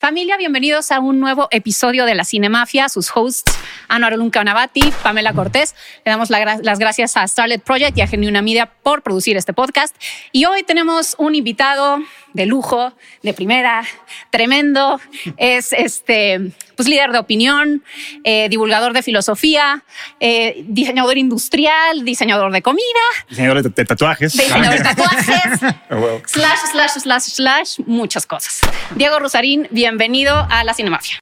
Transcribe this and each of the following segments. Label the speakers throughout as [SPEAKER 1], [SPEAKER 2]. [SPEAKER 1] Familia, bienvenidos a un nuevo episodio de La Cinemafia. Sus hosts, Anuar Canabati, Pamela Cortés. Le damos la gra- las gracias a Starlet Project y a Genuina Media por producir este podcast. Y hoy tenemos un invitado de lujo, de primera, tremendo. Es este, pues, líder de opinión, eh, divulgador de filosofía, eh, diseñador industrial, diseñador de comida,
[SPEAKER 2] Diseñador de, de tatuajes.
[SPEAKER 1] diseñador de tatuajes.
[SPEAKER 2] Ah, huevo.
[SPEAKER 1] Slash, slash, slash, slash, muchas cosas. Diego Rosarín, bienvenido a la Cinemafia.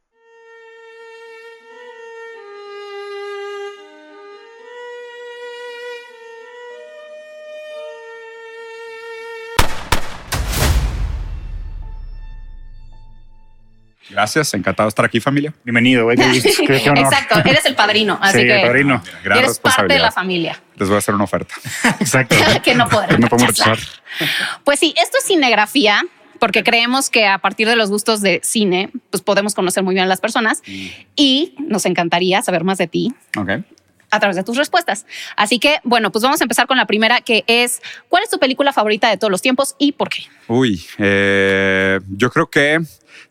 [SPEAKER 3] Gracias, encantado de estar aquí, familia.
[SPEAKER 2] Bienvenido, güey. Qué, qué- qué honor.
[SPEAKER 1] Exacto, eres el padrino, así
[SPEAKER 2] Sí,
[SPEAKER 1] que
[SPEAKER 2] padrino.
[SPEAKER 3] Mira,
[SPEAKER 1] eres
[SPEAKER 3] gran
[SPEAKER 1] parte de
[SPEAKER 3] responsabilidad.
[SPEAKER 1] la familia.
[SPEAKER 3] Les voy a hacer una oferta.
[SPEAKER 2] Exacto.
[SPEAKER 1] que no podrán
[SPEAKER 3] No podemos
[SPEAKER 1] rechazar.
[SPEAKER 3] rechazar.
[SPEAKER 1] Pues sí, esto es cinegrafía, porque creemos que a partir de los gustos de cine, pues podemos conocer muy bien a las personas y nos encantaría saber más de ti
[SPEAKER 3] Ok.
[SPEAKER 1] a través de tus respuestas. Así que, bueno, pues vamos a empezar con la primera, que es, ¿cuál es tu película favorita de todos los tiempos y por qué?
[SPEAKER 3] Uy, eh, yo creo que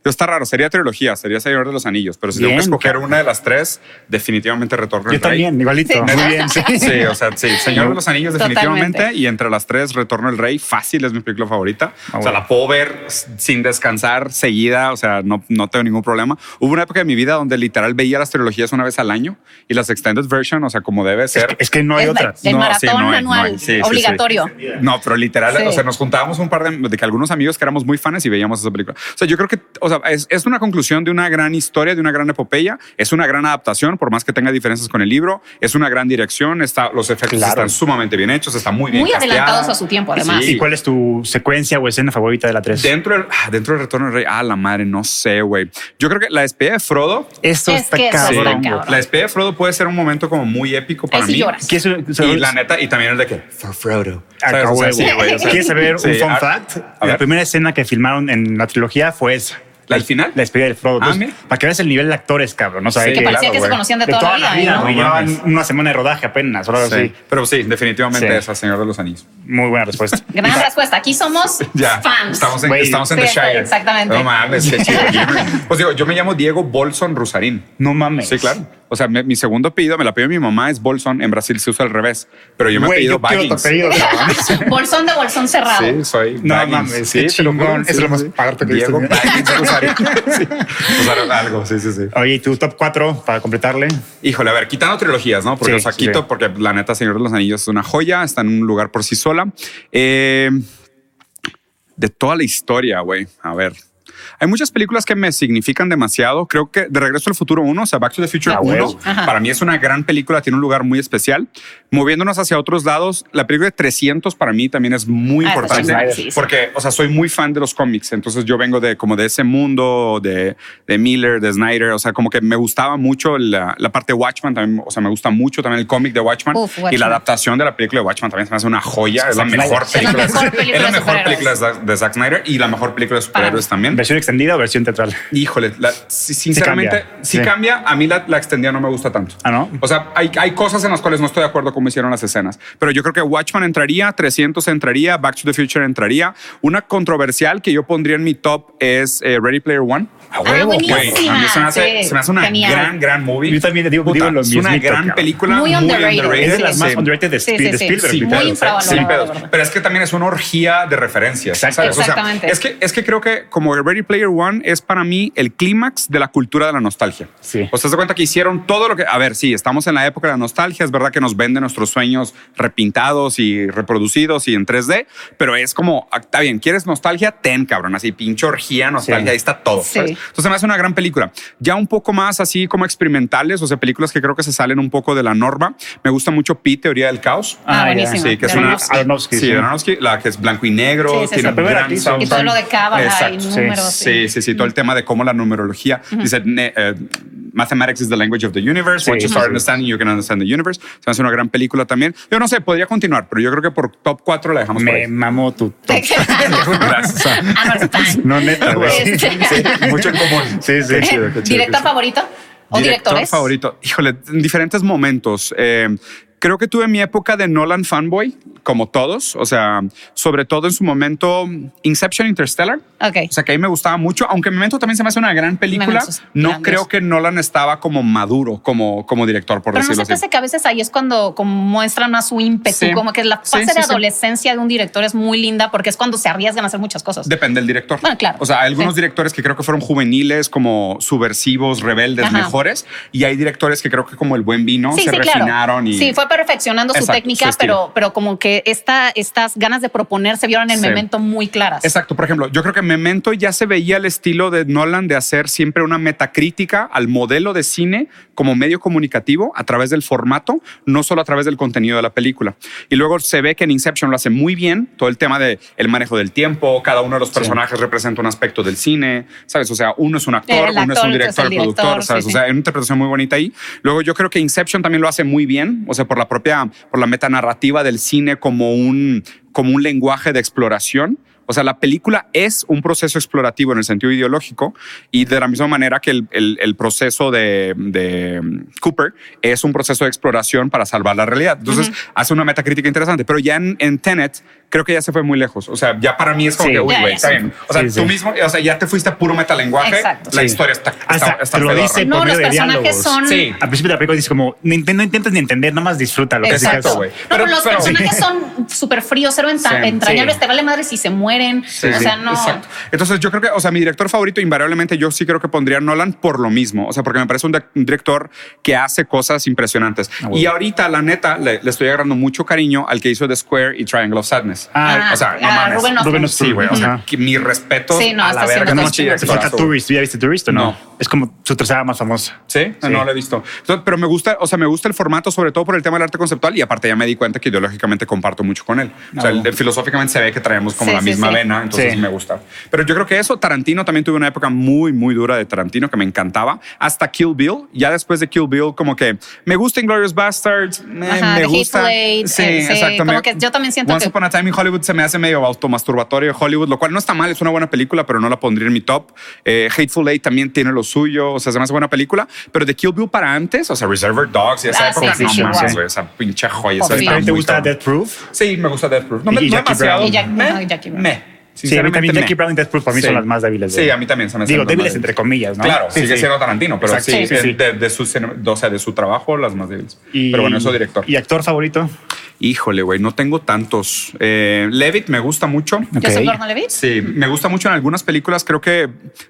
[SPEAKER 3] Dios, está raro. Sería trilogía, sería Señor de los Anillos, pero si tengo
[SPEAKER 2] Bien,
[SPEAKER 3] que escoger
[SPEAKER 2] cabrón.
[SPEAKER 3] una de las tres, definitivamente Retorno
[SPEAKER 2] Yo
[SPEAKER 3] del Rey.
[SPEAKER 2] también, igualito.
[SPEAKER 1] Sí.
[SPEAKER 2] Muy bien, sí.
[SPEAKER 3] Sí, o sea, sí, Señor de los Anillos,
[SPEAKER 1] Totalmente.
[SPEAKER 3] definitivamente. Y entre las tres, Retorno del Rey, fácil es mi película favorita.
[SPEAKER 2] Ah,
[SPEAKER 3] o sea,
[SPEAKER 2] bueno.
[SPEAKER 3] la puedo ver s- sin descansar, seguida. O sea, no, no tengo ningún problema. Hubo una época de mi vida donde literal veía las trilogías una vez al año y las extended version, o sea, como debe
[SPEAKER 2] Es
[SPEAKER 3] ser.
[SPEAKER 2] que, es que no hay
[SPEAKER 1] Es
[SPEAKER 2] otra.
[SPEAKER 1] El maratón
[SPEAKER 3] hay,
[SPEAKER 1] anual,
[SPEAKER 3] hay. Sí, sí, sí.
[SPEAKER 1] obligatorio.
[SPEAKER 3] No, pero literal,
[SPEAKER 1] Sí.
[SPEAKER 3] o sea, nos juntábamos un par de, de que algunos amigos que éramos muy fans y veíamos esa película. O sea, yo creo que, o sea, es, es una conclusión de una gran historia, de una gran epopeya, es una gran adaptación, por más que tenga diferencias con el libro, es una gran dirección, está, los efectos
[SPEAKER 2] Claro.
[SPEAKER 3] están sumamente bien hechos, está muy bien
[SPEAKER 1] Muy
[SPEAKER 3] casteada.
[SPEAKER 1] adelantados a su tiempo, además.
[SPEAKER 3] Sí.
[SPEAKER 2] ¿Y cuál es tu secuencia o escena favorita de la 3?
[SPEAKER 3] Dentro del, ah, dentro del retorno del rey, ah, la madre, no sé, güey. Yo creo que la despedida de Frodo,
[SPEAKER 2] Esto
[SPEAKER 1] Es
[SPEAKER 2] está
[SPEAKER 1] que eso está
[SPEAKER 2] cabrón.
[SPEAKER 1] cabrón.
[SPEAKER 2] güey.
[SPEAKER 3] la despedida de Frodo puede ser un momento como muy épico para
[SPEAKER 1] Ahí sí
[SPEAKER 3] mí.
[SPEAKER 1] lloras.
[SPEAKER 2] ¿Quieres,
[SPEAKER 3] Y
[SPEAKER 2] saber-
[SPEAKER 3] la neta, y también el de que, for Frodo.
[SPEAKER 2] Ah,
[SPEAKER 3] ¿Sabes? O sea,
[SPEAKER 2] huevo.
[SPEAKER 3] sí, güey, o sea,
[SPEAKER 2] ¿Quieres saber
[SPEAKER 3] sí,
[SPEAKER 2] un fun
[SPEAKER 3] ah,
[SPEAKER 2] fact?
[SPEAKER 3] a
[SPEAKER 2] La
[SPEAKER 3] ver.
[SPEAKER 2] primera escena que filmaron en la trilogía fue esa.
[SPEAKER 3] ¿La del final?
[SPEAKER 2] La despedida del Frodo.
[SPEAKER 3] Ah,
[SPEAKER 2] Entonces,
[SPEAKER 3] mira.
[SPEAKER 2] para que veas el nivel de actores, cabrón. O sea,
[SPEAKER 3] Sí,
[SPEAKER 2] de-
[SPEAKER 1] que parecía
[SPEAKER 3] claro,
[SPEAKER 1] que se
[SPEAKER 3] güey.
[SPEAKER 1] conocían de, toda, la vida, ¿no?
[SPEAKER 2] güey.
[SPEAKER 3] ¿no?
[SPEAKER 2] Llevaban una semana de rodaje apenas. ahora
[SPEAKER 3] Sí,
[SPEAKER 2] sí.
[SPEAKER 3] pero sí, definitivamente
[SPEAKER 2] Sí.
[SPEAKER 3] esa, Señor de los Anillos.
[SPEAKER 2] Muy buena respuesta.
[SPEAKER 1] Gran respuesta. Aquí somos
[SPEAKER 3] Ya,
[SPEAKER 1] fans.
[SPEAKER 3] estamos en,
[SPEAKER 2] Güey.
[SPEAKER 3] estamos en
[SPEAKER 1] Sí,
[SPEAKER 3] The Shire.
[SPEAKER 1] exactamente.
[SPEAKER 3] No mames, qué chido. Pues digo, yo me llamo Diego Bolson Rusarín.
[SPEAKER 2] No mames.
[SPEAKER 3] Sí, claro. O sea, me- mi segundo apellido, me la pidió mi mamá, es Bolson. En Brasil se usa al revés, pero yo me he
[SPEAKER 2] Güey,
[SPEAKER 3] pedido
[SPEAKER 2] yo quiero tu
[SPEAKER 3] Baggins.
[SPEAKER 2] apellido, cabrón.
[SPEAKER 1] Bolsón de bolsón cerrado.
[SPEAKER 3] Sí, soy
[SPEAKER 2] No
[SPEAKER 3] Baggins.
[SPEAKER 2] mames,
[SPEAKER 3] sí,
[SPEAKER 2] qué
[SPEAKER 3] te lo juro,
[SPEAKER 2] chingón.
[SPEAKER 3] sí,
[SPEAKER 2] Eso es lo más
[SPEAKER 3] sí.
[SPEAKER 2] parto que he visto
[SPEAKER 3] Diego
[SPEAKER 2] en mi vida.
[SPEAKER 3] Baggins Rusarín. Sí. O sea, algo, sí, sí, sí.
[SPEAKER 2] Oye, ¿y tu top 4 para completarle?
[SPEAKER 3] Híjole, a ver, quitando trilogías, ¿no? Porque,
[SPEAKER 2] Sí,
[SPEAKER 3] o sea,
[SPEAKER 2] sí.
[SPEAKER 3] quito, porque la neta, Señor de los Anillos es una joya, está en un lugar por sí sola. Eh, de toda la historia, güey. A ver. Hay muchas películas que me significan demasiado. Creo que De Regreso al Futuro 1, o sea, Back to the Future
[SPEAKER 1] Ah,
[SPEAKER 3] 1,
[SPEAKER 2] huevo.
[SPEAKER 1] Ajá.
[SPEAKER 3] para mí es una gran película, tiene un lugar muy especial. Moviéndonos hacia otros lados, la película de 300 para mí también es muy
[SPEAKER 1] Ah, esa
[SPEAKER 3] importante.
[SPEAKER 1] chingada, sí, sí.
[SPEAKER 3] Porque, o sea, soy muy fan de los cómics, entonces yo vengo de como de ese mundo de, de Miller, de Snyder, o sea, como que me gustaba mucho la, la parte de Watchman, también, o sea, me gusta mucho también el cómic de Watchman,
[SPEAKER 1] Uf,
[SPEAKER 3] y
[SPEAKER 1] Watchmen.
[SPEAKER 3] la adaptación de la película de Watchman también se me hace una joya, es la
[SPEAKER 2] Zack
[SPEAKER 3] mejor
[SPEAKER 1] Snyder.
[SPEAKER 3] película.
[SPEAKER 1] Es la mejor película
[SPEAKER 3] es la
[SPEAKER 1] de
[SPEAKER 3] mejor película
[SPEAKER 1] superhéroes.
[SPEAKER 3] de Zack- de Zack Snyder y la mejor película de superhéroes también.
[SPEAKER 2] ¿Versión extendida o versión teatral?
[SPEAKER 3] Híjole, la- si- sinceramente,
[SPEAKER 2] cambia.
[SPEAKER 3] si
[SPEAKER 2] Sí.
[SPEAKER 3] cambia, a mí la, la extendida no me gusta tanto.
[SPEAKER 2] Ah, ¿no?
[SPEAKER 3] O sea, hay, hay cosas en las cuales no estoy de acuerdo cómo hicieron las escenas, pero yo creo que Watchman entraría, 300 entraría, Back to the Future entraría. Una controversial que yo pondría en mi top es eh, Ready Player One.
[SPEAKER 2] A
[SPEAKER 1] buenísima.
[SPEAKER 3] Güey, a mí se me hace,
[SPEAKER 1] Ah, sí.
[SPEAKER 3] se me hace una
[SPEAKER 1] Genial.
[SPEAKER 3] gran, gran movie.
[SPEAKER 2] Yo también digo- digo lo
[SPEAKER 3] es una
[SPEAKER 2] mismito,
[SPEAKER 3] gran
[SPEAKER 2] cabrón.
[SPEAKER 3] película.
[SPEAKER 1] Muy underrated,
[SPEAKER 2] Es de
[SPEAKER 1] Sí,
[SPEAKER 2] las
[SPEAKER 1] sí.
[SPEAKER 2] más
[SPEAKER 3] Sí.
[SPEAKER 2] underrated de,
[SPEAKER 1] Sí,
[SPEAKER 2] Spi-
[SPEAKER 1] sí,
[SPEAKER 2] de
[SPEAKER 1] sí.
[SPEAKER 2] Spielberg.
[SPEAKER 1] Sí,
[SPEAKER 2] mi
[SPEAKER 1] muy
[SPEAKER 2] pedo.
[SPEAKER 1] infravalorado.
[SPEAKER 3] Sin pedos.
[SPEAKER 1] la verdad.
[SPEAKER 3] Pero es que también es una orgía de referencias.
[SPEAKER 2] Exacto.
[SPEAKER 3] ¿sabes? O sea,
[SPEAKER 1] Exactamente.
[SPEAKER 3] es, que, es que creo que como Ready Player One es para mí el clímax de la cultura de la nostalgia.
[SPEAKER 2] Sí.
[SPEAKER 3] O sea, se cuenta que hicieron todo lo que... A ver, sí, estamos en la época de la nostalgia. Es verdad que nos venden nuestros sueños repintados y reproducidos y en 3D, pero es como, ah, está bien, ¿quieres nostalgia? Ten, cabrón. Así, pinche orgía, nostalgia,
[SPEAKER 2] Sí.
[SPEAKER 3] ahí está todo.
[SPEAKER 1] Sí.
[SPEAKER 3] ¿sabes? Entonces me hace una gran película. Ya un poco más así como experimentales, o sea, películas que creo que se salen un poco de la norma. Me gusta mucho Pi, Teoría del Caos.
[SPEAKER 1] Ah,
[SPEAKER 2] Ah, ya.
[SPEAKER 1] buenísimo.
[SPEAKER 3] Sí, que es
[SPEAKER 1] De
[SPEAKER 3] una.
[SPEAKER 1] Aronofsky.
[SPEAKER 2] Aronofsky,
[SPEAKER 3] sí,
[SPEAKER 2] sí.
[SPEAKER 3] Aronofsky, la que es blanco y negro.
[SPEAKER 1] Sí, sí, sí.
[SPEAKER 3] tiene un
[SPEAKER 2] La primera
[SPEAKER 3] gran
[SPEAKER 2] que hizo.
[SPEAKER 3] soundtrack.
[SPEAKER 1] Y todo lo de cábala y
[SPEAKER 3] Exacto.
[SPEAKER 2] sí.
[SPEAKER 1] números.
[SPEAKER 3] Sí, sí, sí, todo el tema de cómo la numerología dice ne- eh, Mathematics is the language of the universe.
[SPEAKER 2] Sí,
[SPEAKER 3] Once you
[SPEAKER 2] sí,
[SPEAKER 3] start
[SPEAKER 2] sí.
[SPEAKER 3] understanding, you can understand the universe. Se me hace una gran película también. Yo no sé, podría continuar, pero yo creo que por top 4 la dejamos por
[SPEAKER 2] Me
[SPEAKER 3] ahí.
[SPEAKER 2] mamó tu top.
[SPEAKER 3] Gracias.
[SPEAKER 1] Anorstán.
[SPEAKER 2] No, neta, güey.
[SPEAKER 1] Este-
[SPEAKER 3] Sí, mucho en común.
[SPEAKER 2] Sí, sí.
[SPEAKER 3] Qué chido, qué chido, qué
[SPEAKER 1] ¿Director
[SPEAKER 3] chido.
[SPEAKER 1] favorito? ¿O
[SPEAKER 3] Director
[SPEAKER 1] directores?
[SPEAKER 3] favorito. Híjole, en diferentes momentos. Eh, Creo que tuve mi época de Nolan fanboy, como todos, o sea, sobre todo en su momento Inception Interstellar.
[SPEAKER 1] Ok.
[SPEAKER 3] O sea, que a mí me gustaba mucho, aunque en Memento también se me hace una gran película.
[SPEAKER 1] Memento es
[SPEAKER 3] No
[SPEAKER 1] grandioso.
[SPEAKER 3] creo que Nolan estaba como maduro como, como director, por
[SPEAKER 1] Pero no
[SPEAKER 3] decirlo
[SPEAKER 1] se te
[SPEAKER 3] así.
[SPEAKER 1] hace que a veces ahí es cuando como muestran más su ímpetu,
[SPEAKER 3] Sí.
[SPEAKER 1] como que la
[SPEAKER 3] Sí,
[SPEAKER 1] fase
[SPEAKER 3] sí,
[SPEAKER 1] de
[SPEAKER 3] sí.
[SPEAKER 1] adolescencia de un director es muy linda porque es cuando se arriesgan a hacer muchas cosas.
[SPEAKER 3] Depende del director.
[SPEAKER 1] Bueno, Ah, claro.
[SPEAKER 3] O sea, hay algunos
[SPEAKER 1] Sí.
[SPEAKER 3] directores que creo que fueron juveniles, como subversivos, rebeldes,
[SPEAKER 1] Ajá.
[SPEAKER 3] mejores. Y hay directores que creo que como el buen vino
[SPEAKER 1] sí,
[SPEAKER 3] se
[SPEAKER 1] sí,
[SPEAKER 3] refinaron
[SPEAKER 1] claro.
[SPEAKER 3] y
[SPEAKER 1] Sí, fue perfeccionando su
[SPEAKER 3] Exacto,
[SPEAKER 1] técnica,
[SPEAKER 3] su estilo.
[SPEAKER 1] pero, pero como que esta, estas ganas de proponer se vieron en
[SPEAKER 3] Sí.
[SPEAKER 1] Memento muy claras.
[SPEAKER 3] Exacto, por ejemplo, yo creo que Memento ya se veía el estilo de Nolan de hacer siempre una metacrítica al modelo de cine como medio comunicativo a través del formato, no solo a través del contenido de la película. Y luego se ve que en Inception lo hace muy bien, todo el tema de el manejo del tiempo, cada uno de los personajes representa un aspecto del cine, ¿sabes? O sea, uno es un actor,
[SPEAKER 1] El
[SPEAKER 3] uno es
[SPEAKER 1] actor, entonces,
[SPEAKER 3] un director,
[SPEAKER 1] el director,
[SPEAKER 3] productor, ¿sabes?
[SPEAKER 1] sí,
[SPEAKER 3] O
[SPEAKER 1] sí.
[SPEAKER 3] sea, hay una interpretación muy bonita ahí. Luego yo creo que Inception también lo hace muy bien, o sea, por la propia, por la metanarrativa del cine como un, como un lenguaje de exploración. O sea, la película es un proceso explorativo en el sentido ideológico y de la misma manera que el, el- el proceso de, de, mm, Cooper es un proceso de exploración para salvar la realidad. Entonces, hace una metacrítica interesante, pero ya en, en Tenet creo que ya se fue muy lejos. O sea, ya para mí es como
[SPEAKER 2] Sí.
[SPEAKER 3] que, uy,
[SPEAKER 1] Ya,
[SPEAKER 3] güey,
[SPEAKER 1] ya.
[SPEAKER 3] está bien. O sea,
[SPEAKER 2] Sí, sí.
[SPEAKER 3] tú mismo, o sea, ya te fuiste a puro metalenguaje.
[SPEAKER 1] Exacto.
[SPEAKER 3] La
[SPEAKER 2] Sí.
[SPEAKER 3] historia está, está,
[SPEAKER 2] Hasta
[SPEAKER 3] está
[SPEAKER 2] te lo
[SPEAKER 3] pedorra.
[SPEAKER 2] dice por
[SPEAKER 1] No,
[SPEAKER 2] medio
[SPEAKER 1] los
[SPEAKER 2] de
[SPEAKER 1] personajes
[SPEAKER 2] diálogos.
[SPEAKER 1] son.
[SPEAKER 3] Sí.
[SPEAKER 2] Al principio de la película dices como, "No int- no intentas ni entender, nada más disfrútalo. que es
[SPEAKER 1] Exacto.
[SPEAKER 3] Exacto,
[SPEAKER 2] eso".
[SPEAKER 3] güey.
[SPEAKER 1] no, pero,
[SPEAKER 3] Pero-
[SPEAKER 1] los
[SPEAKER 3] pero-
[SPEAKER 1] personajes son súper fríos, cero entra-
[SPEAKER 3] Sí,
[SPEAKER 1] entrañables.
[SPEAKER 2] sí.
[SPEAKER 1] Te vale madre si se mueren.
[SPEAKER 3] Sí,
[SPEAKER 1] o
[SPEAKER 3] sí,
[SPEAKER 1] sea, no.
[SPEAKER 3] Exacto. Entonces yo creo que, o sea, mi director favorito invariablemente yo sí creo que pondría a Nolan por lo mismo, o sea, porque me parece un, di- un director que hace cosas impresionantes.
[SPEAKER 2] Ah, bueno.
[SPEAKER 3] Y ahorita, la neta, le, le estoy agarrando mucho cariño al que hizo The Square y Triangle of Sadness.
[SPEAKER 2] Ah,
[SPEAKER 3] o sea, no
[SPEAKER 1] ah,
[SPEAKER 3] mames.
[SPEAKER 1] Rubén Ostlund.
[SPEAKER 2] Rubén Ostlund.
[SPEAKER 3] Sí, güey, o sea,
[SPEAKER 2] Ajá.
[SPEAKER 3] que mi respeto
[SPEAKER 1] Sí, no,
[SPEAKER 3] a
[SPEAKER 1] está haciendo
[SPEAKER 3] la verga.
[SPEAKER 2] No,
[SPEAKER 1] Está
[SPEAKER 2] no,
[SPEAKER 1] chido,
[SPEAKER 2] chido,
[SPEAKER 1] está
[SPEAKER 2] falta Tourist. ¿Tú ya viste Tourist o no?
[SPEAKER 3] No.
[SPEAKER 2] Es como su tercera más famosa.
[SPEAKER 3] ¿Sí?
[SPEAKER 2] Sí.
[SPEAKER 3] no lo he visto. Entonces, pero me gusta, o sea, me gusta el formato, sobre todo por el tema del arte conceptual y aparte ya me di cuenta que ideológicamente comparto mucho con él. O sea,
[SPEAKER 2] Ah,
[SPEAKER 3] el- filosóficamente se ve que traemos como
[SPEAKER 1] Sí,
[SPEAKER 3] la
[SPEAKER 1] sí,
[SPEAKER 3] misma
[SPEAKER 1] sí.
[SPEAKER 3] vena, entonces
[SPEAKER 2] Sí.
[SPEAKER 3] me gusta. Pero yo creo que eso, Tarantino también tuve una época muy, muy dura de Tarantino que me encantaba, hasta Kill Bill, ya después de Kill Bill como que me gusta Inglourious Bastards, me,
[SPEAKER 1] Ajá,
[SPEAKER 3] me
[SPEAKER 1] The
[SPEAKER 3] gusta.
[SPEAKER 1] Hateful Eight,
[SPEAKER 3] sí,
[SPEAKER 1] eh, sí,
[SPEAKER 3] exacto.
[SPEAKER 1] como
[SPEAKER 3] me-
[SPEAKER 1] que yo también siento
[SPEAKER 3] Once
[SPEAKER 1] que-
[SPEAKER 3] Upon a Time in Hollywood se me hace medio automasturbatorio de Hollywood, lo cual no está mal, es una buena película, pero no la pondría en mi top. Eh, Hateful Eight también tiene lo suyo, o sea, se me hace buena película, pero de Kill Bill para antes, o sea, Reservoir Dogs y esa
[SPEAKER 1] Ah,
[SPEAKER 3] época,
[SPEAKER 1] sí, sí,
[SPEAKER 3] no
[SPEAKER 1] sí,
[SPEAKER 3] mames,
[SPEAKER 1] wow.
[SPEAKER 3] güey, esa pinche joya. esa
[SPEAKER 1] Por
[SPEAKER 3] está
[SPEAKER 1] fin.
[SPEAKER 2] ¿También te
[SPEAKER 3] muy
[SPEAKER 2] gusta
[SPEAKER 3] cabrón.
[SPEAKER 2] Death Proof?
[SPEAKER 3] Sí, me gusta Death Proof. No,
[SPEAKER 2] Y
[SPEAKER 3] me- no
[SPEAKER 2] Jackie
[SPEAKER 3] demasiado.
[SPEAKER 2] Brown. Y
[SPEAKER 1] Jack-
[SPEAKER 3] me,
[SPEAKER 1] no, y Jackie Brown.
[SPEAKER 3] me.
[SPEAKER 2] Sí, a mí también
[SPEAKER 3] Sinceramente,
[SPEAKER 2] Jackie
[SPEAKER 3] me.
[SPEAKER 2] Brown y Death Proof para mí
[SPEAKER 3] Sí.
[SPEAKER 2] son las más débiles. de-
[SPEAKER 3] Sí, a mí también se me hacen
[SPEAKER 2] Digo,
[SPEAKER 3] las
[SPEAKER 2] débiles
[SPEAKER 3] más
[SPEAKER 2] entre comillas, ¿no?
[SPEAKER 3] Claro,
[SPEAKER 2] Sí,
[SPEAKER 3] sigue
[SPEAKER 2] sí.
[SPEAKER 3] siendo Tarantino, pero
[SPEAKER 2] Exacto,
[SPEAKER 3] sí,
[SPEAKER 2] sí, sí.
[SPEAKER 3] De, de su, cine- o sea, de su trabajo, las más débiles.
[SPEAKER 2] Y-
[SPEAKER 3] pero bueno, eso director.
[SPEAKER 2] ¿Y actor favorito?
[SPEAKER 3] Híjole, güey, no tengo tantos. Eh, Levitt me gusta mucho.
[SPEAKER 1] Yo soy
[SPEAKER 2] Ok.
[SPEAKER 1] Gordon Levitt.
[SPEAKER 3] Sí, me gusta mucho en algunas películas. Creo que,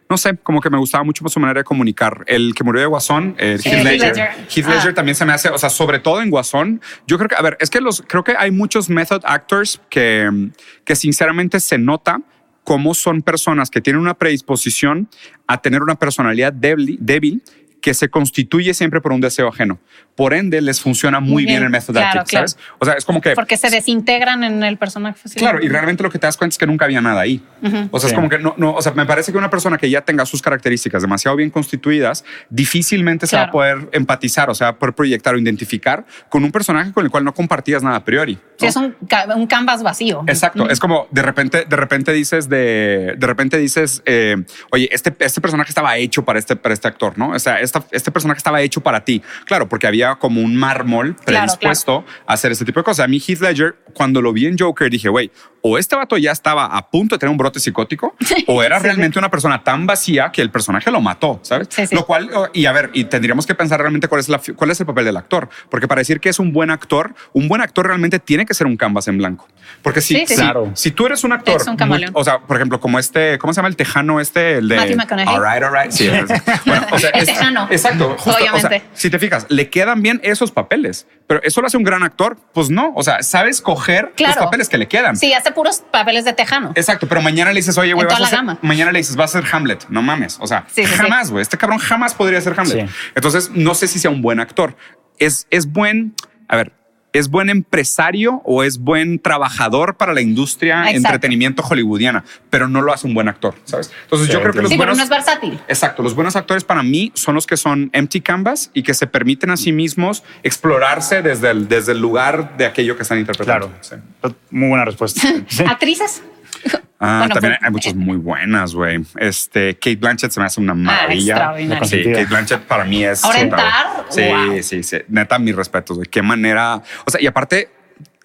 [SPEAKER 3] no sé, como que me gustaba mucho su manera de comunicar. El que murió de Guasón, eh,
[SPEAKER 1] Eh,
[SPEAKER 3] Heath Ledger.
[SPEAKER 1] Ledger.
[SPEAKER 3] Heath Ledger
[SPEAKER 1] Ah.
[SPEAKER 3] también se me hace, o sea, sobre todo en Guasón. Yo creo que, a ver, es que los, creo que hay muchos method actors que, que sinceramente se nota cómo son personas que tienen una predisposición a tener una personalidad débil, débil que se constituye siempre por un deseo ajeno. Por ende, les funciona muy,
[SPEAKER 1] Muy
[SPEAKER 3] bien,
[SPEAKER 1] bien,
[SPEAKER 3] el method
[SPEAKER 1] claro,
[SPEAKER 3] acting, ¿sabes? O sea, es como que...
[SPEAKER 1] Porque se desintegran en el personaje.
[SPEAKER 3] Claro, y realmente lo que te das cuenta es que nunca había nada ahí. O sea, es
[SPEAKER 2] Sí.
[SPEAKER 3] como que no, no, o sea, me parece que una persona que ya tenga sus características demasiado bien constituidas, difícilmente se va
[SPEAKER 1] Claro.
[SPEAKER 3] a poder empatizar, o sea, va a poder proyectar o identificar con un personaje con el cual no compartías nada a priori.
[SPEAKER 1] Sí,
[SPEAKER 3] ¿no?
[SPEAKER 1] es un, ca- un canvas vacío.
[SPEAKER 3] Exacto, es como de repente, de repente dices de, de repente dices, eh, oye, este, este personaje estaba hecho para este, para este actor, ¿no? O sea, esta- este personaje estaba hecho para ti. Claro, porque había como un mármol
[SPEAKER 1] Claro,
[SPEAKER 3] predispuesto a hacer este tipo de cosas. A mí Heath Ledger, cuando lo vi en Joker, dije, güey, o este vato ya estaba a punto de tener un brote psicótico, o era realmente una persona tan vacía que el personaje lo mató, ¿sabes?
[SPEAKER 1] Sí, sí.
[SPEAKER 3] Lo cual, o- y a ver, y tendríamos que pensar realmente cuál es, la, fi- cuál es el papel del actor, porque para decir que es un buen actor, un buen actor realmente tiene que ser un canvas en blanco. Porque si,
[SPEAKER 1] Sí, sí,
[SPEAKER 3] si-
[SPEAKER 2] Claro.
[SPEAKER 3] si tú eres un actor,
[SPEAKER 1] Es un camaleón.
[SPEAKER 3] muy- o sea, por ejemplo, como este, ¿cómo se llama el tejano este? El de
[SPEAKER 1] Matthew McConaughey.
[SPEAKER 3] All right, all right. Sí, es- bueno, o sea,
[SPEAKER 1] El
[SPEAKER 3] es-
[SPEAKER 1] tejano.
[SPEAKER 3] Exacto. justo, o sea,
[SPEAKER 1] Obviamente.
[SPEAKER 3] si te fijas, le quedan bien esos papeles, pero eso lo hace un gran actor. Pues no, o sea, sabes coger
[SPEAKER 1] Claro.
[SPEAKER 3] los papeles que le quedan.
[SPEAKER 1] Sí, hace puros papeles de tejano.
[SPEAKER 3] Exacto, pero mañana le dices, oye, güey,
[SPEAKER 1] En
[SPEAKER 3] vas
[SPEAKER 1] toda
[SPEAKER 3] a
[SPEAKER 1] la
[SPEAKER 3] ser-
[SPEAKER 1] gama.
[SPEAKER 3] mañana le dices, vas a ser Hamlet, no mames, o sea,
[SPEAKER 1] Sí, sí, sí.
[SPEAKER 3] jamás, güey, este cabrón jamás podría ser Hamlet.
[SPEAKER 2] Sí.
[SPEAKER 3] Entonces, no sé si sea un buen actor. Es, es buen, a ver, es buen empresario o es buen trabajador para la industria
[SPEAKER 1] Exacto.
[SPEAKER 3] entretenimiento hollywoodiana, pero no lo hace un buen actor, ¿sabes? Entonces,
[SPEAKER 2] Sí,
[SPEAKER 3] yo creo que
[SPEAKER 2] entiendo.
[SPEAKER 3] los
[SPEAKER 1] sí, pero
[SPEAKER 3] buenos
[SPEAKER 1] no es versátil.
[SPEAKER 3] Exacto, los buenos actores para mí son los que son empty canvas y que se permiten a sí mismos explorarse desde el, desde el lugar de aquello que están interpretando.
[SPEAKER 2] Claro.
[SPEAKER 3] Sí.
[SPEAKER 2] Muy buena respuesta.
[SPEAKER 1] Actrices.
[SPEAKER 3] Ah,
[SPEAKER 1] Bueno, eh,
[SPEAKER 3] también
[SPEAKER 1] fue-
[SPEAKER 3] hay muchas muy buenas, güey. Este, Kate Blanchett se me hace una maravilla.
[SPEAKER 1] Ah, extraordinaria.
[SPEAKER 3] sí, Kate Blanchett para mí es.
[SPEAKER 1] Ahora
[SPEAKER 3] puta, güey.
[SPEAKER 1] entrar,
[SPEAKER 3] Sí,
[SPEAKER 1] wow.
[SPEAKER 3] sí, sí. Neta, mis respetos, güey. Qué manera. O sea, y aparte,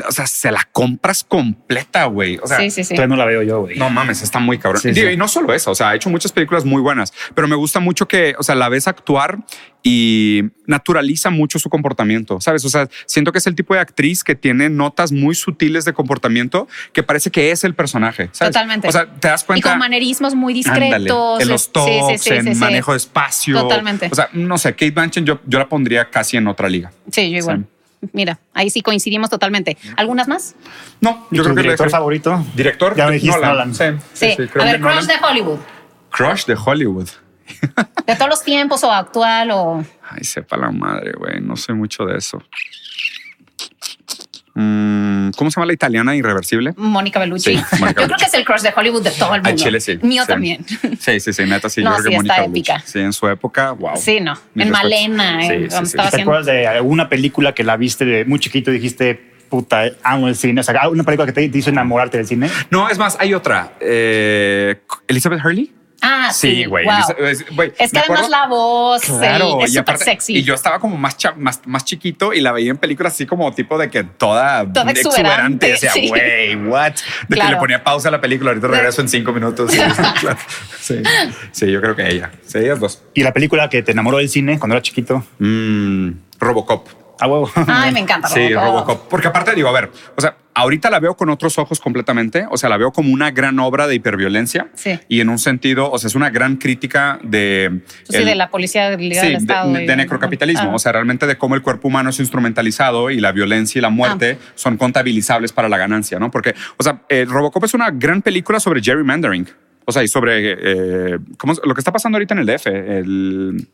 [SPEAKER 3] o sea, se la compras completa, güey. O sea,
[SPEAKER 1] sí, sí, sí.
[SPEAKER 2] Todavía no la veo yo, güey.
[SPEAKER 3] no mames, está muy cabrón.
[SPEAKER 2] Sí,
[SPEAKER 3] Digo,
[SPEAKER 2] sí.
[SPEAKER 3] Y no solo eso, o sea, ha hecho muchas películas muy buenas, pero me gusta mucho que, o sea, la ves actuar y naturaliza mucho su comportamiento, ¿sabes? O sea, siento que es el tipo de actriz que tiene notas muy sutiles de comportamiento que parece que es el personaje, ¿sabes?
[SPEAKER 1] Totalmente.
[SPEAKER 3] O sea, te das
[SPEAKER 1] Y
[SPEAKER 3] cuenta...
[SPEAKER 1] con manerismos muy discretos.
[SPEAKER 3] Ándale, en los tops, en manejo de espacio.
[SPEAKER 1] Totalmente.
[SPEAKER 3] O sea, no sé, Kate Blanchett yo, yo la pondría casi en otra liga.
[SPEAKER 1] Sí, yo igual. Mira, ahí sí coincidimos totalmente. ¿Algunas más?
[SPEAKER 3] No,
[SPEAKER 2] ¿Y
[SPEAKER 3] yo
[SPEAKER 2] tu
[SPEAKER 3] creo que
[SPEAKER 2] director
[SPEAKER 3] le-
[SPEAKER 2] favorito?
[SPEAKER 3] Director
[SPEAKER 2] Ya me dijiste
[SPEAKER 3] Nolan.
[SPEAKER 2] Nolan.
[SPEAKER 3] Sí,
[SPEAKER 1] Sí.
[SPEAKER 3] sí, creo
[SPEAKER 1] a
[SPEAKER 3] que
[SPEAKER 1] ver, Crush
[SPEAKER 3] Nolan.
[SPEAKER 1] de Hollywood.
[SPEAKER 3] Crush de Hollywood.
[SPEAKER 1] De todos los tiempos o actual o...
[SPEAKER 3] Ay, sepa la madre, güey. No sé mucho de eso. Mm, ¿Cómo se llama la italiana irreversible?
[SPEAKER 1] Mónica Bellucci.
[SPEAKER 3] Sí, Mónica
[SPEAKER 1] Yo creo
[SPEAKER 3] Bellucci.
[SPEAKER 1] que es el crush de Hollywood de todo el mundo.
[SPEAKER 3] Al Chile sí.
[SPEAKER 1] Mío
[SPEAKER 3] Sí.
[SPEAKER 1] también.
[SPEAKER 3] Sí, sí, sí, neta, sí.
[SPEAKER 1] No,
[SPEAKER 3] yo creo
[SPEAKER 1] sí,
[SPEAKER 3] que Mónica
[SPEAKER 1] está
[SPEAKER 3] Bellucci.
[SPEAKER 1] épica.
[SPEAKER 3] Sí, en su época, wow.
[SPEAKER 1] Sí, no.
[SPEAKER 3] Mis
[SPEAKER 1] en
[SPEAKER 3] respetos.
[SPEAKER 1] Malena,
[SPEAKER 3] Sí,
[SPEAKER 1] en-
[SPEAKER 3] sí,
[SPEAKER 1] cuando
[SPEAKER 3] sí.
[SPEAKER 1] estaba
[SPEAKER 2] ¿Te
[SPEAKER 1] haciendo...
[SPEAKER 2] acuerdas de alguna película que la viste de muy chiquito y dijiste, puta, amo el cine? O sea, una película que te te hizo enamorarte del cine.
[SPEAKER 3] No, es más, hay otra. Eh, Elizabeth Hurley.
[SPEAKER 1] Ah, sí,
[SPEAKER 3] Sí, güey.
[SPEAKER 1] wow.
[SPEAKER 3] Elizabeth- es- güey,
[SPEAKER 1] Es que
[SPEAKER 3] me
[SPEAKER 1] además
[SPEAKER 3] acuerdo-
[SPEAKER 1] la voz el-
[SPEAKER 3] Claro,
[SPEAKER 1] es
[SPEAKER 3] y
[SPEAKER 1] súper
[SPEAKER 3] aparte-
[SPEAKER 1] sexy.
[SPEAKER 3] Y yo estaba como más, cha- más, más chiquito y la veía en películas así como tipo de que toda,
[SPEAKER 1] Toda exuberante,
[SPEAKER 3] O sea,
[SPEAKER 1] sí.
[SPEAKER 3] güey, what? De
[SPEAKER 1] Claro.
[SPEAKER 3] que le ponía pausa a la película. Ahorita regreso en cinco minutos. sí, sí, yo creo que ella. Sí, ellas dos.
[SPEAKER 2] Y la película que te enamoró del cine cuando era chiquito.
[SPEAKER 3] Mm, Robocop.
[SPEAKER 2] A huevo.
[SPEAKER 1] Ay, me encanta.
[SPEAKER 3] Sí, Robocop. Porque aparte digo, a ver, o sea, ahorita la veo con otros ojos completamente, o sea, la veo como una gran obra de hiperviolencia
[SPEAKER 1] Sí.
[SPEAKER 3] y en un sentido, o sea, es una gran crítica de...
[SPEAKER 1] Pues Sí,
[SPEAKER 3] el-
[SPEAKER 1] de la policía del
[SPEAKER 3] Sí,
[SPEAKER 1] del
[SPEAKER 3] de-
[SPEAKER 1] Estado.
[SPEAKER 3] de,
[SPEAKER 1] y-
[SPEAKER 3] necrocapitalismo,
[SPEAKER 1] Ah.
[SPEAKER 3] o sea, realmente de cómo el cuerpo humano es instrumentalizado y la violencia y la muerte
[SPEAKER 1] Ah.
[SPEAKER 3] son contabilizables para la ganancia, ¿no? Porque, o sea, eh, Robocop es una gran película sobre gerrymandering, o sea, y sobre eh, ¿cómo es? lo que está pasando ahorita en el DF, el,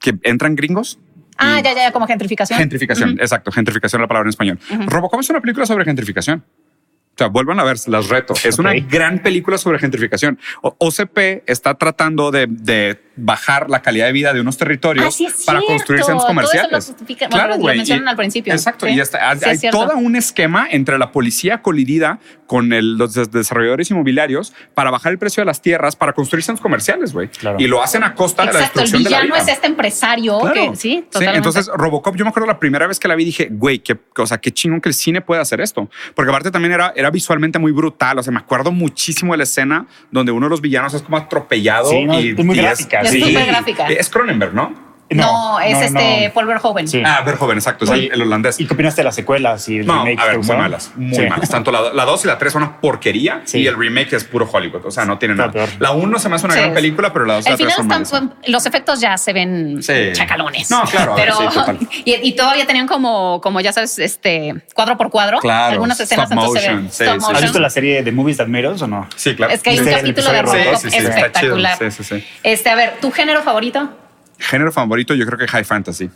[SPEAKER 3] que entran gringos.
[SPEAKER 1] Ah,
[SPEAKER 3] y-
[SPEAKER 1] ya, ya, ya, como gentrificación.
[SPEAKER 3] Gentrificación, exacto, gentrificación la palabra en español. Robocop es una película sobre gentrificación. O sea, vuelvan a ver, las reto. Es una
[SPEAKER 2] Ok.
[SPEAKER 3] gran película sobre gentrificación. O- OCP está tratando de, de bajar la calidad de vida de unos territorios
[SPEAKER 1] Ah, sí, es
[SPEAKER 3] para
[SPEAKER 1] cierto.
[SPEAKER 3] construir
[SPEAKER 1] Todo
[SPEAKER 3] centros
[SPEAKER 1] eso
[SPEAKER 3] comerciales.
[SPEAKER 1] lo justifica- bueno, lo
[SPEAKER 3] güey,
[SPEAKER 1] mencionan al principio.
[SPEAKER 3] Exacto.
[SPEAKER 1] Sí.
[SPEAKER 3] Y está- hay,
[SPEAKER 1] Sí, es
[SPEAKER 3] hay
[SPEAKER 1] cierto.
[SPEAKER 3] todo un esquema entre la policía colidida con el- los des- desarrolladores inmobiliarios para bajar el precio de las tierras para construir centros comerciales, güey.
[SPEAKER 2] Claro.
[SPEAKER 3] Y lo hacen a costa de la
[SPEAKER 1] Exacto, el
[SPEAKER 3] destrucción de la
[SPEAKER 1] villano
[SPEAKER 3] vida.
[SPEAKER 1] es este empresario.
[SPEAKER 3] Claro.
[SPEAKER 1] Que, sí, totalmente.
[SPEAKER 3] entonces Robocop, yo me acuerdo la primera vez que la vi dije, güey, qué, o sea, qué chingón que el cine puede hacer esto. Porque aparte también era, era visualmente muy brutal. O sea, me acuerdo muchísimo de la escena donde uno de los villanos es como atropellado.
[SPEAKER 2] Sí, no,
[SPEAKER 3] y,
[SPEAKER 2] es muy
[SPEAKER 3] y
[SPEAKER 2] gráfica,
[SPEAKER 1] Es sí. súper gráfica.
[SPEAKER 3] Es Cronenberg, ¿no?
[SPEAKER 1] no, es este
[SPEAKER 2] no.
[SPEAKER 1] Paul Verhoeven.
[SPEAKER 2] Sí.
[SPEAKER 3] Ah, Verhoeven, exacto, es el-
[SPEAKER 2] Oye,
[SPEAKER 3] el, holandés.
[SPEAKER 2] ¿Y qué opinaste de las secuelas y el
[SPEAKER 3] No, a
[SPEAKER 2] remake? ¿Te
[SPEAKER 3] ver, muy
[SPEAKER 2] gustaron?
[SPEAKER 3] malas, muy
[SPEAKER 2] Sí.
[SPEAKER 3] malas. Tanto la, la 2 y la 3 son una porquería
[SPEAKER 2] Sí.
[SPEAKER 3] y el remake es puro Hollywood. O sea, no tiene
[SPEAKER 2] Está
[SPEAKER 3] nada.
[SPEAKER 2] peor.
[SPEAKER 3] La 1 se me hace una
[SPEAKER 1] Sí.
[SPEAKER 3] gran película, pero la 2 y
[SPEAKER 1] Al
[SPEAKER 3] la 3
[SPEAKER 1] final
[SPEAKER 3] son
[SPEAKER 1] están-
[SPEAKER 3] malísimas.
[SPEAKER 1] los efectos ya se ven
[SPEAKER 3] Sí.
[SPEAKER 1] chacalones.
[SPEAKER 3] No, claro, a ver,
[SPEAKER 1] Pero,
[SPEAKER 3] sí, total.
[SPEAKER 1] y, y todavía tenían como, como ya sabes, este cuadro por cuadro.
[SPEAKER 3] Claro,
[SPEAKER 1] Algunas
[SPEAKER 3] stop
[SPEAKER 1] escenas entonces se ven
[SPEAKER 3] motion, sí,
[SPEAKER 1] stop
[SPEAKER 3] sí, sí.
[SPEAKER 1] motion.
[SPEAKER 2] ¿Has visto la serie de Movies That Made Us o no?
[SPEAKER 3] Sí, claro.
[SPEAKER 1] Es que hay un
[SPEAKER 2] Sí,
[SPEAKER 1] capítulo de
[SPEAKER 2] el episodio
[SPEAKER 1] Robocop
[SPEAKER 2] sí, sí, sí, está chido,
[SPEAKER 1] espectacular.
[SPEAKER 3] Sí, sí, sí.
[SPEAKER 1] Este, a ver, ¿tu género favorito?
[SPEAKER 3] Género favorito, yo creo que High Fantasy.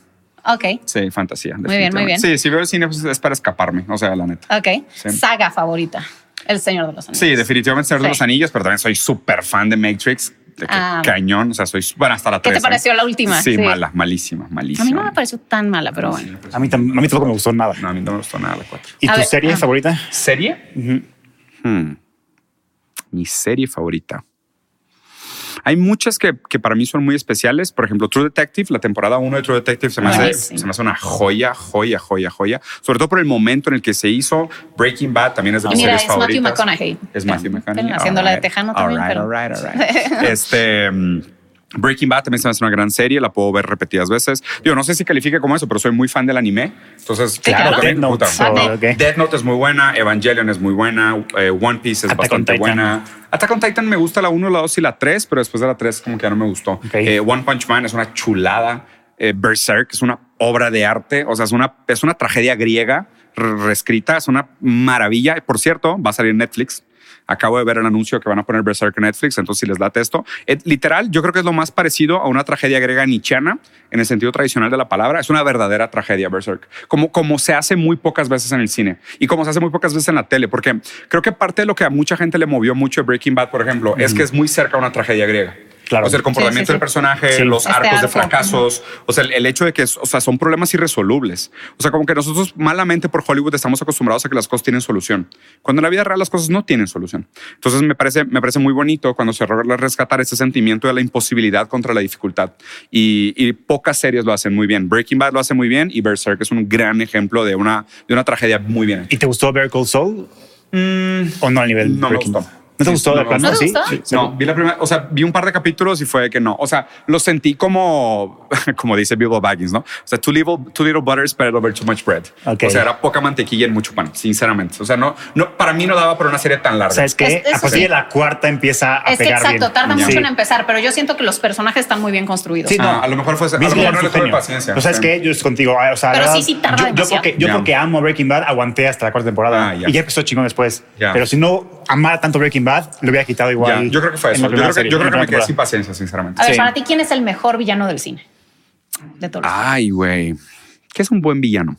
[SPEAKER 1] Ok,
[SPEAKER 3] Sí, fantasía.
[SPEAKER 1] Muy bien, muy bien.
[SPEAKER 3] definitivamente. Sí, si veo el cine pues, es para escaparme, o sea, la neta.
[SPEAKER 1] ok.
[SPEAKER 3] Sí.
[SPEAKER 1] Saga favorita. El Señor de los Anillos.
[SPEAKER 3] Sí, definitivamente Señor de
[SPEAKER 1] Sí.
[SPEAKER 3] los Anillos, pero también soy súper fan de Matrix. De que
[SPEAKER 1] Ah.
[SPEAKER 3] cañón, o sea, soy bueno hasta la
[SPEAKER 1] ¿Qué te
[SPEAKER 3] tres, ¿eh?
[SPEAKER 1] pareció la última?
[SPEAKER 3] Sí,
[SPEAKER 1] Sí.
[SPEAKER 3] mala, malísima,
[SPEAKER 1] A
[SPEAKER 3] malísima. pues,
[SPEAKER 1] mí no me pareció tan mala, pero bueno.
[SPEAKER 2] A mí, tam- a mí tampoco me gustó nada.
[SPEAKER 3] No, a mí no me gustó nada la cuatro.
[SPEAKER 2] ¿Y
[SPEAKER 1] A
[SPEAKER 2] tu
[SPEAKER 1] ver,
[SPEAKER 2] serie
[SPEAKER 1] ah.
[SPEAKER 2] favorita?
[SPEAKER 3] ¿Serie? Hmm. Mi serie favorita. Hay muchas que, que para mí son muy especiales. Por ejemplo, True Detective, la temporada 1 de True Detective se me, hace,
[SPEAKER 1] Buenísimo.
[SPEAKER 3] se me hace una joya, joya, joya, joya. Sobre todo por el momento en el que se hizo. Breaking Bad también es de
[SPEAKER 1] Y
[SPEAKER 3] mis
[SPEAKER 1] mira,
[SPEAKER 3] series
[SPEAKER 1] es Matthew
[SPEAKER 3] favoritas.
[SPEAKER 1] McConaughey.
[SPEAKER 3] Es Matthew McConaughey.
[SPEAKER 1] Haciéndola de
[SPEAKER 3] Alright,
[SPEAKER 1] tejano también,
[SPEAKER 3] alright,
[SPEAKER 1] pero-
[SPEAKER 3] alright, alright. Este. mm, Breaking Bad también se me hace una gran serie, la puedo ver repetidas veces. Yo no sé si califique como eso, pero soy muy fan del anime. Entonces,
[SPEAKER 1] claro.
[SPEAKER 3] también,
[SPEAKER 2] Death Note,
[SPEAKER 3] puta,
[SPEAKER 2] so,
[SPEAKER 1] Ah,
[SPEAKER 2] ok.
[SPEAKER 3] Death Note es muy buena, Evangelion es muy buena, eh, One Piece
[SPEAKER 2] Attack
[SPEAKER 3] es
[SPEAKER 2] on
[SPEAKER 3] bastante
[SPEAKER 2] Titan.
[SPEAKER 3] buena. Attack on Titan me gusta la 1, la 2 y la 3, pero después de la 3 como que ya no me gustó. Eh, One Punch Man es una chulada. Eh, Berserk es una obra de arte, o sea, es una, es una tragedia griega re- reescrita, es una maravilla. Por cierto, va a salir en Netflix. Acabo de ver el anuncio que van a poner Berserk en Netflix, entonces si les late esto. Eh, literal, yo creo que es lo más parecido a una tragedia griega nichiana en el sentido tradicional de la palabra. Es una verdadera tragedia Berserk, como, como se hace muy pocas veces en el cine y como se hace muy pocas veces en la tele, porque creo que parte de lo que a mucha gente le movió mucho de Breaking Bad, por ejemplo, es que es muy cerca a una tragedia griega.
[SPEAKER 2] Claro.
[SPEAKER 3] O sea, el comportamiento
[SPEAKER 1] Sí, sí, sí.
[SPEAKER 3] del personaje,
[SPEAKER 2] Sí.
[SPEAKER 3] los
[SPEAKER 1] Este
[SPEAKER 3] arcos de
[SPEAKER 1] arco,
[SPEAKER 3] fracasos, o sea, el, el hecho de que, es- o sea, son problemas irresolubles. O sea, como que nosotros malamente por Hollywood estamos acostumbrados a que las cosas tienen solución. Cuando en la vida real las cosas no tienen solución. Entonces me parece, me parece muy bonito cuando se logra rescatar ese sentimiento de la imposibilidad contra la dificultad. Y, y pocas series lo hacen muy bien. Breaking Bad lo hace muy bien y Berserk es un gran ejemplo de una, de una tragedia muy bien hecha.
[SPEAKER 2] ¿Y te gustó Better Call Saul?
[SPEAKER 3] Mm,
[SPEAKER 2] ¿O no al nivel
[SPEAKER 3] No me
[SPEAKER 2] Breaking
[SPEAKER 3] gustó.
[SPEAKER 2] Bad? ¿No te
[SPEAKER 3] Sí,
[SPEAKER 2] gustó
[SPEAKER 3] no
[SPEAKER 2] de
[SPEAKER 3] me
[SPEAKER 2] plano?
[SPEAKER 1] gustó.
[SPEAKER 2] ¿Sí?
[SPEAKER 1] ¿No te
[SPEAKER 2] Sí,
[SPEAKER 1] gustó?
[SPEAKER 2] sí.
[SPEAKER 3] No, vi la primera, o sea, vi un par de capítulos y fue que no. O sea, lo sentí como, como dice Bilbo Baggins, ¿no? O sea, too little, too little butter spread over too much bread.
[SPEAKER 2] Ok.
[SPEAKER 3] O sea, era poca mantequilla en mucho pan, sinceramente. O sea, no, no, para mí no daba para una serie tan larga.
[SPEAKER 2] ¿Sabes
[SPEAKER 1] Es-
[SPEAKER 2] qué?
[SPEAKER 1] eso
[SPEAKER 2] A partir
[SPEAKER 1] sí.
[SPEAKER 2] de la cuarta empieza a
[SPEAKER 1] Es que
[SPEAKER 2] pegar
[SPEAKER 1] exacto,
[SPEAKER 2] bien.
[SPEAKER 1] tarda
[SPEAKER 3] Ya.
[SPEAKER 1] mucho en em-
[SPEAKER 2] Sí.
[SPEAKER 1] empezar, pero yo siento que los personajes están muy bien construidos.
[SPEAKER 2] Sí,
[SPEAKER 3] Ah, a lo mejor fue, a lo
[SPEAKER 2] Vince
[SPEAKER 3] mejor
[SPEAKER 2] Gilligan
[SPEAKER 3] no
[SPEAKER 2] es
[SPEAKER 3] le
[SPEAKER 2] un
[SPEAKER 3] tuve
[SPEAKER 2] genio.
[SPEAKER 3] paciencia.
[SPEAKER 2] Pero ¿sabes qué? Yo estoy contigo. ah, O sea, la
[SPEAKER 1] Pero sí,
[SPEAKER 2] verdad,
[SPEAKER 1] sí tarda
[SPEAKER 2] yo- yo,
[SPEAKER 1] demasiado.
[SPEAKER 2] porque, yo
[SPEAKER 3] Ya.
[SPEAKER 2] porque amo Breaking Bad, aguanté hasta la cuarta temporada.
[SPEAKER 3] Ah, ya.
[SPEAKER 2] Y ya empezó chingón después.
[SPEAKER 3] Ya.
[SPEAKER 2] Pero si no amara tanto Breaking Bad, lo hubiera quitado
[SPEAKER 3] Ya,
[SPEAKER 2] igual.
[SPEAKER 3] yo creo que fue
[SPEAKER 2] en
[SPEAKER 3] eso.
[SPEAKER 2] la
[SPEAKER 3] Yo
[SPEAKER 2] primera
[SPEAKER 3] creo que,
[SPEAKER 2] serie,
[SPEAKER 3] yo
[SPEAKER 2] en la
[SPEAKER 3] creo que me quedé
[SPEAKER 2] primera
[SPEAKER 3] sin paciencia, sinceramente.
[SPEAKER 1] A ver,
[SPEAKER 2] Sí.
[SPEAKER 1] para ti, ¿quién es el mejor villano del cine? De todos.
[SPEAKER 3] Ay, güey. ¿Qué es un buen villano?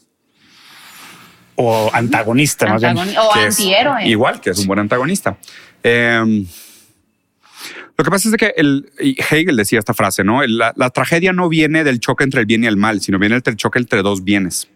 [SPEAKER 2] temporada. O antagonista, más bien.
[SPEAKER 1] Antagoni- o
[SPEAKER 3] que es
[SPEAKER 1] antihéroe.
[SPEAKER 3] Igual que es un buen antagonista. Eh, lo que pasa es de que el, y Hegel decía esta frase, ¿no? El- La, la tragedia no viene del choque entre el bien y el mal, sino viene del choque entre dos bienes.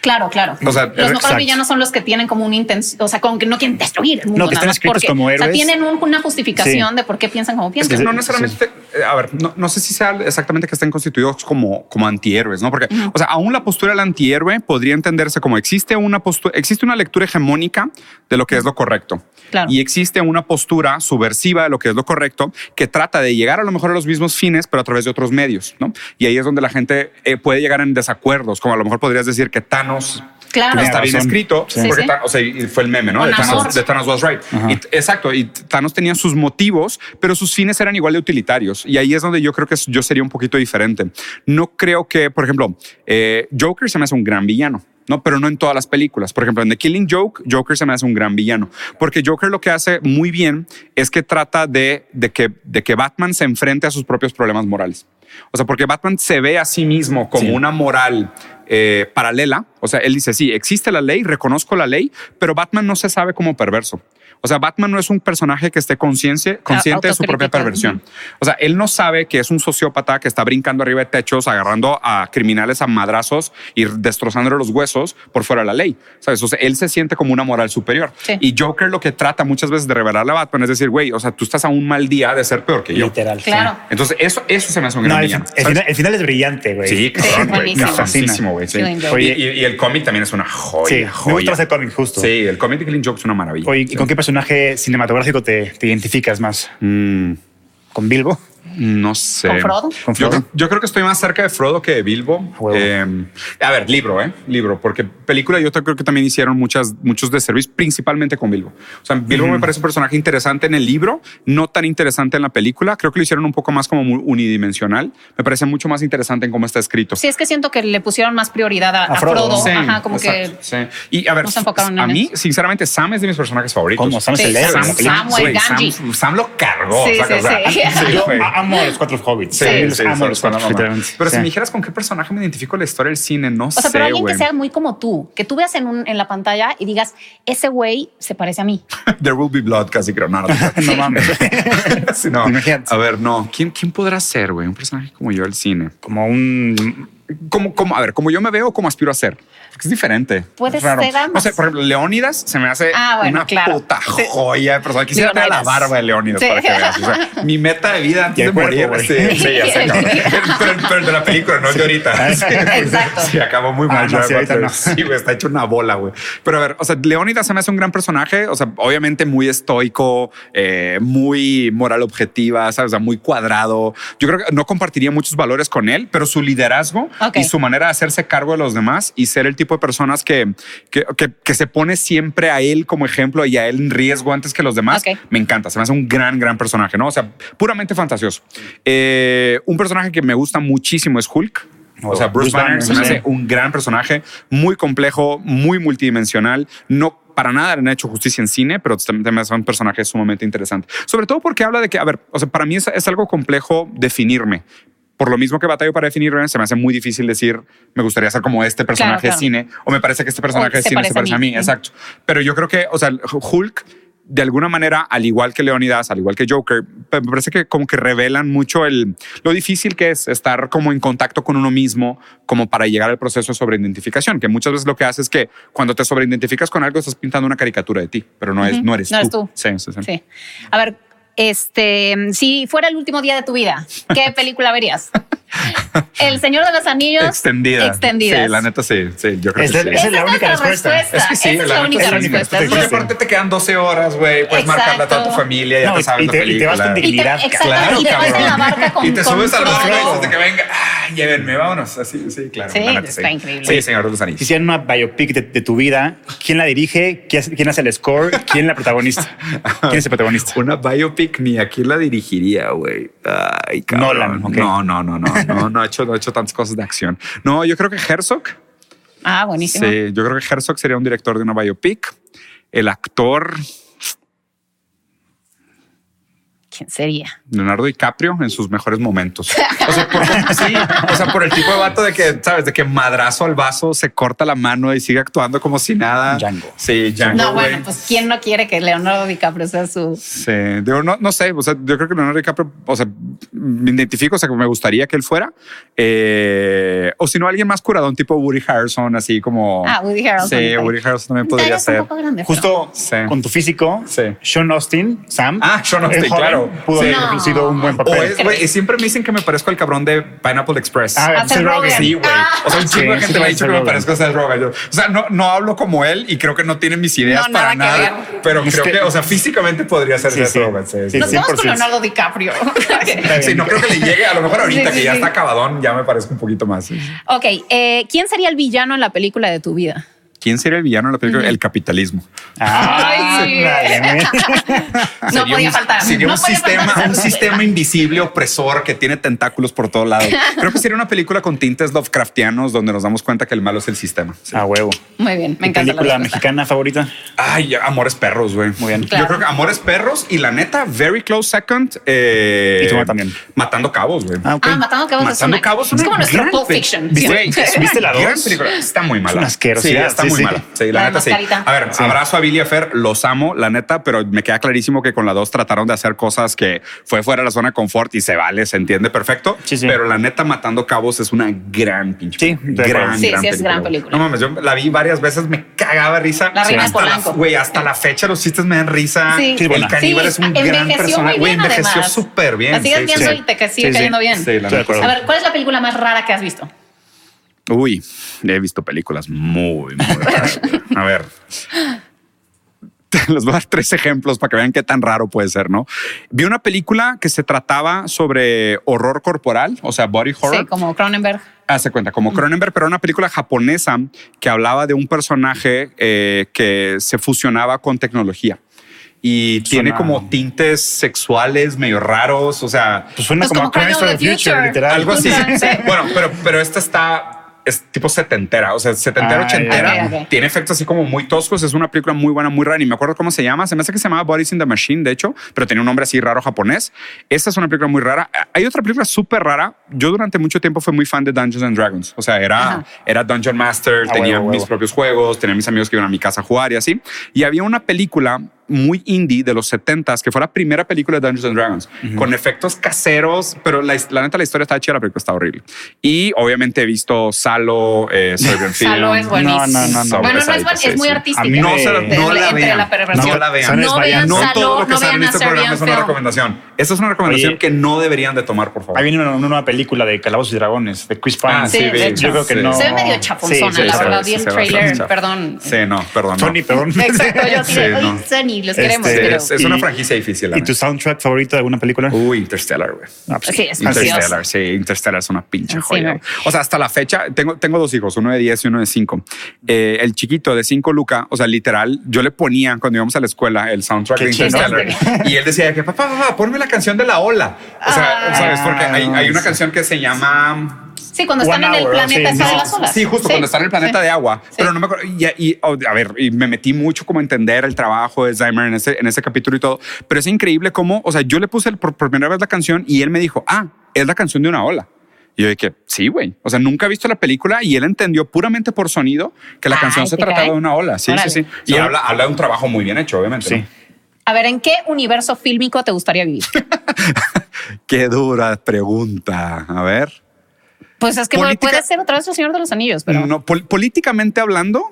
[SPEAKER 1] Claro, claro.
[SPEAKER 3] O sea,
[SPEAKER 1] los
[SPEAKER 3] es-
[SPEAKER 1] mejores
[SPEAKER 2] exacto.
[SPEAKER 1] villanos son los que tienen como un intención, o sea, como que no quieren destruir el mundo.
[SPEAKER 2] No,
[SPEAKER 1] nada
[SPEAKER 2] que están
[SPEAKER 1] más
[SPEAKER 2] escritos
[SPEAKER 1] porque-
[SPEAKER 2] como
[SPEAKER 1] O sea,
[SPEAKER 2] héroes.
[SPEAKER 1] tienen un- una justificación
[SPEAKER 2] Sí.
[SPEAKER 1] de por qué piensan como
[SPEAKER 3] Es
[SPEAKER 1] piensan.
[SPEAKER 3] que no
[SPEAKER 2] Sí.
[SPEAKER 3] necesariamente, eh, a ver, no, no sé si sea exactamente que estén constituidos como, como antihéroes, ¿no? Porque, o sea, aún la postura del antihéroe podría entenderse como existe una postura, existe una lectura hegemónica de lo que es lo correcto.
[SPEAKER 1] Claro.
[SPEAKER 3] Y existe una postura subversiva de lo que es lo correcto que trata de llegar a lo mejor a los mismos fines, pero a través de otros medios, ¿no? Y ahí es donde la gente eh, puede llegar en desacuerdos, como a lo mejor podrías decir que Thanos
[SPEAKER 1] Claro.
[SPEAKER 3] está bien
[SPEAKER 2] razón.
[SPEAKER 3] escrito,
[SPEAKER 1] Sí. Sí,
[SPEAKER 3] porque
[SPEAKER 1] sí.
[SPEAKER 3] Thanos- o sea, y fue el meme, ¿no?
[SPEAKER 1] Con
[SPEAKER 3] De
[SPEAKER 1] amor.
[SPEAKER 3] Thanos, de Thanos was right. Y t- exacto, y Thanos tenía sus motivos, pero sus fines eran igual de utilitarios. Y ahí es donde yo creo que yo sería un poquito diferente. No creo que, por ejemplo, eh, Joker se me hace un gran villano. No, pero no en todas las películas. Por ejemplo, en The Killing Joke, Joker se me hace un gran villano. Porque Joker lo que hace muy bien es que trata de, de, que, de que Batman se enfrente a sus propios problemas morales. O sea, porque Batman se ve a sí mismo como
[SPEAKER 2] Sí.
[SPEAKER 3] una moral eh, paralela. O sea, él dice, sí, existe la ley, reconozco la ley, pero Batman no se sabe como perverso. O sea, Batman no es un personaje que esté consciente, consciente de su propia
[SPEAKER 1] autocrítico.
[SPEAKER 3] perversión. O sea, él no sabe que es un sociópata que está brincando arriba de techos, agarrando a criminales a madrazos y destrozándole los huesos por fuera de la ley. ¿Sabes? O sea, él se siente como una moral superior.
[SPEAKER 1] Sí.
[SPEAKER 3] Y Joker lo que trata muchas veces de revelarle a Batman es decir, güey, o sea, tú estás a un mal día de ser peor que yo.
[SPEAKER 2] Literal. sí.
[SPEAKER 1] Claro.
[SPEAKER 3] Entonces, eso, eso se me hace un
[SPEAKER 2] No,
[SPEAKER 3] gran
[SPEAKER 2] el,
[SPEAKER 3] villano.
[SPEAKER 2] el
[SPEAKER 3] ¿sabes?
[SPEAKER 2] final, el final es brillante, güey.
[SPEAKER 3] Sí, cabrón, güey.
[SPEAKER 1] buenísimo.
[SPEAKER 3] cabroncísimo, güey. sí.
[SPEAKER 1] Killing Joke.
[SPEAKER 3] Y, y- y el cómic también es una joya.
[SPEAKER 2] Sí, me
[SPEAKER 3] joya.
[SPEAKER 2] gusta más el cómic, justo.
[SPEAKER 3] Sí, el cómic de Killing Joke es una maravilla.
[SPEAKER 2] Oye, ¿y con qué personaje cinematográfico te, te identificas más?
[SPEAKER 3] Mm,
[SPEAKER 2] ¿Con Bilbo?
[SPEAKER 3] no sé.
[SPEAKER 1] ¿Con Frodo?
[SPEAKER 2] ¿Con
[SPEAKER 3] Yo,
[SPEAKER 2] Frodo?
[SPEAKER 3] creo- yo creo que estoy más cerca de Frodo que de Bilbo.
[SPEAKER 2] A huevo.
[SPEAKER 3] Eh, a ver, libro, ¿eh? Libro, porque película yo creo que también hicieron muchas, muchos desservice, principalmente con Bilbo. O sea, Bilbo me parece un personaje interesante en el libro, no tan interesante en la película. Creo que lo hicieron un poco más como muy unidimensional. Me parece mucho más interesante en cómo está escrito.
[SPEAKER 1] Sí, es que siento que le pusieron más prioridad a,
[SPEAKER 2] A
[SPEAKER 1] a Frodo.
[SPEAKER 2] Frodo,
[SPEAKER 3] Sí,
[SPEAKER 1] Ajá, como
[SPEAKER 3] exacto,
[SPEAKER 1] que.
[SPEAKER 3] sí. Y a ver,
[SPEAKER 1] no se enfocaron
[SPEAKER 3] a
[SPEAKER 1] en
[SPEAKER 3] mí,
[SPEAKER 1] eso.
[SPEAKER 3] sinceramente, Sam es de mis personajes favoritos.
[SPEAKER 2] ¿Cómo? Sam es
[SPEAKER 1] Sí,
[SPEAKER 2] el héroe.
[SPEAKER 1] Sam-
[SPEAKER 2] de la película.
[SPEAKER 1] Samuel
[SPEAKER 3] güey, Sam-
[SPEAKER 1] Ganji.
[SPEAKER 3] Sam lo cargó.
[SPEAKER 1] Sí,
[SPEAKER 3] sacas,
[SPEAKER 1] sí,
[SPEAKER 3] o sea,
[SPEAKER 1] sí. ah,
[SPEAKER 3] sí,
[SPEAKER 2] Yo
[SPEAKER 3] güey.
[SPEAKER 2] a- amo a los cuatro hobbits.
[SPEAKER 3] Sí,
[SPEAKER 2] También los
[SPEAKER 3] sí,
[SPEAKER 2] amo a
[SPEAKER 3] son
[SPEAKER 2] los
[SPEAKER 3] los cuatro
[SPEAKER 2] cuatro hobbits.
[SPEAKER 3] hobbits. Pero si me dijeras con qué personaje me identifico en la historia del cine, no sé.
[SPEAKER 1] O sea, pero alguien
[SPEAKER 3] güey.
[SPEAKER 1] que sea muy como tú, que tú veas en, un- en la pantalla y digas, ese güey se parece a mí.
[SPEAKER 3] There will be blood, casi creo. No, no,
[SPEAKER 2] No mames.
[SPEAKER 3] no. Sí, no.
[SPEAKER 2] Imagínate.
[SPEAKER 3] A ver, no. ¿Quién, ¿Quién podrá ser, güey? Un personaje como yo del cine.
[SPEAKER 2] Como un...
[SPEAKER 3] Como, como, a ver, como yo me veo, como aspiro a ser. Porque es diferente.
[SPEAKER 1] Puede
[SPEAKER 3] Es raro.
[SPEAKER 1] ser ambas.
[SPEAKER 3] No sé, por ejemplo, Leónidas se me hace
[SPEAKER 1] Ah, bueno,
[SPEAKER 3] una
[SPEAKER 1] claro.
[SPEAKER 3] puta joya de personaje. Quisiera tener la
[SPEAKER 1] Leonidas.
[SPEAKER 3] barba de Leónidas
[SPEAKER 1] Sí.
[SPEAKER 3] para que veas. O sea, mi meta de vida
[SPEAKER 2] Y
[SPEAKER 3] antes
[SPEAKER 2] el
[SPEAKER 3] de morir.
[SPEAKER 2] cuerpo, güey.
[SPEAKER 3] sí, sí, ya sé, cabrón. pero, pero el de la película, no el de ahorita. Sí,
[SPEAKER 1] Exacto.
[SPEAKER 3] Sí, acabó muy
[SPEAKER 2] Ah,
[SPEAKER 3] mal.
[SPEAKER 2] no,
[SPEAKER 3] ya,
[SPEAKER 2] sí, ahorita
[SPEAKER 3] pero-
[SPEAKER 2] no.
[SPEAKER 3] sí, güey, está hecho una bola, güey. Pero a ver, o sea, Leónidas se me hace un gran personaje. O sea, obviamente muy estoico, eh, muy moral objetiva, ¿sabes? O sea, muy cuadrado. Yo creo que no compartiría muchos valores con él, pero su liderazgo
[SPEAKER 1] Ok.
[SPEAKER 3] y su manera de hacerse cargo de los demás y ser el tipo de personas que, que, que- que se pone siempre a él como ejemplo y a él en riesgo antes que los demás.
[SPEAKER 1] Ok.
[SPEAKER 3] Me encanta, se me hace un gran, gran personaje, ¿no? O sea, puramente fantasioso. Eh, un personaje que me gusta muchísimo es Hulk. O sea,
[SPEAKER 2] Bruce
[SPEAKER 3] Bruce, Banner,
[SPEAKER 2] Banner,
[SPEAKER 3] se me
[SPEAKER 2] sí.
[SPEAKER 3] hace un gran personaje, muy complejo, muy multidimensional. No para nada le han hecho justicia en cine, pero también es un personaje sumamente interesante. Sobre todo porque habla de que, a ver, o sea, para mí es, es algo complejo definirme. Por lo mismo que batallo para definirme, se me hace muy difícil decir, me gustaría ser como este personaje de
[SPEAKER 1] claro.
[SPEAKER 3] cine, o me parece que este personaje de
[SPEAKER 1] se
[SPEAKER 3] cine
[SPEAKER 1] parece
[SPEAKER 3] se
[SPEAKER 1] a
[SPEAKER 3] parece a
[SPEAKER 1] mí.
[SPEAKER 3] mí. Exacto. Pero yo creo que, o sea, Hulk de alguna manera, al igual que Leonidas, al igual que Joker, me parece que como que revelan mucho el, lo difícil que es estar como en contacto con uno mismo como para llegar al proceso de sobreidentificación, que muchas veces lo que hace es que cuando te sobreidentificas con algo estás pintando una caricatura de ti, pero no, es,
[SPEAKER 1] Ujú,
[SPEAKER 3] no eres
[SPEAKER 1] no eres
[SPEAKER 3] tú.
[SPEAKER 1] tú.
[SPEAKER 3] Sí, sí, sí.
[SPEAKER 1] Sí. A ver, este, si fuera el último día de tu vida, ¿qué película verías? El Señor de los Anillos.
[SPEAKER 3] Extendida.
[SPEAKER 1] Extendidas.
[SPEAKER 3] Sí, la neta sí, sí, yo creo
[SPEAKER 2] Es
[SPEAKER 3] que
[SPEAKER 2] el-
[SPEAKER 3] sí.
[SPEAKER 1] Esa
[SPEAKER 2] es la única
[SPEAKER 1] nuestra
[SPEAKER 2] respuesta.
[SPEAKER 3] Es que sí,
[SPEAKER 1] Esa es la
[SPEAKER 3] la neta
[SPEAKER 1] única
[SPEAKER 3] es la única
[SPEAKER 1] respuesta.
[SPEAKER 2] respuesta.
[SPEAKER 1] Es
[SPEAKER 3] Porque
[SPEAKER 1] muy-
[SPEAKER 2] Sí.
[SPEAKER 3] aparte te quedan 12 horas, güey. Puedes
[SPEAKER 1] Exacto.
[SPEAKER 3] marcarla a toda tu familia, ya
[SPEAKER 2] No,
[SPEAKER 3] te
[SPEAKER 2] y-
[SPEAKER 3] sabes
[SPEAKER 2] y
[SPEAKER 3] la
[SPEAKER 2] te- y te vas
[SPEAKER 3] película.
[SPEAKER 2] con
[SPEAKER 1] Y te,
[SPEAKER 2] Dignidad,
[SPEAKER 1] exacto,
[SPEAKER 3] claro,
[SPEAKER 1] y te vas en la
[SPEAKER 3] cabrón.
[SPEAKER 1] barca con
[SPEAKER 3] y te subes al barco
[SPEAKER 1] Frodo.
[SPEAKER 3] y dices de que venga, ah, llévenme, vámonos. Así, sí, claro.
[SPEAKER 1] Sí,
[SPEAKER 3] la neta,
[SPEAKER 1] está increíble.
[SPEAKER 3] Sí, señor de los
[SPEAKER 2] Si
[SPEAKER 3] anillos.
[SPEAKER 2] hicieran una biopic de, de tu vida, ¿quién la dirige? ¿Quién hace, quién hace el score? ¿Quién la protagonista? ¿Quién es el protagonista?
[SPEAKER 3] Una biopic ni aquí la dirigiría, güey. Ay, cabrón.
[SPEAKER 2] Nolan, ok.
[SPEAKER 3] No, no, no, no, no, no ha hecho, no ha hecho tantas cosas de acción. No, yo creo que Herzog.
[SPEAKER 1] Ah, buenísimo.
[SPEAKER 3] Sí, yo creo que Herzog sería un director de una biopic. El actor
[SPEAKER 1] ¿Quién sería?
[SPEAKER 3] Leonardo DiCaprio en sus mejores momentos. O sea, por, sí, o sea, por el tipo de vato de que, ¿sabes? De que madrazo al vaso, se corta la mano y sigue actuando como si nada.
[SPEAKER 2] Django.
[SPEAKER 3] Sí, Django.
[SPEAKER 1] No,
[SPEAKER 3] Ah, güey.
[SPEAKER 1] bueno, pues quién no quiere que Leonardo DiCaprio sea su.
[SPEAKER 3] Sí, digo, no, no sé, o sea, yo creo que Leonardo DiCaprio, o sea, me identifico, o sea, que me gustaría que él fuera. Eh, o si no, alguien más curado, un tipo Woody Harrison, así como...
[SPEAKER 1] Ah, Woody Harrelson.
[SPEAKER 3] Sí,
[SPEAKER 1] está
[SPEAKER 3] Woody
[SPEAKER 1] bien.
[SPEAKER 3] Harrelson también
[SPEAKER 1] Está
[SPEAKER 3] podría
[SPEAKER 1] bien, es un
[SPEAKER 3] ser.
[SPEAKER 1] poco grande, pero-
[SPEAKER 2] Justo
[SPEAKER 3] Sí.
[SPEAKER 2] con tu físico,
[SPEAKER 3] Sí.
[SPEAKER 2] Sean Austin, Sam.
[SPEAKER 3] Ah, Sean Austin,
[SPEAKER 2] el joven,
[SPEAKER 3] claro.
[SPEAKER 2] Pudo
[SPEAKER 3] Sí.
[SPEAKER 2] haber
[SPEAKER 1] No.
[SPEAKER 2] sido un buen
[SPEAKER 3] O
[SPEAKER 2] papel.
[SPEAKER 3] es, güey, y siempre me dicen que me parezco al cabrón de Pineapple Express.
[SPEAKER 2] Ah,
[SPEAKER 1] Hacer
[SPEAKER 2] Seth Rogen.
[SPEAKER 1] Rogen.
[SPEAKER 3] Sí, güey. O sea, un
[SPEAKER 2] Sí,
[SPEAKER 3] chingo de
[SPEAKER 2] sí,
[SPEAKER 3] gente me ha
[SPEAKER 2] sí, Seth
[SPEAKER 3] dicho que me
[SPEAKER 2] Rogen.
[SPEAKER 3] parezco a Seth Rogen. Yo- O sea, no, no hablo como él y creo que no tiene mis ideas
[SPEAKER 1] No,
[SPEAKER 3] para
[SPEAKER 1] nada que
[SPEAKER 3] nada. pero
[SPEAKER 2] Es
[SPEAKER 3] creo
[SPEAKER 2] que-
[SPEAKER 3] que, o sea, físicamente podría ser
[SPEAKER 2] Sí,
[SPEAKER 3] Seth
[SPEAKER 2] sí.
[SPEAKER 3] Rogen. Sí,
[SPEAKER 2] Sí,
[SPEAKER 3] sí,
[SPEAKER 1] Nos
[SPEAKER 3] sí.
[SPEAKER 1] vamos con
[SPEAKER 2] 100%.
[SPEAKER 1] Leonardo DiCaprio.
[SPEAKER 2] Está bien.
[SPEAKER 3] Sí, no creo que le llegue. A lo mejor ahorita
[SPEAKER 1] Sí, sí,
[SPEAKER 3] que ya
[SPEAKER 1] sí.
[SPEAKER 3] está acabadón, ya me parezco un poquito más. Sí, sí.
[SPEAKER 1] ok, eh, ¿quién sería el villano en la película de tu vida?
[SPEAKER 3] ¿Quién sería el villano en la película? El capitalismo.
[SPEAKER 2] Ah,
[SPEAKER 1] Ay.
[SPEAKER 2] vale, mira.
[SPEAKER 1] No
[SPEAKER 3] Ah, Sería
[SPEAKER 1] podía
[SPEAKER 3] un-
[SPEAKER 1] faltar.
[SPEAKER 3] Sería
[SPEAKER 1] no
[SPEAKER 3] un
[SPEAKER 1] podía
[SPEAKER 3] sistema,
[SPEAKER 1] faltar.
[SPEAKER 3] un sistema invisible, opresor, que tiene tentáculos por todos lados. Creo que sería una película con tintes Lovecraftianos donde nos damos cuenta que el malo es el sistema. Sí.
[SPEAKER 2] A huevo.
[SPEAKER 1] Muy bien, me encanta.
[SPEAKER 2] ¿Tu
[SPEAKER 1] la
[SPEAKER 2] película
[SPEAKER 1] respuesta.
[SPEAKER 2] mexicana favorita?
[SPEAKER 3] Ay, Amores Perros, güey.
[SPEAKER 2] Muy bien.
[SPEAKER 1] Claro.
[SPEAKER 3] Yo creo que Amores Perros y la neta, very close second. eh,
[SPEAKER 2] Y Toma también.
[SPEAKER 3] Matando cabos, güey.
[SPEAKER 2] Ah, ok.
[SPEAKER 1] Ah, Matando Cabos
[SPEAKER 3] Matando
[SPEAKER 1] es, una-
[SPEAKER 3] cabos.
[SPEAKER 1] es como
[SPEAKER 3] una
[SPEAKER 1] nuestro
[SPEAKER 3] gran
[SPEAKER 1] Pulp
[SPEAKER 3] pe-
[SPEAKER 1] Fiction.
[SPEAKER 3] ¿Viste,
[SPEAKER 1] ¿sí?
[SPEAKER 3] ¿viste,
[SPEAKER 2] ¿Viste la
[SPEAKER 3] la
[SPEAKER 2] dos?
[SPEAKER 3] Está muy mala.
[SPEAKER 2] Es una asquerosidad,
[SPEAKER 3] Sí, está
[SPEAKER 2] sí,
[SPEAKER 3] muy
[SPEAKER 2] sí.
[SPEAKER 3] mala. Sí, la,
[SPEAKER 1] La
[SPEAKER 3] neta sí.
[SPEAKER 1] mascarita.
[SPEAKER 3] A ver,
[SPEAKER 2] Sí.
[SPEAKER 3] abrazo a Billy y a Fer, los amo, la neta, pero me queda clarísimo que con la dos trataron de hacer cosas que fue fuera de la zona de confort y se vale, se entiende perfecto.
[SPEAKER 2] Sí, sí.
[SPEAKER 3] Pero la neta, Matando Cabos es una gran pinche.
[SPEAKER 2] Sí, de
[SPEAKER 3] gran,
[SPEAKER 2] acuerdo.
[SPEAKER 3] gran
[SPEAKER 1] Sí, sí, es gran
[SPEAKER 3] güey.
[SPEAKER 1] película.
[SPEAKER 3] No mames, yo la vi varias veces, me cagaba de risa.
[SPEAKER 1] La Reina
[SPEAKER 3] hasta la,
[SPEAKER 1] Polanco.
[SPEAKER 3] güey, hasta la fecha los chistes me dan risa.
[SPEAKER 1] Sí. Sí,
[SPEAKER 2] bueno.
[SPEAKER 3] El caníbal
[SPEAKER 1] Sí,
[SPEAKER 3] es un
[SPEAKER 1] envejeció
[SPEAKER 3] gran
[SPEAKER 1] muy
[SPEAKER 3] personaje.
[SPEAKER 1] bien,
[SPEAKER 3] Güey, envejeció
[SPEAKER 1] además.
[SPEAKER 3] súper bien.
[SPEAKER 1] La sigues
[SPEAKER 3] sí,
[SPEAKER 1] viendo
[SPEAKER 3] sí.
[SPEAKER 1] y te que sigue
[SPEAKER 2] Sí, sí.
[SPEAKER 1] cayendo bien.
[SPEAKER 3] Sí, la
[SPEAKER 2] Estoy de
[SPEAKER 3] neta,
[SPEAKER 2] acuerdo.
[SPEAKER 1] A ver, ¿cuál es la película más rara que has visto?
[SPEAKER 3] Uy, he visto películas muy, muy raras. güey. A ver. Les voy a dar tres ejemplos para que vean qué tan raro puede ser, ¿no? Vi una película que se trataba sobre horror corporal, o sea, body horror.
[SPEAKER 1] Sí, como Cronenberg.
[SPEAKER 3] Hace cuenta, como Cronenberg, pero era una película japonesa que hablaba de un personaje eh, que se fusionaba con tecnología. Y tiene
[SPEAKER 2] Suena-
[SPEAKER 3] como tintes sexuales medio raros, o sea,
[SPEAKER 2] Pues suena
[SPEAKER 1] Pues como
[SPEAKER 2] como, Crimes
[SPEAKER 1] Crimes
[SPEAKER 2] of
[SPEAKER 1] of
[SPEAKER 2] the
[SPEAKER 1] the
[SPEAKER 2] Future,
[SPEAKER 1] Future.
[SPEAKER 2] literal.
[SPEAKER 3] algo así.
[SPEAKER 1] Ajá, sí.
[SPEAKER 3] Bueno, pero, pero esta está es tipo setentera, o sea, setentera,
[SPEAKER 2] Ah,
[SPEAKER 3] ochentera.
[SPEAKER 1] ya, ya. Ok, ok.
[SPEAKER 3] Tiene efectos así como muy toscos. Es una película muy buena, muy rara. Y me acuerdo cómo se llama. Se me hace que se llamaba Bodies in the Machine, de hecho, pero tenía un nombre así raro japonés. Esta es una película muy rara. Hay otra película súper rara. Yo durante mucho tiempo fui muy fan de Dungeons and Dragons. O sea,
[SPEAKER 1] Ajá.
[SPEAKER 3] era, era Dungeon Master,
[SPEAKER 2] Ah,
[SPEAKER 3] tenía
[SPEAKER 2] huevo,
[SPEAKER 3] mis
[SPEAKER 2] huevo.
[SPEAKER 3] propios juegos, tenía mis amigos que iban a mi casa a jugar y así. Y había una película muy indie de los 70s que fue la primera película de Dungeons and Dragons con efectos caseros, pero la, la neta la historia está chida, la película está horrible. Y obviamente he visto Salo, eh, Serbian Film.
[SPEAKER 1] Salo es buenísimo.
[SPEAKER 2] No, no, no, no.
[SPEAKER 1] Bueno, no es,
[SPEAKER 3] Pesadito,
[SPEAKER 1] buen-
[SPEAKER 3] sí,
[SPEAKER 1] es muy
[SPEAKER 3] sí.
[SPEAKER 1] artística.
[SPEAKER 2] A mí
[SPEAKER 3] No,
[SPEAKER 2] Eh,
[SPEAKER 3] se la- no
[SPEAKER 1] entre-
[SPEAKER 3] la
[SPEAKER 1] entre
[SPEAKER 3] vean.
[SPEAKER 1] la perversión.
[SPEAKER 3] No la vean.
[SPEAKER 2] Sales
[SPEAKER 1] No vean
[SPEAKER 2] variando.
[SPEAKER 3] No
[SPEAKER 1] Salo,
[SPEAKER 3] todo lo que
[SPEAKER 1] no
[SPEAKER 3] sale
[SPEAKER 1] vean
[SPEAKER 3] en
[SPEAKER 1] a
[SPEAKER 3] este
[SPEAKER 1] Serbian
[SPEAKER 3] programa es una
[SPEAKER 1] Film.
[SPEAKER 3] recomendación. Esa es una recomendación
[SPEAKER 2] Oye.
[SPEAKER 3] que no deberían de tomar, por favor.
[SPEAKER 2] Ahí viene una, una nueva película de Calabozos y Dragones, de Chris Pine.
[SPEAKER 3] Ah, sí, Sí,
[SPEAKER 1] de hecho.
[SPEAKER 2] Yo creo que
[SPEAKER 3] Sí.
[SPEAKER 2] no.
[SPEAKER 1] Se ve medio chaponzona,
[SPEAKER 2] Sí, sí,
[SPEAKER 1] la
[SPEAKER 2] sí,
[SPEAKER 1] verdad.
[SPEAKER 2] sí,
[SPEAKER 1] Vi el
[SPEAKER 2] sí, sí,
[SPEAKER 1] trailer,
[SPEAKER 2] sí.
[SPEAKER 1] perdón.
[SPEAKER 3] Sí, no, perdón. no.
[SPEAKER 2] Tony, perdón.
[SPEAKER 1] Exacto, yo sí,
[SPEAKER 3] Sí,
[SPEAKER 1] "Oye,
[SPEAKER 3] no.
[SPEAKER 1] Sony, los queremos,
[SPEAKER 2] Este,
[SPEAKER 1] pero...
[SPEAKER 3] es- es una
[SPEAKER 2] Y-
[SPEAKER 3] franquicia difícil. la
[SPEAKER 2] ¿Y tu
[SPEAKER 3] neta.
[SPEAKER 2] soundtrack favorito de alguna película?
[SPEAKER 3] Uy, Interstellar, güey.
[SPEAKER 2] Ah, pues,
[SPEAKER 1] Sí, es precioso.
[SPEAKER 3] Interstellar, sí, Interstellar es una pinche
[SPEAKER 1] Sí,
[SPEAKER 3] joya.
[SPEAKER 1] no.
[SPEAKER 3] O sea, hasta la fecha, tengo, tengo dos hijos, uno de 10 y uno de 5. Eh, el chiquito de 5, Luca, o sea, literal, yo le ponía cuando íbamos a la escuela el soundtrack
[SPEAKER 2] Qué
[SPEAKER 3] de
[SPEAKER 2] chido,
[SPEAKER 3] Interstellar.
[SPEAKER 1] ¿no?
[SPEAKER 3] Y él decía que, papá, papá, ponme la canción de la ola. O sea,
[SPEAKER 1] Ah.
[SPEAKER 3] ¿sabes? Porque hay, hay una
[SPEAKER 2] Sí.
[SPEAKER 3] canción que se llama...
[SPEAKER 1] Sí, cuando están
[SPEAKER 2] One
[SPEAKER 1] en el
[SPEAKER 2] hour,
[SPEAKER 1] planeta,
[SPEAKER 2] sí,
[SPEAKER 1] está de
[SPEAKER 2] no.
[SPEAKER 1] las olas.
[SPEAKER 3] Sí, justo cuando está en el planeta de agua. Pero no me acuerdo. Y, y, oh, a ver, y me metí mucho como a entender el trabajo de Zymer en ese, en ese capítulo y todo. Pero es increíble cómo, o sea, yo le puse el- por por primera vez la canción y él me dijo, ah, es la canción de una ola. Y yo dije, sí, güey. O sea, nunca he visto la película y él entendió puramente por sonido que la
[SPEAKER 1] Ay,
[SPEAKER 3] canción se
[SPEAKER 1] ¿te
[SPEAKER 3] trataba
[SPEAKER 1] cae?
[SPEAKER 3] de una ola. Sí,
[SPEAKER 1] Órale.
[SPEAKER 3] sí, sí. Y habla, habla de un trabajo muy bien hecho, obviamente.
[SPEAKER 2] Sí.
[SPEAKER 3] ¿no?
[SPEAKER 1] A ver, ¿en qué universo fílmico te gustaría vivir?
[SPEAKER 3] Qué dura pregunta. A ver.
[SPEAKER 1] Pues es que
[SPEAKER 3] Política-
[SPEAKER 1] puede ser otra vez el Señor de los Anillos, pero
[SPEAKER 3] No, pol- políticamente hablando,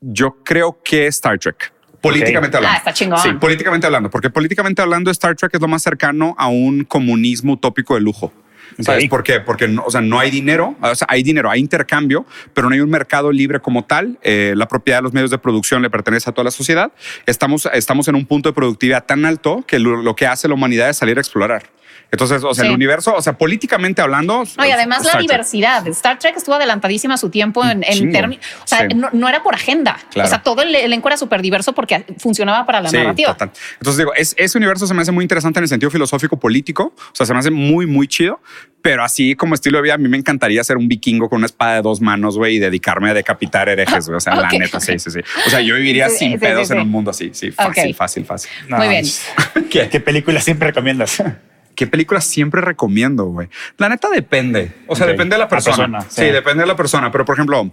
[SPEAKER 3] yo creo que Star Trek. Políticamente hablando.
[SPEAKER 1] Ah, está chingón.
[SPEAKER 3] Sí, políticamente hablando, porque políticamente hablando, Star Trek es lo más cercano a un comunismo utópico de lujo. ¿Sabes
[SPEAKER 2] Ok.
[SPEAKER 3] por qué? Porque no, o sea, no hay dinero, o sea, hay dinero, hay intercambio, pero no hay un mercado libre como tal. Eh, la propiedad de los medios de producción le pertenece a toda la sociedad. Estamos, estamos en un punto de productividad tan alto que lo, lo que hace la humanidad es salir a explorar. Entonces, o sea, el
[SPEAKER 1] Sí.
[SPEAKER 3] universo, o sea, políticamente hablando.
[SPEAKER 1] No, y además la
[SPEAKER 3] Star Trek.
[SPEAKER 1] diversidad. Star Trek estuvo adelantadísima a su tiempo en, en
[SPEAKER 3] Chingo.
[SPEAKER 1] términos. O sea,
[SPEAKER 3] Sí.
[SPEAKER 1] no, no era por agenda.
[SPEAKER 3] Claro.
[SPEAKER 1] O sea, todo el elenco era súper diverso porque funcionaba para la
[SPEAKER 3] Sí,
[SPEAKER 1] narrativa.
[SPEAKER 3] total. Entonces digo, es- ese universo se me hace muy interesante en el sentido filosófico político, o sea, se me hace muy, muy chido, pero así como estilo de vida, a mí me encantaría ser un vikingo con una espada de dos manos, güey, y dedicarme a decapitar herejes, güey, o sea,
[SPEAKER 1] Ok.
[SPEAKER 3] la neta, sí, sí, sí. O sea, yo viviría
[SPEAKER 1] Sí, sí,
[SPEAKER 3] sin
[SPEAKER 1] sí,
[SPEAKER 3] pedos
[SPEAKER 1] sí.
[SPEAKER 3] en un mundo así, sí, fácil,
[SPEAKER 1] Ok.
[SPEAKER 3] fácil, fácil.
[SPEAKER 2] No,
[SPEAKER 1] Muy bien.
[SPEAKER 2] ¿Qué, qué película siempre recomiendas?
[SPEAKER 3] ¿Qué películas siempre recomiendo, güey? La neta depende. O sea,
[SPEAKER 2] Ok.
[SPEAKER 3] depende de la
[SPEAKER 2] La
[SPEAKER 3] persona.
[SPEAKER 2] persona,
[SPEAKER 3] sí.
[SPEAKER 2] sí.
[SPEAKER 3] depende de la persona. Pero, por ejemplo,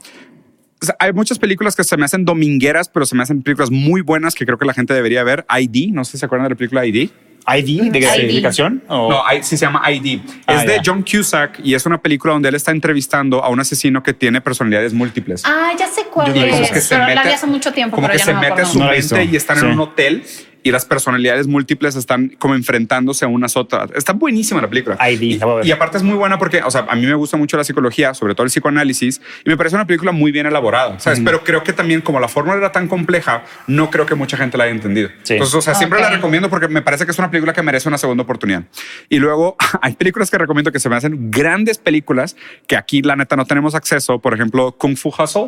[SPEAKER 3] o sea, hay muchas películas que se me hacen domingueras, pero se me hacen películas muy buenas que creo que la gente debería ver. ID, no sé si se acuerdan de la película ID.
[SPEAKER 2] ¿ID? ¿De
[SPEAKER 1] ID.
[SPEAKER 2] identificación? ¿O?
[SPEAKER 3] No, I- sí se llama ID.
[SPEAKER 2] Ah,
[SPEAKER 3] es de
[SPEAKER 2] ya.
[SPEAKER 3] John Cusack y es una película donde él está entrevistando a un asesino que tiene personalidades múltiples.
[SPEAKER 1] Ah, ya sé cuál
[SPEAKER 2] Yo digo,
[SPEAKER 1] es.
[SPEAKER 2] como
[SPEAKER 3] que se
[SPEAKER 1] pero la
[SPEAKER 3] mete-
[SPEAKER 1] vi hace mucho tiempo,
[SPEAKER 3] como
[SPEAKER 1] pero
[SPEAKER 3] que
[SPEAKER 1] ya
[SPEAKER 3] se
[SPEAKER 1] no me
[SPEAKER 3] mete
[SPEAKER 1] acuerdo.
[SPEAKER 3] en su
[SPEAKER 2] No la he
[SPEAKER 3] mente
[SPEAKER 2] visto.
[SPEAKER 3] y están
[SPEAKER 2] Sí.
[SPEAKER 3] en un hotel y las personalidades múltiples están como enfrentándose a unas otras. Está buenísima la película.
[SPEAKER 2] ID,
[SPEAKER 3] y,
[SPEAKER 2] la voy a ver.
[SPEAKER 3] y aparte es muy buena porque, o sea, a mí me gusta mucho la psicología, sobre todo el psicoanálisis, y me parece una película muy bien elaborada, ¿sabes? Pero creo que también como la fórmula era tan compleja, no creo que mucha gente la haya entendido.
[SPEAKER 2] Sí.
[SPEAKER 3] Entonces, o sea, siempre
[SPEAKER 1] Ok.
[SPEAKER 3] la recomiendo porque me parece que es una película que merece una segunda oportunidad. Y luego hay películas que recomiendo que se me hacen grandes películas que aquí la neta no tenemos acceso. Por ejemplo, Kung Fu Hustle,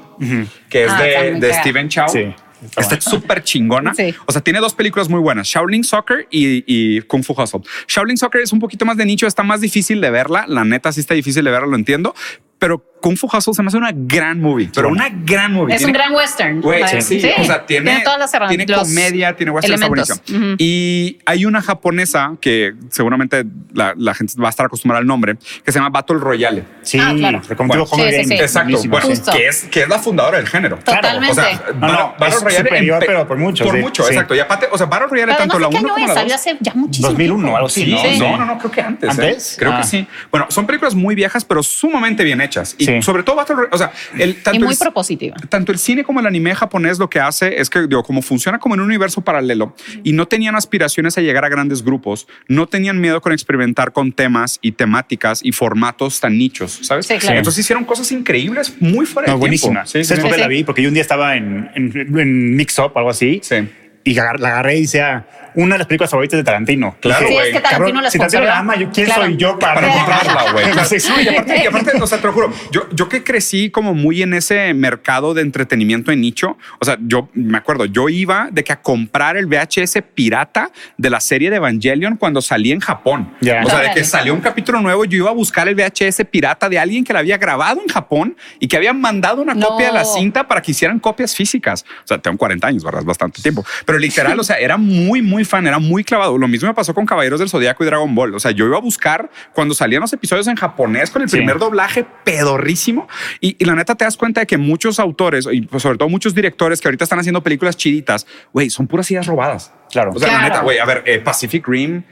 [SPEAKER 3] que es
[SPEAKER 1] Ah, está
[SPEAKER 3] de,
[SPEAKER 1] muy
[SPEAKER 3] de
[SPEAKER 1] cagada.
[SPEAKER 3] Steven Chow.
[SPEAKER 2] Sí.
[SPEAKER 3] Está súper chingona.
[SPEAKER 1] Sí.
[SPEAKER 3] O sea, tiene dos películas muy buenas, Shaolin Soccer y, y Kung Fu Hustle. Shaolin Soccer es un poquito más de nicho, está más difícil de verla. La neta sí está difícil de verla, lo entiendo. Pero Kung Fu Hustle se me hace una gran movie, pero una gran movie.
[SPEAKER 1] Es un
[SPEAKER 3] Tiene-
[SPEAKER 1] gran western.
[SPEAKER 3] Güey,
[SPEAKER 1] La-
[SPEAKER 3] sí, sí. O sea, tiene,
[SPEAKER 1] tiene todas las herramientas.
[SPEAKER 3] tiene
[SPEAKER 1] los
[SPEAKER 3] comedia, tiene western, está
[SPEAKER 1] elementos.
[SPEAKER 3] buenísimo.
[SPEAKER 1] Ujú.
[SPEAKER 3] Y hay una japonesa que seguramente la, la gente va a estar acostumbrada al nombre, que se llama Battle Royale.
[SPEAKER 2] Sí,
[SPEAKER 1] Ah, claro.
[SPEAKER 2] pero como
[SPEAKER 3] Bueno,
[SPEAKER 2] tipo Hunger
[SPEAKER 1] sí, sí,
[SPEAKER 2] Games,
[SPEAKER 1] sí.
[SPEAKER 3] Exacto,
[SPEAKER 2] buenísimo,
[SPEAKER 3] bueno,
[SPEAKER 2] sí.
[SPEAKER 1] Justo.
[SPEAKER 3] que es, que es la fundadora del género.
[SPEAKER 1] Totalmente.
[SPEAKER 3] O sea,
[SPEAKER 2] No,
[SPEAKER 3] Battle-
[SPEAKER 2] no,
[SPEAKER 3] Battle
[SPEAKER 2] es
[SPEAKER 3] Royale
[SPEAKER 2] superior,
[SPEAKER 3] empe-
[SPEAKER 2] pero por mucho,
[SPEAKER 3] Por
[SPEAKER 2] sí,
[SPEAKER 3] mucho,
[SPEAKER 2] sí.
[SPEAKER 3] exacto. Y aparte, o sea, Battle Royale,
[SPEAKER 1] Pero
[SPEAKER 3] tanto
[SPEAKER 1] además, ¿de
[SPEAKER 3] la
[SPEAKER 1] qué año
[SPEAKER 3] 1 como
[SPEAKER 1] es?
[SPEAKER 3] la
[SPEAKER 1] Salió
[SPEAKER 3] 2.
[SPEAKER 1] hace ya muchísimo
[SPEAKER 2] 2001,
[SPEAKER 1] tiempo.
[SPEAKER 2] algo así,
[SPEAKER 1] Sí,
[SPEAKER 2] ¿no?
[SPEAKER 1] sí.
[SPEAKER 3] No, no, no, creo que antes. ¿eh?
[SPEAKER 2] ¿Antes?
[SPEAKER 3] Creo que
[SPEAKER 2] Ah.
[SPEAKER 3] sí. Bueno, son películas muy viejas, pero sumamente bien hechas. Y
[SPEAKER 2] Sí.
[SPEAKER 3] sobre todo Battle Royale, o sea, el, tanto
[SPEAKER 1] Y muy
[SPEAKER 3] el-
[SPEAKER 1] propositiva.
[SPEAKER 3] tanto el cine como el anime japonés lo que hace es que, digo, como funciona como en un universo paralelo y no tenían aspiraciones a llegar a grandes grupos, no tenían miedo con experimentar con temas y temáticas y formatos tan nichos, ¿sabes?
[SPEAKER 1] Sí, claro.
[SPEAKER 3] Entonces hicieron cosas increíbles muy fuera
[SPEAKER 2] No,
[SPEAKER 3] de
[SPEAKER 2] buenísima.
[SPEAKER 3] tiempo. Sí, sí,
[SPEAKER 2] ¿Sabes
[SPEAKER 3] sí.
[SPEAKER 2] por qué
[SPEAKER 1] sí.
[SPEAKER 2] la vi? Porque yo un día estaba en, en, en Mix Up o algo así.
[SPEAKER 3] Sí.
[SPEAKER 2] Y agar- la agarré y decía una de las películas favoritas de Tarantino.
[SPEAKER 3] Claro,
[SPEAKER 1] Sí,
[SPEAKER 2] Dije,
[SPEAKER 3] güey.
[SPEAKER 1] es que Tarantino
[SPEAKER 2] cabrón,
[SPEAKER 1] la
[SPEAKER 2] Si Tarantino la
[SPEAKER 1] sponsoreó.
[SPEAKER 2] ama, yo, ¿quién
[SPEAKER 1] Claro.
[SPEAKER 2] soy yo para,
[SPEAKER 3] para comprarla, güey.
[SPEAKER 2] Sí, sí,
[SPEAKER 3] Y aparte, y aparte, o sea, te lo juro, yo, yo que crecí como muy en ese mercado de entretenimiento en nicho, o sea, yo me acuerdo, yo iba de que a comprar el VHS pirata de la serie de Evangelion cuando salí en Japón.
[SPEAKER 2] Ya.
[SPEAKER 3] O sea, de
[SPEAKER 1] Órale.
[SPEAKER 3] que salió un capítulo nuevo, yo iba a buscar el VHS pirata de alguien que la había grabado en Japón y que había mandado una
[SPEAKER 1] No.
[SPEAKER 3] copia de la cinta para que hicieran copias físicas. O sea, tengo 40 años, ¿verdad? Es Bastante tiempo. Pero literal, o sea, era muy, muy fan, era muy clavado. Lo mismo me pasó con Caballeros del Zodíaco y Dragon Ball. O sea, yo iba a buscar cuando salían los episodios en japonés con el
[SPEAKER 2] Sí.
[SPEAKER 3] primer doblaje pedorrísimo. Y, y la neta te das cuenta de que muchos autores, y pues, sobre todo muchos directores que ahorita están haciendo películas chiditas, güey, son puras ideas robadas.
[SPEAKER 2] Claro.
[SPEAKER 3] O sea, la
[SPEAKER 1] Claro.
[SPEAKER 3] neta, güey, a ver, eh, Pacific Rim.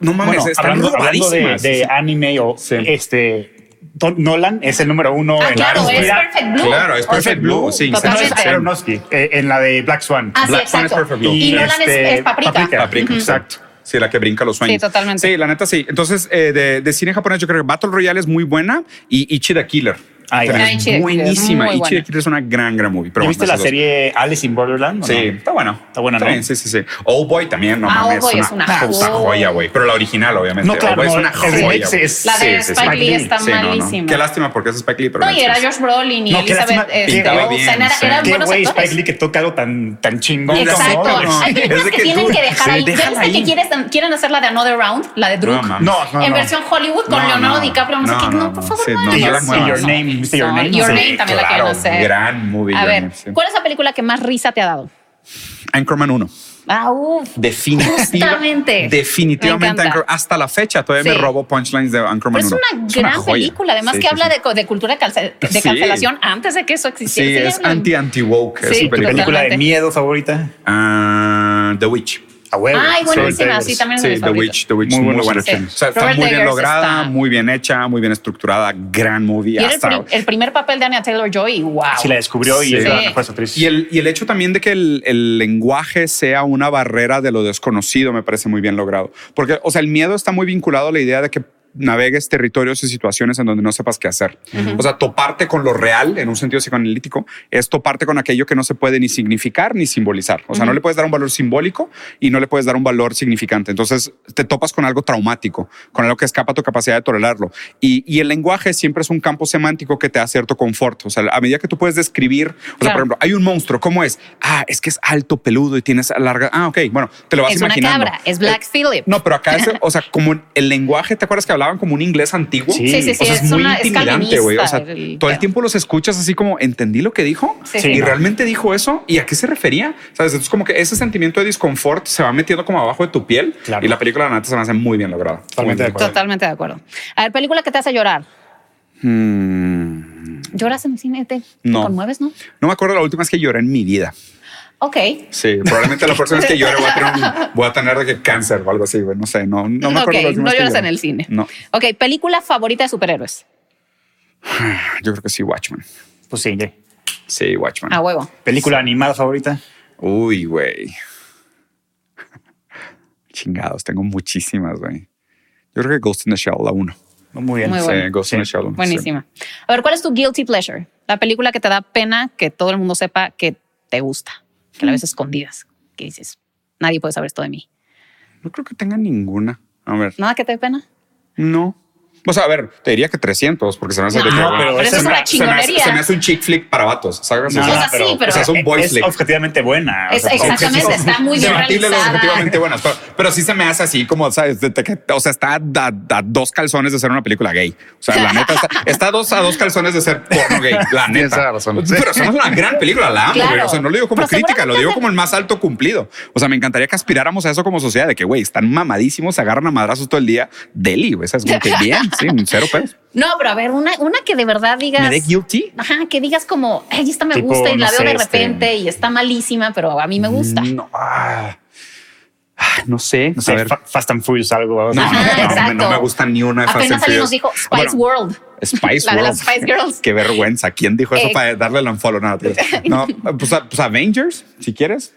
[SPEAKER 3] No mames,
[SPEAKER 2] Bueno,
[SPEAKER 3] están
[SPEAKER 2] hablando, hablando de,
[SPEAKER 3] robadísimas.
[SPEAKER 2] de anime o
[SPEAKER 3] Sí.
[SPEAKER 2] este. Don- Nolan es el número uno
[SPEAKER 1] Ah,
[SPEAKER 2] en
[SPEAKER 1] claro,
[SPEAKER 2] la
[SPEAKER 1] es
[SPEAKER 2] industria.
[SPEAKER 1] Perfect Blue.
[SPEAKER 3] Claro, es Perfect Blue, sí.
[SPEAKER 2] No, es
[SPEAKER 1] Totalmente.
[SPEAKER 2] Aronofsky, eh, en la de Black Swan.
[SPEAKER 1] Ah, sí,
[SPEAKER 3] Black Swan es
[SPEAKER 1] exacto.
[SPEAKER 3] Perfect Blue.
[SPEAKER 1] Y,
[SPEAKER 2] Y
[SPEAKER 1] Nolan es-
[SPEAKER 2] este,
[SPEAKER 1] es Paprika.
[SPEAKER 2] Paprika.
[SPEAKER 3] Paprika,
[SPEAKER 2] Ujú.
[SPEAKER 3] exacto. Sí, la que brinca los sueños.
[SPEAKER 1] Sí, totalmente.
[SPEAKER 3] Sí, la neta sí. Entonces, eh, de, de cine japonés, yo creo que Battle Royale es muy buena y Ichi the Killer.
[SPEAKER 2] Ah, ya.
[SPEAKER 1] Ah,
[SPEAKER 3] También es
[SPEAKER 1] Ichi the Killer,
[SPEAKER 3] buenísima.
[SPEAKER 1] muy
[SPEAKER 3] Ichi the
[SPEAKER 1] buena.
[SPEAKER 3] Killer es una gran, gran movie. Pero
[SPEAKER 2] ¿Ya
[SPEAKER 3] bueno,
[SPEAKER 2] ¿Viste
[SPEAKER 3] esas
[SPEAKER 2] la
[SPEAKER 3] dos.
[SPEAKER 2] serie Alice in Borderland? o
[SPEAKER 3] Sí,
[SPEAKER 2] no?
[SPEAKER 3] está bueno.
[SPEAKER 2] Está buena, ¿no?
[SPEAKER 3] bien, sí, sí, sí. Old Boy también, no
[SPEAKER 1] Ah,
[SPEAKER 3] mames.
[SPEAKER 1] Old Boy es una
[SPEAKER 3] puta
[SPEAKER 1] joya.
[SPEAKER 3] joya, güey. Pero la original, obviamente.
[SPEAKER 2] No, claro,
[SPEAKER 3] Old Boy es
[SPEAKER 2] no,
[SPEAKER 3] una
[SPEAKER 2] el
[SPEAKER 3] joya.
[SPEAKER 2] remake
[SPEAKER 3] güey.
[SPEAKER 2] es-
[SPEAKER 1] La de Spike Lee está
[SPEAKER 3] no, no.
[SPEAKER 1] malísima.
[SPEAKER 3] Qué lástima porque es Spike Lee, pero
[SPEAKER 1] No, y era Josh Brolin y
[SPEAKER 2] No, que era
[SPEAKER 1] Elizabeth
[SPEAKER 2] una-
[SPEAKER 1] eh,
[SPEAKER 3] pintaba
[SPEAKER 1] Olsen,
[SPEAKER 3] bien,
[SPEAKER 1] era-
[SPEAKER 3] sí.
[SPEAKER 1] eran
[SPEAKER 2] Qué
[SPEAKER 1] buenos
[SPEAKER 2] güey
[SPEAKER 1] actores.
[SPEAKER 2] Spike Lee que toca algo tan, tan chingón.
[SPEAKER 1] Exacto.
[SPEAKER 2] cabrón.
[SPEAKER 3] no, no.
[SPEAKER 1] Hay películas
[SPEAKER 3] Es de
[SPEAKER 1] que,
[SPEAKER 3] que
[SPEAKER 1] tienen
[SPEAKER 3] dura.
[SPEAKER 1] que dejar
[SPEAKER 3] Sí,
[SPEAKER 1] ahí. ¿Ya
[SPEAKER 3] déjala
[SPEAKER 1] viste que
[SPEAKER 3] ahí.
[SPEAKER 1] quieren, quieren hacer la de Another Round? La de Druk.
[SPEAKER 3] mames.
[SPEAKER 2] No, Ah, no,
[SPEAKER 1] en
[SPEAKER 2] no.
[SPEAKER 1] versión Hollywood con
[SPEAKER 3] No,
[SPEAKER 1] Leonardo
[SPEAKER 3] no,
[SPEAKER 1] DiCaprio, no, sé
[SPEAKER 3] no,
[SPEAKER 1] qué. No,
[SPEAKER 3] no,
[SPEAKER 1] por
[SPEAKER 3] no,
[SPEAKER 1] favor,
[SPEAKER 3] sí,
[SPEAKER 1] no,
[SPEAKER 3] no,
[SPEAKER 1] hagan
[SPEAKER 2] no la
[SPEAKER 1] eso.
[SPEAKER 2] muevan. Y Your Name, ¿viste Your
[SPEAKER 1] No,
[SPEAKER 2] Name?
[SPEAKER 1] Your
[SPEAKER 2] Sí,
[SPEAKER 1] Name también la quieren
[SPEAKER 3] claro,
[SPEAKER 1] hacer.
[SPEAKER 3] gran movie,
[SPEAKER 1] A
[SPEAKER 3] Your
[SPEAKER 1] ver,
[SPEAKER 3] Name, sí.
[SPEAKER 1] ¿cuál es la película que más risa te ha dado?
[SPEAKER 3] Anchorman 1.
[SPEAKER 1] Ah, uff.
[SPEAKER 3] Definitiva-
[SPEAKER 1] Justamente. Me
[SPEAKER 3] Definitivamente.
[SPEAKER 1] encanta.
[SPEAKER 3] Anchor- hasta la fecha todavía
[SPEAKER 1] Sí.
[SPEAKER 3] me robo punchlines de Anchorman
[SPEAKER 1] Pero es
[SPEAKER 3] 1.
[SPEAKER 1] una gran
[SPEAKER 3] joya.
[SPEAKER 1] película, además
[SPEAKER 3] Sí,
[SPEAKER 1] que
[SPEAKER 3] sí,
[SPEAKER 1] habla
[SPEAKER 3] sí.
[SPEAKER 1] de, co- de cultura de, calce- de
[SPEAKER 3] Sí.
[SPEAKER 1] cancelación antes de que eso
[SPEAKER 3] Sí,
[SPEAKER 1] existiera.
[SPEAKER 3] es anti-anti-woke.
[SPEAKER 1] Sí,
[SPEAKER 3] es su
[SPEAKER 2] ¿Tu
[SPEAKER 3] película.
[SPEAKER 2] película de
[SPEAKER 1] Totalmente.
[SPEAKER 2] miedo favorita?
[SPEAKER 3] Ah, The Witch.
[SPEAKER 2] A huevo.
[SPEAKER 1] Ay, buenísima.
[SPEAKER 2] Davis.
[SPEAKER 1] Sí, también es de
[SPEAKER 3] Sí,
[SPEAKER 1] mis
[SPEAKER 3] The
[SPEAKER 1] favoritas.
[SPEAKER 3] Witch, The Witch,
[SPEAKER 2] Muy
[SPEAKER 3] muy,
[SPEAKER 2] buenos
[SPEAKER 3] buena.
[SPEAKER 2] Sí.
[SPEAKER 3] O sea, está
[SPEAKER 1] Robert
[SPEAKER 3] muy bien
[SPEAKER 1] Eggers
[SPEAKER 3] lograda,
[SPEAKER 1] está-
[SPEAKER 3] muy bien hecha, muy bien estructurada, gran
[SPEAKER 1] Y
[SPEAKER 3] movie.
[SPEAKER 1] era el,
[SPEAKER 3] hasta-
[SPEAKER 1] pri- el primer papel de Anya Taylor Joy. Wow.
[SPEAKER 2] Sí, la descubrió y
[SPEAKER 3] Sí.
[SPEAKER 2] es la mejor actriz.
[SPEAKER 3] Y el, y el hecho también de que el, el lenguaje sea una barrera de lo desconocido me parece muy bien logrado. Porque, o sea, el miedo está muy vinculado a la idea de que navegues territorios y situaciones en donde no sepas qué hacer. O sea, toparte con lo real, en un sentido psicoanalítico, es toparte con aquello que no se puede ni significar ni simbolizar. O sea, no le puedes dar un valor simbólico y no le puedes dar un valor significante. Entonces, te topas con algo traumático, con algo que escapa a tu capacidad de tolerarlo. Y, y el lenguaje siempre es un campo semántico que te da cierto confort. O sea, a medida que tú puedes describir, o sea,
[SPEAKER 1] Claro.
[SPEAKER 3] por ejemplo, hay un monstruo, ¿cómo es? Ah, es que es alto, peludo y tienes larga. Ah, ok, bueno, te lo vas
[SPEAKER 1] Es una
[SPEAKER 3] imaginando.
[SPEAKER 1] cabra, es Black
[SPEAKER 3] Eh,
[SPEAKER 1] Phillip.
[SPEAKER 3] No, pero acá es, o sea, como el lenguaje, ¿te acuerdas que hablaban como un inglés antiguo?
[SPEAKER 2] Sí.
[SPEAKER 1] Sí, sí, sí.
[SPEAKER 3] O sea, es,
[SPEAKER 1] es,
[SPEAKER 3] muy
[SPEAKER 1] una, es
[SPEAKER 3] intimidante, güey. O sea,
[SPEAKER 1] calvinista el-
[SPEAKER 3] todo el
[SPEAKER 1] pero-
[SPEAKER 3] tiempo los escuchas así como, ¿entendí lo que dijo?
[SPEAKER 1] Sí,
[SPEAKER 2] Sí,
[SPEAKER 1] sí.
[SPEAKER 3] ¿Y
[SPEAKER 2] no.
[SPEAKER 3] realmente dijo eso? ¿Y a qué se refería? ¿Sabes? Entonces, como que ese sentimiento de disconfort se va metiendo como abajo de tu piel.
[SPEAKER 2] Claro.
[SPEAKER 3] Y la película, la neta, se me hace muy bien lograda.
[SPEAKER 2] Totalmente
[SPEAKER 3] Muy bien
[SPEAKER 2] de acuerdo.
[SPEAKER 1] Totalmente de acuerdo. A ver, película que te hace llorar.
[SPEAKER 3] Hmm.
[SPEAKER 1] ¿Lloras en cine? ¿Te, te
[SPEAKER 3] No.
[SPEAKER 1] conmueves, no?
[SPEAKER 3] No me acuerdo la última vez que lloré en mi vida.
[SPEAKER 1] Ok.
[SPEAKER 3] Sí, probablemente la próxima vez que llore voy a tener, un- voy a tener de que cáncer o algo así, güey. No sé, no, no me acuerdo.
[SPEAKER 1] ok,
[SPEAKER 3] la
[SPEAKER 1] no
[SPEAKER 3] última vez que
[SPEAKER 1] lloras en
[SPEAKER 3] lloré.
[SPEAKER 1] el cine.
[SPEAKER 3] No,
[SPEAKER 1] Ok, película favorita de superhéroes.
[SPEAKER 3] yo creo que sí, Watchmen.
[SPEAKER 2] Pues sí, ya.
[SPEAKER 3] Sí, Watchmen.
[SPEAKER 1] A huevo.
[SPEAKER 2] ¿Película animada favorita?
[SPEAKER 3] Uy, güey. Chingados, tengo muchísimas, güey. Yo creo que Ghost in the Shell, la 1.
[SPEAKER 2] Muy bien.
[SPEAKER 1] Muy
[SPEAKER 3] Sí,
[SPEAKER 1] buena.
[SPEAKER 3] Ghost in the
[SPEAKER 2] Sí.
[SPEAKER 3] Shell. sí.
[SPEAKER 1] Buenísima. A ver, ¿cuál es tu guilty pleasure? La película que te da pena que todo el mundo sepa que te gusta, que
[SPEAKER 3] Mm.
[SPEAKER 1] la ves escondidas, que dices, nadie puede saber esto de mí.
[SPEAKER 3] No creo que tenga ninguna. A ver,
[SPEAKER 1] ¿Nada que te dé pena?
[SPEAKER 3] no. O sea, a ver, te diría que 300, porque se me hace
[SPEAKER 1] No,
[SPEAKER 3] de que,
[SPEAKER 2] pero
[SPEAKER 3] güey,
[SPEAKER 2] eso
[SPEAKER 3] se
[SPEAKER 2] es
[SPEAKER 1] una
[SPEAKER 3] me- se me hace-
[SPEAKER 1] chingonería.
[SPEAKER 3] Se me hace un chick flick para vatos, ¿sabes?
[SPEAKER 1] No,
[SPEAKER 3] O sea,
[SPEAKER 1] no, pero- sí, pero-
[SPEAKER 3] o sea, es un boy
[SPEAKER 2] es
[SPEAKER 3] flick.
[SPEAKER 2] objetivamente buena.
[SPEAKER 1] Es- exactamente, está muy bien
[SPEAKER 3] Debatiblemente
[SPEAKER 1] realizada.
[SPEAKER 3] objetivamente buenas, pero, pero sí se me hace así como, ¿sabes? De- de que- o sea, está a, a dos calzones de ser una película gay. O sea, la neta, está, está a, dos, a dos calzones de ser porno gay, la neta.
[SPEAKER 4] esa razón. Sí.
[SPEAKER 3] Pero somos una gran película, la amo,
[SPEAKER 1] Claro.
[SPEAKER 3] güey. O sea, no lo digo como
[SPEAKER 1] Pero
[SPEAKER 3] crítica, lo
[SPEAKER 1] seguramente
[SPEAKER 3] digo
[SPEAKER 1] hacen-
[SPEAKER 3] como el más alto cumplido. O sea, me encantaría que aspiráramos a eso como sociedad, de que, güey, están mamadísimos, se agarran a madrazos todo el día. Deli, güey, ¿sabes? Como que bien, sí, cero pedos.
[SPEAKER 1] No, pero a ver, una, una que de verdad digas.
[SPEAKER 3] ¿Me dé guilty?
[SPEAKER 1] Ajá, que digas como, ay, esta me
[SPEAKER 2] Tipo,
[SPEAKER 1] gusta y la
[SPEAKER 2] no
[SPEAKER 1] veo
[SPEAKER 2] sé,
[SPEAKER 1] de
[SPEAKER 2] este-
[SPEAKER 1] repente y está malísima, pero a mí me gusta.
[SPEAKER 3] No, ah, ah, no sé.
[SPEAKER 2] No sé,
[SPEAKER 3] a ver.
[SPEAKER 2] Fa- Fast and Furious algo.
[SPEAKER 3] No,
[SPEAKER 1] Ajá,
[SPEAKER 3] no, no,
[SPEAKER 1] exacto.
[SPEAKER 3] me- no me gusta ni una de Fast
[SPEAKER 1] Apenas
[SPEAKER 3] and
[SPEAKER 1] alguien nos
[SPEAKER 3] Furious.
[SPEAKER 1] dijo Spice
[SPEAKER 3] Bueno,
[SPEAKER 1] World.
[SPEAKER 3] Spice
[SPEAKER 1] La de
[SPEAKER 3] World.
[SPEAKER 1] las Spice Girls.
[SPEAKER 3] Qué vergüenza. ¿Quién dijo eso
[SPEAKER 1] Eh,
[SPEAKER 3] para darle el unfollow? No, tío. no pues, a- pues Avengers, si quieres.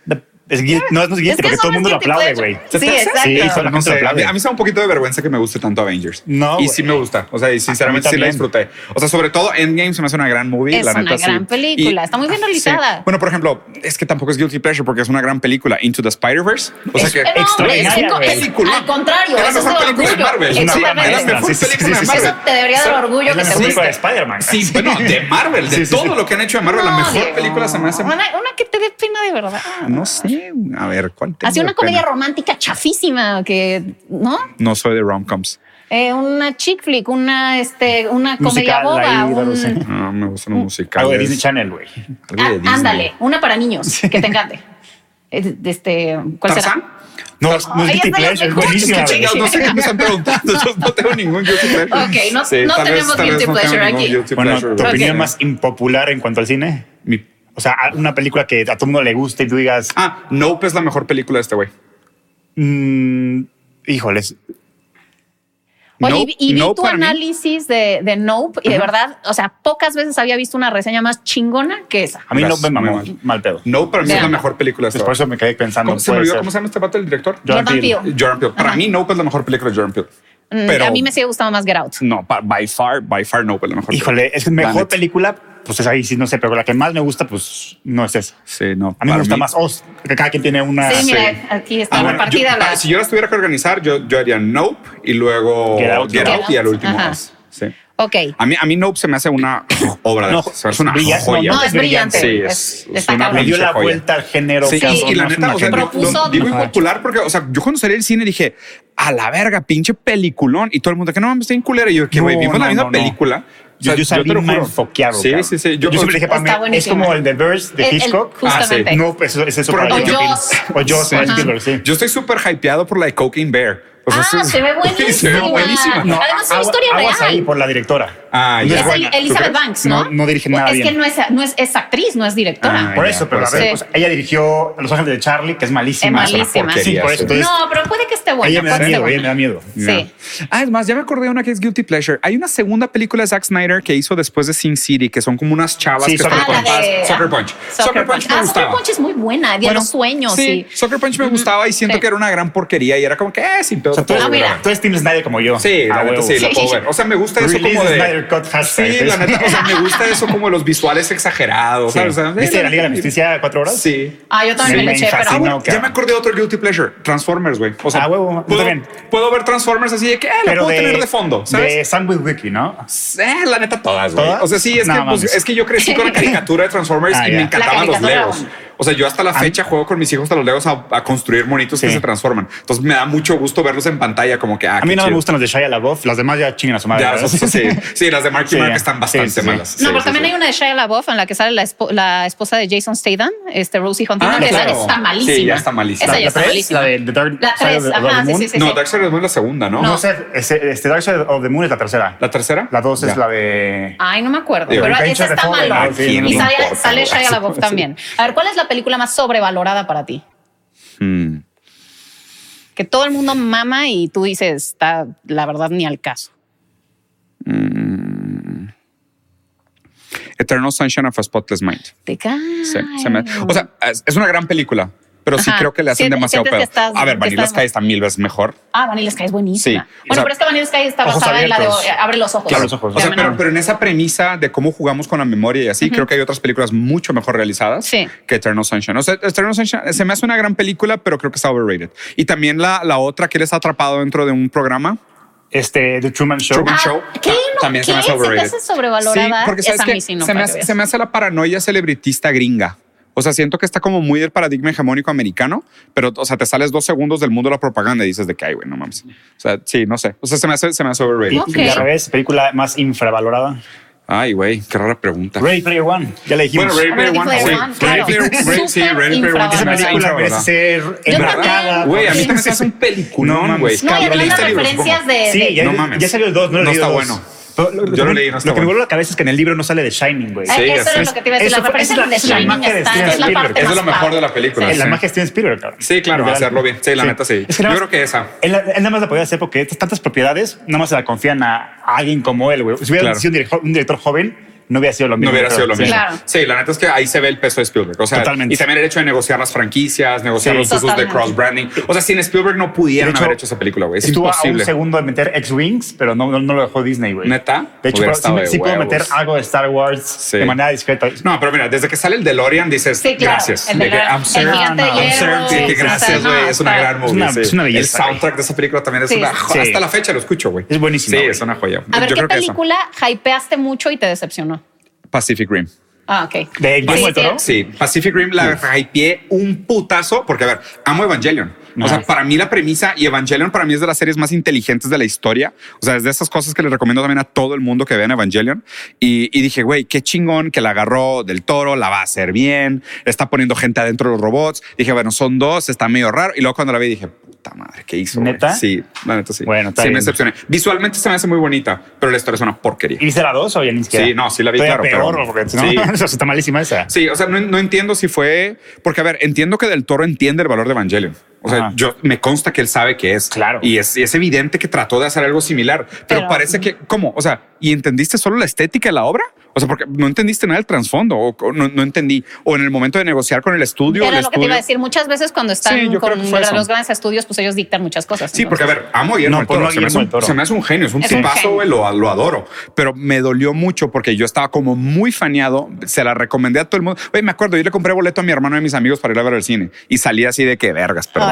[SPEAKER 2] Es guil- no, no es guilty,
[SPEAKER 1] Es que
[SPEAKER 2] porque
[SPEAKER 1] eso
[SPEAKER 2] todo el
[SPEAKER 1] no es
[SPEAKER 2] mundo lo
[SPEAKER 1] guilty
[SPEAKER 2] aplaude,
[SPEAKER 1] pleasure.
[SPEAKER 2] güey.
[SPEAKER 1] Sí, exacto.
[SPEAKER 2] Sí, hijo, la gente
[SPEAKER 3] No
[SPEAKER 2] lo
[SPEAKER 3] sé, a mí,
[SPEAKER 2] aplaude.
[SPEAKER 3] a mí se da un poquito de vergüenza que me guste tanto Avengers.
[SPEAKER 2] No,
[SPEAKER 3] Y
[SPEAKER 2] güey.
[SPEAKER 3] sí me gusta. O sea, y sinceramente
[SPEAKER 2] A mí
[SPEAKER 3] sí la
[SPEAKER 2] también.
[SPEAKER 3] disfruté. O sea, sobre todo Endgame se me hace una gran movie.
[SPEAKER 1] Es
[SPEAKER 3] la
[SPEAKER 1] una
[SPEAKER 3] neta, sí.
[SPEAKER 1] gran película, está muy bien
[SPEAKER 3] ah, sí.
[SPEAKER 1] realizada.
[SPEAKER 3] Bueno, por ejemplo, es que tampoco es Guilty Pleasure porque es una gran película. Into the Spider-Verse. O sea que.
[SPEAKER 1] Eh, no, hombre, es
[SPEAKER 2] extraordinaria,
[SPEAKER 1] que
[SPEAKER 2] güey.
[SPEAKER 1] es- al contrario,
[SPEAKER 3] Era la
[SPEAKER 1] eso es
[SPEAKER 3] mejor
[SPEAKER 1] de
[SPEAKER 3] película de
[SPEAKER 1] orgullo.
[SPEAKER 3] Marvel. Es una-
[SPEAKER 2] Sí,
[SPEAKER 1] Exactamente.
[SPEAKER 3] era la mejor
[SPEAKER 2] sí, sí,
[SPEAKER 3] película
[SPEAKER 2] sí,
[SPEAKER 3] de
[SPEAKER 2] sí,
[SPEAKER 3] Marvel.
[SPEAKER 1] Eso te debería dar orgullo
[SPEAKER 2] Es
[SPEAKER 1] que
[SPEAKER 2] la
[SPEAKER 1] te
[SPEAKER 2] mejor película
[SPEAKER 1] guste.
[SPEAKER 2] de Spider-Man.
[SPEAKER 3] Sí, bueno, de Marvel, de
[SPEAKER 2] Sí, sí,
[SPEAKER 3] todo
[SPEAKER 2] sí.
[SPEAKER 3] lo que han hecho de Marvel, la
[SPEAKER 1] No,
[SPEAKER 3] mejor
[SPEAKER 1] Diego.
[SPEAKER 3] película se me hace.
[SPEAKER 1] Una, una que te dé pena de verdad.
[SPEAKER 3] Ah, No sé, a ver, ¿cuál tengo
[SPEAKER 1] Así
[SPEAKER 3] de
[SPEAKER 1] una comedia
[SPEAKER 3] pena?
[SPEAKER 1] romántica chafísima que, ¿no?
[SPEAKER 3] No soy de rom-coms.
[SPEAKER 1] Eh, una chick flick, una, este, una comedia
[SPEAKER 2] Musical,
[SPEAKER 1] boba.
[SPEAKER 2] ahí,
[SPEAKER 1] un-
[SPEAKER 2] algo así.
[SPEAKER 3] No, me gustan los musicales.
[SPEAKER 2] Algo de Disney Channel, güey.
[SPEAKER 3] Algo
[SPEAKER 1] Mm. Ah,
[SPEAKER 3] de Disney.
[SPEAKER 1] ándale, una para niños que te encante. Eh, de- Este, ¿cuál
[SPEAKER 3] ¿Tarzán?
[SPEAKER 1] será?
[SPEAKER 2] No, es- no es
[SPEAKER 1] Ay,
[SPEAKER 2] guilty
[SPEAKER 1] es de las
[SPEAKER 2] pleasure, es
[SPEAKER 1] mejores.
[SPEAKER 2] buenísima,
[SPEAKER 3] Es que
[SPEAKER 2] güey.
[SPEAKER 3] chingados, no sé qué me están preguntando. Yo no tengo ningún guilty pleasure.
[SPEAKER 1] Ok, no- no
[SPEAKER 3] tal
[SPEAKER 1] tenemos
[SPEAKER 3] tal
[SPEAKER 1] guilty
[SPEAKER 3] no
[SPEAKER 1] pleasure
[SPEAKER 3] tengo ningún
[SPEAKER 1] aquí.
[SPEAKER 3] guilty
[SPEAKER 2] Bueno,
[SPEAKER 3] pleasure,
[SPEAKER 2] tu
[SPEAKER 3] güey.
[SPEAKER 2] opinión
[SPEAKER 1] Ok.
[SPEAKER 2] más impopular en cuanto al cine.
[SPEAKER 3] Mi-
[SPEAKER 2] O sea, una película que a todo mundo le guste y tú digas,
[SPEAKER 3] Ah, Nope es la mejor película de este güey.
[SPEAKER 2] mm, híjoles,
[SPEAKER 1] Oye,
[SPEAKER 3] Nope-
[SPEAKER 1] y, y vi
[SPEAKER 3] Nope
[SPEAKER 1] tu
[SPEAKER 3] para mí.
[SPEAKER 1] análisis de, de Nope y de verdad, o sea, pocas veces había visto una reseña más chingona que esa.
[SPEAKER 2] a mí no me
[SPEAKER 3] Gracias,
[SPEAKER 2] mamó,
[SPEAKER 3] muy mal.
[SPEAKER 2] mal. pedo.
[SPEAKER 3] Nope para mí es la
[SPEAKER 1] Vean.
[SPEAKER 3] mejor película de este
[SPEAKER 2] Entonces, por
[SPEAKER 3] güey.
[SPEAKER 2] eso me quedé pensando.
[SPEAKER 3] ¿Cómo- ¿Se me
[SPEAKER 2] puede
[SPEAKER 3] olvidó
[SPEAKER 2] ser.
[SPEAKER 3] cómo se llama este vato el director?
[SPEAKER 2] Jordan
[SPEAKER 1] Jordan
[SPEAKER 2] Peele.
[SPEAKER 1] Peele.
[SPEAKER 3] Jordan Peele. Para
[SPEAKER 1] Ajá.
[SPEAKER 3] mí Nope es la mejor película de Jordan Peele.
[SPEAKER 1] Mm,
[SPEAKER 3] Pero-
[SPEAKER 1] a mí me sigue gustando más Get Out.
[SPEAKER 3] No, pa- by far, by far Nope es la mejor.
[SPEAKER 2] Híjole, es
[SPEAKER 3] La
[SPEAKER 2] mejor
[SPEAKER 3] neta.
[SPEAKER 2] película, pues es ahí sí, no sé, pero la que más me gusta, pues no es esa.
[SPEAKER 3] Sí, no.
[SPEAKER 2] A mí me
[SPEAKER 3] para
[SPEAKER 2] gusta más Oz, que cada quien tiene una.
[SPEAKER 1] Sí, mira,
[SPEAKER 3] sí.
[SPEAKER 1] aquí
[SPEAKER 3] Ah,
[SPEAKER 1] está
[SPEAKER 3] bueno,
[SPEAKER 1] repartida
[SPEAKER 3] yo-
[SPEAKER 1] la.
[SPEAKER 3] ah, si yo las tuviera que organizar, yo, yo haría Nope y luego
[SPEAKER 2] Get Out, ¿no?
[SPEAKER 3] y al último
[SPEAKER 1] Ajá.
[SPEAKER 3] Us. Sí.
[SPEAKER 1] Ok.
[SPEAKER 3] A mí, a mí Nope se me hace una obra de
[SPEAKER 2] No,
[SPEAKER 3] arte, se me hace una
[SPEAKER 2] brillante,
[SPEAKER 3] joya.
[SPEAKER 2] no,
[SPEAKER 1] No, es brillante.
[SPEAKER 3] Sí,
[SPEAKER 1] es,
[SPEAKER 3] es- es
[SPEAKER 1] está
[SPEAKER 3] una
[SPEAKER 1] cabrón.
[SPEAKER 2] Me dio la
[SPEAKER 3] Pinche joya.
[SPEAKER 2] vuelta al género.
[SPEAKER 3] Sí,
[SPEAKER 2] cabrón,
[SPEAKER 3] y la
[SPEAKER 2] no es
[SPEAKER 3] neta,
[SPEAKER 2] una
[SPEAKER 3] o sea,
[SPEAKER 2] joya.
[SPEAKER 1] Propuso-
[SPEAKER 3] lo digo
[SPEAKER 1] Ajá.
[SPEAKER 3] impopular porque, o sea, yo cuando salí del cine dije, a la verga, pinche peliculón. Y todo el mundo que no mames, está en culera. Y yo, que güey,
[SPEAKER 2] No,
[SPEAKER 3] vimos la
[SPEAKER 2] no,
[SPEAKER 3] misma
[SPEAKER 2] no, no.
[SPEAKER 3] película. O
[SPEAKER 2] Yo,
[SPEAKER 3] sea,
[SPEAKER 2] yo salí
[SPEAKER 3] te lo juro.
[SPEAKER 2] enfoqueado.
[SPEAKER 3] Sí, sí, sí.
[SPEAKER 2] Yo,
[SPEAKER 3] Yo,
[SPEAKER 2] siempre le dije,
[SPEAKER 1] Está
[SPEAKER 2] Pam, es
[SPEAKER 1] buenísima.
[SPEAKER 2] como el de Verse de
[SPEAKER 1] El- el-
[SPEAKER 2] Hitchcock.
[SPEAKER 1] justamente.
[SPEAKER 2] Ah, sí. No, pues eso, es eso
[SPEAKER 3] Por-
[SPEAKER 2] para
[SPEAKER 3] o
[SPEAKER 2] Jordan Peele.
[SPEAKER 1] Jaws.
[SPEAKER 2] O Jaws,
[SPEAKER 3] Sí.
[SPEAKER 2] para Spielberg, sí.
[SPEAKER 3] yo estoy súper hypeado por la de Cocaine Bear. O sea,
[SPEAKER 1] Ah,
[SPEAKER 3] sí-
[SPEAKER 1] se ve
[SPEAKER 3] se ve
[SPEAKER 1] buenísima.
[SPEAKER 3] buenísima.
[SPEAKER 1] No, Además, es una
[SPEAKER 2] agua-
[SPEAKER 1] historia
[SPEAKER 2] aguas
[SPEAKER 1] real.
[SPEAKER 2] ahí por la directora.
[SPEAKER 3] Ah,
[SPEAKER 2] No
[SPEAKER 1] Es
[SPEAKER 2] es
[SPEAKER 3] ya.
[SPEAKER 2] buena.
[SPEAKER 1] el- Elizabeth
[SPEAKER 3] ¿Tú crees?
[SPEAKER 1] Banks, ¿no?
[SPEAKER 2] No- no dirige nada
[SPEAKER 1] Es que
[SPEAKER 2] bien.
[SPEAKER 1] no es, no es, es actriz, no es directora.
[SPEAKER 3] Ah,
[SPEAKER 2] Por
[SPEAKER 3] ya,
[SPEAKER 2] eso, pero
[SPEAKER 3] puede
[SPEAKER 2] a ver,
[SPEAKER 1] ser.
[SPEAKER 2] o sea, ella dirigió Los Ángeles de Charlie, que es malísima.
[SPEAKER 1] Es malísima.
[SPEAKER 2] Sí, por eso. Entonces,
[SPEAKER 1] no, pero puede que esté buena.
[SPEAKER 2] ella me da
[SPEAKER 1] puede que esté
[SPEAKER 2] miedo, ella me da
[SPEAKER 1] buena.
[SPEAKER 2] miedo.
[SPEAKER 1] Sí.
[SPEAKER 3] Ya. Ah, es más, ya me acordé de una que es Guilty Pleasure. Hay una segunda película de Zack Snyder que hizo después de Sin City, que son como unas chavas
[SPEAKER 2] Sí,
[SPEAKER 3] que
[SPEAKER 2] Sucker
[SPEAKER 3] son
[SPEAKER 1] Ah, la
[SPEAKER 3] papás.
[SPEAKER 1] de-
[SPEAKER 3] Sucker Punch. Sucker Punch me
[SPEAKER 1] Ah, Sucker
[SPEAKER 3] gustaba.
[SPEAKER 1] Punch es muy buena. Día de los sueños. Sí.
[SPEAKER 3] Sucker Punch me gustaba y siento
[SPEAKER 1] Sí.
[SPEAKER 3] que era una gran porquería y era como que, eh, sin pedo.
[SPEAKER 2] O sea,
[SPEAKER 3] te
[SPEAKER 2] tú,
[SPEAKER 3] puedo
[SPEAKER 1] Ah,
[SPEAKER 3] volver a
[SPEAKER 1] mira.
[SPEAKER 2] eres,
[SPEAKER 3] ver.
[SPEAKER 2] tú eres Team Snyder como yo.
[SPEAKER 3] Sí, la
[SPEAKER 2] Ah,
[SPEAKER 3] neta
[SPEAKER 2] huevo.
[SPEAKER 3] sí, lo puedo ver. O sea, me gusta eso
[SPEAKER 2] Release
[SPEAKER 3] como de.
[SPEAKER 2] Snyder Cut hashtag.
[SPEAKER 3] sí, la neta, o sea, me gusta eso como los visuales exagerados.
[SPEAKER 2] Sí.
[SPEAKER 3] ¿sabes? O sea,
[SPEAKER 2] ¿Viste la Liga de la Justicia cuatro horas?
[SPEAKER 3] Sí.
[SPEAKER 1] Ah, yo también
[SPEAKER 2] Sí,
[SPEAKER 1] me le
[SPEAKER 2] me
[SPEAKER 1] eché,
[SPEAKER 3] Ah,
[SPEAKER 1] pero.
[SPEAKER 2] fascinó.
[SPEAKER 3] bueno,
[SPEAKER 2] No,
[SPEAKER 3] ya
[SPEAKER 2] cabrón.
[SPEAKER 3] me acordé de otro guilty pleasure, Transformers, güey. O sea,
[SPEAKER 2] Ah, huevo,
[SPEAKER 3] puedo,
[SPEAKER 2] está bien.
[SPEAKER 3] puedo ver Transformers así de que eh, la
[SPEAKER 2] Pero
[SPEAKER 3] puedo tener de fondo, ¿sabes?
[SPEAKER 2] De Sandwich Wiki, ¿no?
[SPEAKER 3] Eh, la neta, todas, güey.
[SPEAKER 2] ¿Todas?
[SPEAKER 3] O sea, sí, es,
[SPEAKER 2] No,
[SPEAKER 3] que, pues,
[SPEAKER 2] mames.
[SPEAKER 3] es que yo crecí con la caricatura de Transformers
[SPEAKER 2] Ah,
[SPEAKER 3] y
[SPEAKER 2] ya.
[SPEAKER 3] me
[SPEAKER 2] La
[SPEAKER 3] encantaban los
[SPEAKER 1] caricatura
[SPEAKER 3] Legos.
[SPEAKER 1] era
[SPEAKER 3] O sea, yo hasta la fecha juego con mis hijos hasta los Legos a, a construir monitos que
[SPEAKER 2] Sí.
[SPEAKER 3] se transforman. Entonces me da mucho gusto verlos en pantalla, como que ah,
[SPEAKER 2] A mí
[SPEAKER 3] qué
[SPEAKER 2] no me
[SPEAKER 3] chido.
[SPEAKER 2] gustan las de Shia LaBeouf, las demás ya chingan a su madre.
[SPEAKER 3] Ya,
[SPEAKER 2] ¿verdad?
[SPEAKER 3] sí, sí, sí, las de Mark
[SPEAKER 2] Sí,
[SPEAKER 3] y Mark
[SPEAKER 2] ya.
[SPEAKER 3] están bastante
[SPEAKER 2] Sí, sí, sí.
[SPEAKER 3] malas.
[SPEAKER 1] No, pero
[SPEAKER 3] Sí,
[SPEAKER 1] también
[SPEAKER 3] sí,
[SPEAKER 1] hay una de Shia LaBeouf en la que sale la, espo- la esposa de Jason Statham, este Rosie Huntington,
[SPEAKER 3] Ah,
[SPEAKER 1] que
[SPEAKER 3] claro.
[SPEAKER 1] esa está malísima.
[SPEAKER 3] Sí, ya está malísima.
[SPEAKER 1] Esa ya
[SPEAKER 2] ¿La
[SPEAKER 1] está
[SPEAKER 2] tres?
[SPEAKER 1] malísima.
[SPEAKER 2] La de The Dark
[SPEAKER 1] La
[SPEAKER 2] Side
[SPEAKER 1] tres,
[SPEAKER 2] of the- of
[SPEAKER 1] ajá,
[SPEAKER 2] the
[SPEAKER 1] sí,
[SPEAKER 2] Moon.
[SPEAKER 1] sí, sí.
[SPEAKER 3] sí. No, Dark Side of the Moon es la segunda, ¿no?
[SPEAKER 2] No sé, ese- este Dark Side of the Moon es la tercera.
[SPEAKER 3] ¿La tercera?
[SPEAKER 2] La dos
[SPEAKER 3] Ya.
[SPEAKER 2] es la de...
[SPEAKER 1] Ay, no me acuerdo.
[SPEAKER 3] Digo,
[SPEAKER 1] pero
[SPEAKER 2] Revenge
[SPEAKER 1] esa
[SPEAKER 2] of the
[SPEAKER 1] está
[SPEAKER 2] Fallen,
[SPEAKER 1] malo.
[SPEAKER 2] ¿no? Sí,
[SPEAKER 1] y
[SPEAKER 2] no
[SPEAKER 3] me
[SPEAKER 1] sale,
[SPEAKER 3] Ah, importa,
[SPEAKER 1] sale
[SPEAKER 3] güey.
[SPEAKER 1] Shia LaBeouf también. A ver, ¿cuál es la película más sobrevalorada para ti?
[SPEAKER 3] Mm.
[SPEAKER 1] Que todo el mundo mama y tú dices, está la verdad ni al caso.
[SPEAKER 3] Eternal Sunshine of a Spotless Mind.
[SPEAKER 1] Te cae.
[SPEAKER 3] Sí, se me- o sea, es, es una gran película, pero sí
[SPEAKER 1] Ajá.
[SPEAKER 3] creo que le hacen
[SPEAKER 1] Siente-
[SPEAKER 3] demasiado
[SPEAKER 1] sientes
[SPEAKER 3] pedo.
[SPEAKER 1] que estás-
[SPEAKER 3] a ver,
[SPEAKER 1] que
[SPEAKER 3] Vanilla
[SPEAKER 1] estás-
[SPEAKER 3] Sky está mil veces mejor.
[SPEAKER 1] Ah, Vanilla Sky es buenísima.
[SPEAKER 3] Sí, o
[SPEAKER 1] Bueno,
[SPEAKER 3] sea,
[SPEAKER 1] pero es que Vanilla Sky está
[SPEAKER 2] ojos
[SPEAKER 1] basada en la de
[SPEAKER 2] abiertos.
[SPEAKER 1] eh, Abre los ojos.
[SPEAKER 2] Claro, los ojos.
[SPEAKER 3] O sea,
[SPEAKER 1] Fenomenal.
[SPEAKER 3] pero, pero en esa premisa de cómo jugamos con la memoria y así, creo que hay otras películas mucho mejor realizadas
[SPEAKER 1] Sí.
[SPEAKER 3] que Eternal Sunshine. O sea, Eternal Sunshine se me hace una gran película, pero creo que está overrated. Y también la, la otra que él está atrapado dentro de un programa,
[SPEAKER 2] Este, The Truman Show.
[SPEAKER 3] Truman
[SPEAKER 1] Ah,
[SPEAKER 3] Show,
[SPEAKER 1] ¿qué?
[SPEAKER 3] ta-
[SPEAKER 1] ¿No?
[SPEAKER 3] también se me
[SPEAKER 1] ¿Qué?
[SPEAKER 3] hace
[SPEAKER 1] ¿Se te
[SPEAKER 3] overrated.
[SPEAKER 1] hace sobrevalorada?
[SPEAKER 3] Sí, porque sabes
[SPEAKER 1] Esa a
[SPEAKER 3] que
[SPEAKER 1] mí sí no,
[SPEAKER 3] se, me
[SPEAKER 1] para que
[SPEAKER 3] hace,
[SPEAKER 1] veas.
[SPEAKER 3] se me hace la paranoia celebritista gringa. O sea, siento que está como muy del paradigma hegemónico americano, pero, o sea, te sales dos segundos del mundo de la propaganda y dices de que, ay, güey, no mames. O sea, sí, no sé. O sea, se me hace, se me hace
[SPEAKER 2] Y,
[SPEAKER 3] overrated.
[SPEAKER 1] Ok.
[SPEAKER 2] y al revés, película más infravalorada.
[SPEAKER 3] Ay, güey, qué rara pregunta.
[SPEAKER 2] Ready Player One, ya le dijimos.
[SPEAKER 3] Bueno, Ready Player
[SPEAKER 1] Ready
[SPEAKER 3] One,
[SPEAKER 1] Player
[SPEAKER 3] sí.
[SPEAKER 1] One, claro.
[SPEAKER 3] Ready Player One, sí,
[SPEAKER 1] Súper
[SPEAKER 3] Ready Player One.
[SPEAKER 1] infravalorada.
[SPEAKER 3] se
[SPEAKER 2] Esa
[SPEAKER 3] me hace
[SPEAKER 2] película
[SPEAKER 3] infravalorada.
[SPEAKER 2] merece ser
[SPEAKER 1] Yo
[SPEAKER 2] enmarcada.
[SPEAKER 1] también.
[SPEAKER 3] Güey, a mí
[SPEAKER 1] Sí.
[SPEAKER 3] también se me hace un
[SPEAKER 2] No
[SPEAKER 3] peliculón,
[SPEAKER 2] mames,
[SPEAKER 3] güey.
[SPEAKER 1] No, y
[SPEAKER 2] Cabrón,
[SPEAKER 1] hablando
[SPEAKER 2] ¿leíste
[SPEAKER 1] de
[SPEAKER 2] el libro,
[SPEAKER 1] referencias de,
[SPEAKER 2] Sí,
[SPEAKER 1] de-
[SPEAKER 2] ya,
[SPEAKER 3] No mames.
[SPEAKER 2] ya salió el 2, no, he
[SPEAKER 3] No
[SPEAKER 2] leído
[SPEAKER 3] está
[SPEAKER 2] el dos.
[SPEAKER 3] bueno.
[SPEAKER 2] Pero lo-
[SPEAKER 3] Yo lo
[SPEAKER 2] lo-
[SPEAKER 3] leí, no está
[SPEAKER 2] Lo que me
[SPEAKER 3] bueno.
[SPEAKER 2] vuelve a la cabeza es que en el libro no sale de Shining, güey.
[SPEAKER 1] Eh,
[SPEAKER 3] Sí,
[SPEAKER 1] eso
[SPEAKER 3] es-
[SPEAKER 1] es lo que te iba a decir.
[SPEAKER 2] eso
[SPEAKER 1] la
[SPEAKER 2] fue-
[SPEAKER 1] referencia
[SPEAKER 2] esa es
[SPEAKER 1] de
[SPEAKER 2] la- es la
[SPEAKER 1] Shining
[SPEAKER 2] magia de
[SPEAKER 1] está- es
[SPEAKER 2] Steven
[SPEAKER 1] la
[SPEAKER 2] Spielberg.
[SPEAKER 1] parte
[SPEAKER 3] Es
[SPEAKER 1] más
[SPEAKER 3] lo mejor
[SPEAKER 1] padre.
[SPEAKER 3] de la película.
[SPEAKER 2] Es la
[SPEAKER 3] sí.
[SPEAKER 2] magia de Steven Spielberg, cabrón.
[SPEAKER 3] Sí, claro,
[SPEAKER 2] Literal.
[SPEAKER 3] hacerlo bien. Sí, la neta, sí.
[SPEAKER 2] nada
[SPEAKER 3] Yo
[SPEAKER 2] más-
[SPEAKER 3] creo que esa.
[SPEAKER 2] Él, él nada más la podía hacer porque estas tantas propiedades nada más se la confían a alguien como él, güey. Si hubiera
[SPEAKER 3] Claro.
[SPEAKER 2] sido un director, un director joven, no hubiera sido lo mismo.
[SPEAKER 3] No hubiera
[SPEAKER 2] creo.
[SPEAKER 3] sido lo
[SPEAKER 2] Sí.
[SPEAKER 3] mismo.
[SPEAKER 1] Claro.
[SPEAKER 3] Sí, la neta es que ahí se ve el peso de Spielberg. O sea,
[SPEAKER 2] Totalmente.
[SPEAKER 3] y también el hecho de negociar las franquicias, negociar
[SPEAKER 2] Sí.
[SPEAKER 3] los usos de
[SPEAKER 1] Totalmente.
[SPEAKER 3] cross branding. O sea, sin Spielberg no
[SPEAKER 2] De
[SPEAKER 3] pudieran
[SPEAKER 2] hecho,
[SPEAKER 3] haber hecho esa película, güey. Es
[SPEAKER 2] Estuvo a un
[SPEAKER 3] imposible.
[SPEAKER 2] segundo de meter X-Wings, pero no, no, no lo dejó Disney, güey.
[SPEAKER 3] ¿Neta?
[SPEAKER 2] De hecho, pero
[SPEAKER 3] Hubiera
[SPEAKER 2] sí,
[SPEAKER 3] estado
[SPEAKER 2] me-
[SPEAKER 3] de
[SPEAKER 2] sí puedo
[SPEAKER 3] huevos.
[SPEAKER 2] meter algo de Star Wars
[SPEAKER 3] Sí.
[SPEAKER 2] de manera discreta.
[SPEAKER 3] No, pero mira, desde que sale el DeLorean dices
[SPEAKER 1] Sí, claro.
[SPEAKER 3] gracias.
[SPEAKER 1] El
[SPEAKER 3] De que,
[SPEAKER 1] DeLorean,
[SPEAKER 3] I'm
[SPEAKER 1] el
[SPEAKER 3] sorry.
[SPEAKER 1] gigante
[SPEAKER 2] de
[SPEAKER 3] I'm sorry.
[SPEAKER 2] hierro,
[SPEAKER 3] Sí, que
[SPEAKER 2] o sea,
[SPEAKER 3] gracias,
[SPEAKER 1] no,
[SPEAKER 3] güey. es una
[SPEAKER 1] está-
[SPEAKER 3] gran movie.
[SPEAKER 2] Es una-
[SPEAKER 3] sí.
[SPEAKER 2] es una
[SPEAKER 3] El
[SPEAKER 2] belleza,
[SPEAKER 3] soundtrack de esa película también es
[SPEAKER 1] Sí.
[SPEAKER 3] una joya.
[SPEAKER 2] Sí.
[SPEAKER 3] Hasta la fecha lo escucho, güey.
[SPEAKER 2] Es buenísima,
[SPEAKER 3] Sí,
[SPEAKER 2] güey.
[SPEAKER 3] es una joya.
[SPEAKER 1] A ver,
[SPEAKER 3] Yo
[SPEAKER 1] ¿qué
[SPEAKER 3] creo que esa.
[SPEAKER 1] película hypeaste mucho y te decepcionó?
[SPEAKER 3] Pacific Rim.
[SPEAKER 1] Ah, ok.
[SPEAKER 2] De Guillermo
[SPEAKER 1] Sí,
[SPEAKER 2] del Toro.
[SPEAKER 1] sí.
[SPEAKER 3] Sí, Pacific Rim la hypeé un putazo porque, a ver, amo Evangelion. O sea, para mí la premisa y Evangelion para mí es de las series más inteligentes de la historia. O sea, es de esas cosas que les recomiendo también a todo el mundo que vean Evangelion. Y, y dije, güey, qué chingón que la agarró del toro, la va a hacer bien, está poniendo gente adentro de los robots. Dije, bueno, son dos, está medio raro. Y luego cuando la vi dije, puta madre, ¿qué hizo? güey?
[SPEAKER 2] ¿Neta?
[SPEAKER 3] Sí, la neta sí.
[SPEAKER 2] Bueno, está
[SPEAKER 3] sí, me
[SPEAKER 2] bien.
[SPEAKER 3] decepcioné. Visualmente se me hace muy bonita, pero la historia es una porquería.
[SPEAKER 2] ¿Y viste la 2 o ya ni siquiera?
[SPEAKER 3] Sí, no, sí la vi,
[SPEAKER 2] Todavía
[SPEAKER 3] claro,
[SPEAKER 2] peor,
[SPEAKER 3] pero-
[SPEAKER 2] porque ¿no?
[SPEAKER 3] Sí.
[SPEAKER 2] O sea, está malísima esa.
[SPEAKER 3] Sí, o sea, no, no entiendo si fue. Porque, a ver, entiendo que Del Toro entiende el valor de Evangelion. O sea,
[SPEAKER 2] Ajá.
[SPEAKER 3] yo me consta que él sabe que es.
[SPEAKER 2] Claro.
[SPEAKER 3] Y es, y es evidente que trató de hacer algo similar. Pero,
[SPEAKER 1] Pero-
[SPEAKER 3] parece que, ¿cómo? O sea, ¿y entendiste solo la estética de la obra? O sea, porque no entendiste nada del trasfondo o, o no, no entendí. O en el momento de negociar con el estudio.
[SPEAKER 1] Era
[SPEAKER 3] el
[SPEAKER 1] lo que te iba a
[SPEAKER 3] estudio-
[SPEAKER 1] decir. Muchas veces cuando están
[SPEAKER 3] Sí, yo creo
[SPEAKER 1] con
[SPEAKER 3] que fue eso.
[SPEAKER 1] los grandes estudios, pues ellos dictan muchas cosas.
[SPEAKER 3] Sí, porque a ver, amo a Guillermo
[SPEAKER 2] No,
[SPEAKER 3] del Toro,
[SPEAKER 2] ponlo a
[SPEAKER 3] se, me hace
[SPEAKER 2] Guillermo del
[SPEAKER 3] un,
[SPEAKER 2] Toro.
[SPEAKER 3] se me hace un genio, es un
[SPEAKER 1] Es un
[SPEAKER 3] tipazo,
[SPEAKER 1] genio.
[SPEAKER 3] güey, lo, lo adoro. Pero me dolió mucho porque yo estaba como muy faneado, se la recomendé a todo el mundo. Oye, me acuerdo, yo le compré boleto a mi hermano y a mis amigos para ir a ver el cine y salí así de que vergas, perdón.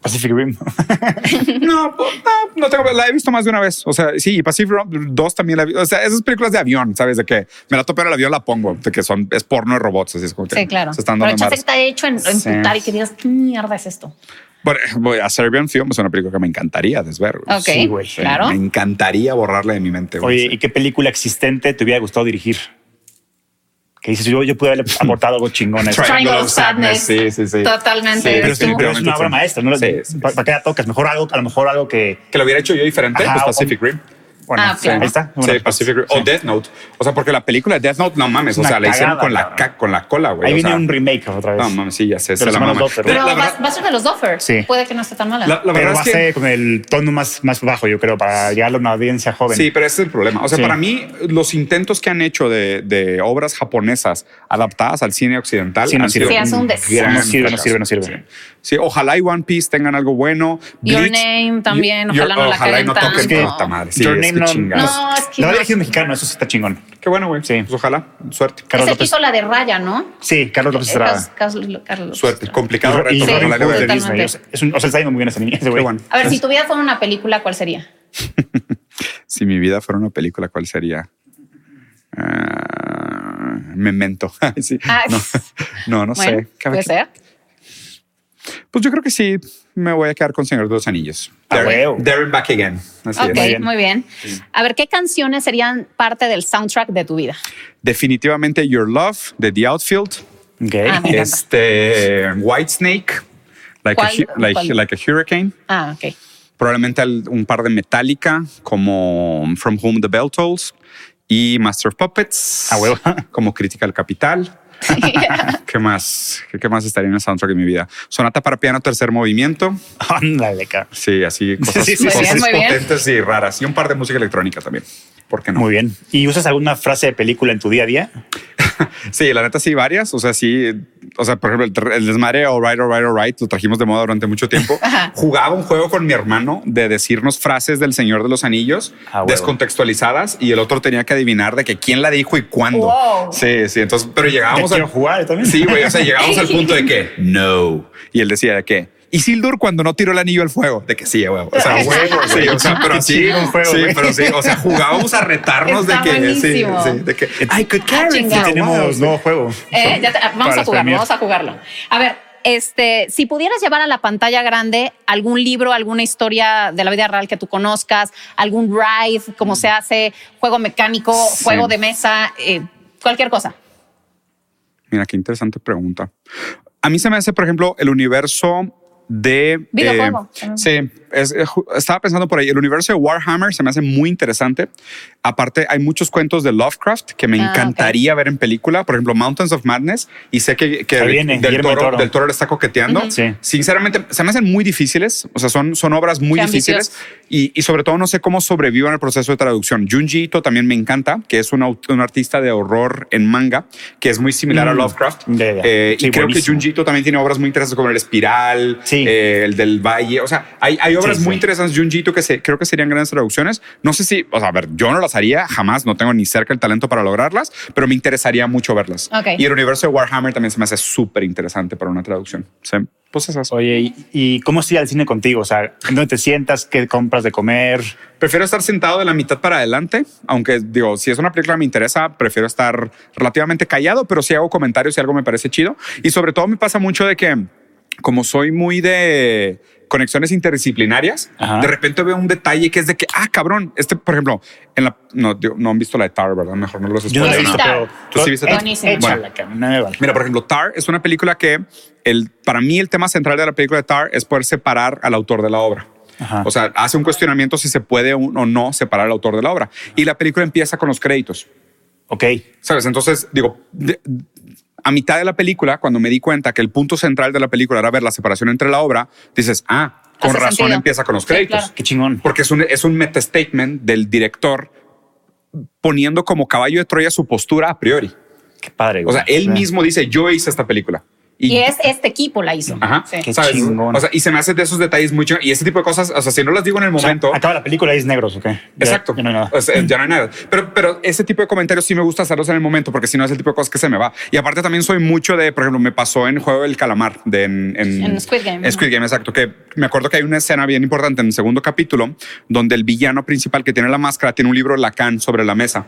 [SPEAKER 2] Pacific Rim.
[SPEAKER 3] No, po- no, no tengo, la he visto más de una vez. O sea, sí, y Pacific Rim 2 también la vi. O sea, esas películas de avión, ¿sabes? De que me la topo en el avión, la pongo, de que son, es porno de robots. Así es como que
[SPEAKER 1] Sí, claro.
[SPEAKER 3] Se están
[SPEAKER 1] Pero
[SPEAKER 3] dando
[SPEAKER 1] chance
[SPEAKER 3] madres.
[SPEAKER 1] que te haya hecho en, en
[SPEAKER 3] Sí.
[SPEAKER 1] putar y que digas, ¿qué mierda es esto?
[SPEAKER 3] Por ejemplo, a Serbian Film pues, es una película que me encantaría desver. güey.
[SPEAKER 1] Ok,
[SPEAKER 2] Sí, güey, sí.
[SPEAKER 1] claro.
[SPEAKER 3] Me encantaría borrarla de mi mente. güey.
[SPEAKER 2] Oye, ¿y qué película existente te hubiera gustado dirigir? que dices, yo, yo pude haberle aportado algo chingón a esto.
[SPEAKER 1] Triangle of Sadness.
[SPEAKER 3] Sí, sí, sí.
[SPEAKER 1] Totalmente.
[SPEAKER 3] Sí,
[SPEAKER 2] Pero,
[SPEAKER 1] estuvo-
[SPEAKER 2] sí, pero es
[SPEAKER 3] definitivamente
[SPEAKER 2] una obra
[SPEAKER 3] sí.
[SPEAKER 2] maestra, ¿no?
[SPEAKER 3] Sí, sí,
[SPEAKER 2] ¿Para,
[SPEAKER 3] sí.
[SPEAKER 2] para qué la tocas? Mejor algo, a lo mejor algo que...
[SPEAKER 3] Que lo hubiera hecho yo diferente,
[SPEAKER 2] Ajá,
[SPEAKER 3] pues Pacific
[SPEAKER 2] o-
[SPEAKER 3] Rim.
[SPEAKER 2] Bueno,
[SPEAKER 1] Ah, claro.
[SPEAKER 2] ahí está.
[SPEAKER 3] Sí, Pacific Rim. O Death Note. O sea, porque la película de Death Note, no mames, o
[SPEAKER 2] Una
[SPEAKER 3] sea, la hicieron
[SPEAKER 2] cagada,
[SPEAKER 3] con la,
[SPEAKER 2] cabrón.
[SPEAKER 3] ca- con la cola, güey.
[SPEAKER 2] Ahí
[SPEAKER 3] o
[SPEAKER 2] viene
[SPEAKER 3] sea,
[SPEAKER 2] un remake otra vez.
[SPEAKER 3] No mames, sí, ya sé,
[SPEAKER 2] De
[SPEAKER 3] se
[SPEAKER 2] los
[SPEAKER 3] la
[SPEAKER 2] hermanos
[SPEAKER 3] mama.
[SPEAKER 2] Duffer,
[SPEAKER 3] La-
[SPEAKER 1] Pero
[SPEAKER 3] la
[SPEAKER 1] va,
[SPEAKER 3] verdad-
[SPEAKER 1] va a ser de los Doffer.
[SPEAKER 2] Sí.
[SPEAKER 1] Puede que no esté tan mala.
[SPEAKER 3] la- la
[SPEAKER 2] pero
[SPEAKER 3] verdad
[SPEAKER 2] va a
[SPEAKER 3] es que-
[SPEAKER 2] ser con el tono más, más bajo, yo creo, para llegar a una audiencia joven.
[SPEAKER 3] Sí, pero ese es el problema. O sea,
[SPEAKER 2] Sí.
[SPEAKER 3] para mí, los intentos que han hecho de, de obras japonesas adaptadas al cine occidental
[SPEAKER 2] Sí, no
[SPEAKER 3] han
[SPEAKER 2] sirve.
[SPEAKER 1] Sí, hace un
[SPEAKER 3] gran
[SPEAKER 1] desastre.
[SPEAKER 2] No sirve, no sirve, no sirve.
[SPEAKER 3] fracaso. Sí. Sí, ojalá y One Piece tengan algo bueno.
[SPEAKER 1] Your
[SPEAKER 3] Bleach-
[SPEAKER 1] Name también,
[SPEAKER 3] Your-
[SPEAKER 1] ojalá no la
[SPEAKER 3] ojalá y
[SPEAKER 1] caguen
[SPEAKER 3] no toquen
[SPEAKER 1] tanto.
[SPEAKER 3] puta madre. Sí,
[SPEAKER 2] Your
[SPEAKER 3] es
[SPEAKER 2] Name
[SPEAKER 3] que
[SPEAKER 2] no-
[SPEAKER 3] chingados.
[SPEAKER 1] No, es que
[SPEAKER 2] La
[SPEAKER 1] no.
[SPEAKER 2] verdad es mexicano, eso sí está chingón.
[SPEAKER 3] Qué bueno, güey.
[SPEAKER 2] Sí.
[SPEAKER 3] Pues ojalá. Suerte.
[SPEAKER 1] Es
[SPEAKER 2] Carlos
[SPEAKER 1] el que
[SPEAKER 2] López.
[SPEAKER 1] hizo la de Raya, ¿no?
[SPEAKER 2] Sí, Carlos López
[SPEAKER 1] Eh,
[SPEAKER 2] Estrada.
[SPEAKER 1] Carlos- Carlos- Carlos
[SPEAKER 3] Suerte.
[SPEAKER 1] Estrada.
[SPEAKER 3] Complicado
[SPEAKER 2] Y- y
[SPEAKER 3] reto.
[SPEAKER 2] Robin
[SPEAKER 3] ojalá le
[SPEAKER 2] Hood
[SPEAKER 3] vaya
[SPEAKER 2] de
[SPEAKER 3] bien.
[SPEAKER 1] totalmente.
[SPEAKER 2] Disney. Es un- O sea, está yendo muy bien ese niño, ese
[SPEAKER 3] Qué
[SPEAKER 2] güey.
[SPEAKER 3] bueno.
[SPEAKER 1] A ver, si tu vida fuera una película, ¿cuál sería?
[SPEAKER 3] Si mi vida fuera una película, ¿cuál sería? Ah, Memento. Ay, sí.
[SPEAKER 1] Ah,
[SPEAKER 3] No, no, no
[SPEAKER 1] bueno,
[SPEAKER 3] sé. Cada
[SPEAKER 1] puede
[SPEAKER 3] quien-
[SPEAKER 1] ser.
[SPEAKER 3] Pues yo creo que sí me voy a quedar con Señor de los Anillos.
[SPEAKER 2] Ah, huevo.
[SPEAKER 3] Darren back again. Así
[SPEAKER 1] Ok,
[SPEAKER 3] es.
[SPEAKER 1] muy
[SPEAKER 2] bien.
[SPEAKER 1] bien. A ver, ¿qué canciones serían parte del soundtrack de tu vida?
[SPEAKER 3] Definitivamente Your Love de The Outfield.
[SPEAKER 1] Ah,
[SPEAKER 2] Ok.
[SPEAKER 1] Me encanta.
[SPEAKER 3] Este White Snake. Like, a,
[SPEAKER 1] ¿Cuál?
[SPEAKER 3] hu- like,
[SPEAKER 1] ¿Cuál?
[SPEAKER 3] like a Hurricane.
[SPEAKER 1] Ah, ok.
[SPEAKER 3] Probablemente al- un par de Metallica como From Whom the Bell Tolls y Master of Puppets.
[SPEAKER 2] A huevo.
[SPEAKER 3] Como Critical Capital. ¿Qué más? ¿Qué- ¿Qué más estaría en el soundtrack de mi vida? Sonata para piano, tercer movimiento.
[SPEAKER 2] Ándale, cabrón.
[SPEAKER 3] Sí, así cosas,
[SPEAKER 2] Sí, sí,
[SPEAKER 3] cosas
[SPEAKER 1] sí. Muy bien, muy bien.
[SPEAKER 3] potentes y raras. Y un par de música electrónica también. ¿Por qué no?
[SPEAKER 2] Muy bien. ¿Y usas alguna frase de película en tu día a día?
[SPEAKER 3] Sí, la neta sí, varias. O sea, sí. O sea, por ejemplo, el, tr- el desmadre Alright, Alright, Alright lo trajimos de moda durante mucho tiempo.
[SPEAKER 1] Ajá.
[SPEAKER 3] Jugaba un juego con mi hermano de decirnos frases del Señor de los Anillos
[SPEAKER 2] Ah, huevo.
[SPEAKER 3] descontextualizadas y el otro tenía que adivinar de que quién la dijo y cuándo.
[SPEAKER 1] Wow.
[SPEAKER 3] Sí, sí. Entonces, pero llegábamos
[SPEAKER 2] Ya quiero jugar, yo también.
[SPEAKER 3] Ah, Sí, güey. O sea, llegábamos al punto de que no. Y él decía de que Isildur cuando no tiró el anillo al fuego, de que sí, güey. O sea, huevo, sí, o sea, pero
[SPEAKER 2] Qué
[SPEAKER 3] así,
[SPEAKER 2] chingón juego,
[SPEAKER 3] sí,
[SPEAKER 2] güey.
[SPEAKER 3] pero sí, o sea, jugábamos a retarnos
[SPEAKER 1] Está
[SPEAKER 3] de que sí,
[SPEAKER 1] buenísimo.
[SPEAKER 3] sí, de que I could
[SPEAKER 1] Ah,
[SPEAKER 3] carry
[SPEAKER 1] chingado.
[SPEAKER 3] it.
[SPEAKER 2] Tenemos nuevo juego.
[SPEAKER 1] Eh, ya te- ah, vamos
[SPEAKER 2] Para
[SPEAKER 1] a jugarlo,
[SPEAKER 2] las
[SPEAKER 1] vamos a jugarlo. A ver, este, si pudieras llevar a la pantalla grande algún libro, alguna historia de la vida real que tú conozcas, algún ride, como se hace, juego mecánico,
[SPEAKER 3] Sí.
[SPEAKER 1] juego de mesa, eh, cualquier cosa.
[SPEAKER 3] Mira, qué interesante pregunta. A mí se me hace, por ejemplo, el universo de...
[SPEAKER 1] Videojuego. Ah.
[SPEAKER 3] sí, es- eh, ju- estaba pensando por ahí. El universo de Warhammer se me hace muy interesante. Aparte, hay muchos cuentos de Lovecraft que me
[SPEAKER 1] Ah, ok.
[SPEAKER 3] encantaría ver en película. Por ejemplo, Mountains of Madness. Y sé que, que
[SPEAKER 2] Ahí viene,
[SPEAKER 3] del,
[SPEAKER 2] Guillermo del
[SPEAKER 3] toro,
[SPEAKER 2] Toro.
[SPEAKER 3] del Toro le está coqueteando.
[SPEAKER 2] Ujú. Sí.
[SPEAKER 3] Sinceramente, se me hacen muy difíciles. O sea, son, son obras muy
[SPEAKER 1] Qué
[SPEAKER 3] difíciles. Y, y sobre todo, no sé cómo sobrevivan al proceso de traducción. Junji Ito también me encanta, que es un, aut- un artista de horror en manga, que es muy similar a
[SPEAKER 2] Mm.
[SPEAKER 3] Lovecraft.
[SPEAKER 2] Ya, ya.
[SPEAKER 3] Eh,
[SPEAKER 2] Sí,
[SPEAKER 3] y creo
[SPEAKER 2] buenísimo.
[SPEAKER 3] que Junjito también tiene obras muy interesantes como El Espiral,
[SPEAKER 2] Sí.
[SPEAKER 3] eh, El del Valle. O sea, hay, hay obras
[SPEAKER 2] Sí,
[SPEAKER 3] muy
[SPEAKER 2] sí.
[SPEAKER 3] interesantes de Junjito que se- creo que serían grandes traducciones. No sé si, o sea, a ver, yo no las haría jamás, no tengo ni cerca el talento para lograrlas, pero me interesaría mucho verlas.
[SPEAKER 1] Ok.
[SPEAKER 3] Y el universo de Warhammer también se me hace súper interesante para una traducción. Sí. Pues esas.
[SPEAKER 2] Oye, ¿y, y cómo es ir al cine contigo? O sea, ¿en ¿dónde te sientas? ¿Qué compras de comer?
[SPEAKER 3] Prefiero estar sentado de la mitad para adelante, aunque digo, si es una película que me interesa, prefiero estar relativamente callado, pero si hago comentarios si algo me parece chido. Y sobre todo me pasa mucho de que, como soy muy de conexiones interdisciplinarias,
[SPEAKER 2] Ajá.
[SPEAKER 3] de repente veo un detalle que es de que, ah, cabrón, este, por ejemplo, en la, no, digo, no han visto la de Tar, ¿verdad? Mejor no los
[SPEAKER 2] Yo no la he
[SPEAKER 3] spoileo,
[SPEAKER 2] visto,
[SPEAKER 3] ¿no?
[SPEAKER 2] pero...
[SPEAKER 3] Pues ¿Tú sí viste
[SPEAKER 2] Eh,
[SPEAKER 3] Tar?
[SPEAKER 1] Buenísimo.
[SPEAKER 2] Échala, cabrón, no me vale.
[SPEAKER 3] Mira, por ejemplo, Tar es una película que el, para mí el tema central de la película de Tar es poder separar al autor de la obra.
[SPEAKER 2] Ajá.
[SPEAKER 3] O sea, hace un cuestionamiento si se puede un- o no separar al autor de la obra. Y la película empieza con los créditos.
[SPEAKER 2] Ok.
[SPEAKER 3] ¿Sabes? Entonces, digo, de- a mitad de la película, cuando me di cuenta que el punto central de la película era ver la separación entre la obra, dices, ah, con
[SPEAKER 1] Hace
[SPEAKER 3] razón
[SPEAKER 1] sentido.
[SPEAKER 3] empieza con los
[SPEAKER 1] Sí,
[SPEAKER 3] créditos.
[SPEAKER 1] claro.
[SPEAKER 2] Qué chingón.
[SPEAKER 3] Porque es un, es un meta-statement del director poniendo como caballo de Troya su postura a priori.
[SPEAKER 2] Qué padre.
[SPEAKER 3] O
[SPEAKER 2] güey.
[SPEAKER 3] sea, él
[SPEAKER 2] Sí.
[SPEAKER 3] mismo dice, yo hice esta película.
[SPEAKER 1] Y es este equipo la hizo.
[SPEAKER 3] Ajá.
[SPEAKER 1] Sí.
[SPEAKER 2] Qué
[SPEAKER 3] ¿Sabes?
[SPEAKER 2] chingón.
[SPEAKER 3] O sea, y se me hace de esos detalles muy chingón. Y ese tipo de cosas, o sea, si no las digo en el
[SPEAKER 2] O sea,
[SPEAKER 3] momento.
[SPEAKER 2] acaba la película y es negros, ¿ok? Ya-
[SPEAKER 3] Exacto.
[SPEAKER 2] ya no hay nada.
[SPEAKER 3] O sea, ya no hay nada. Pero, pero ese tipo de comentarios sí me gusta hacerlos en el momento, porque si no es el tipo de cosas que se me va. Y aparte también soy mucho de, por ejemplo, me pasó en Juego del Calamar, de en,
[SPEAKER 1] En Squid Game.
[SPEAKER 3] Squid Game, exacto. Que me acuerdo que hay una escena bien importante en el segundo capítulo, donde el villano principal que tiene la máscara tiene un libro de Lacan sobre la mesa.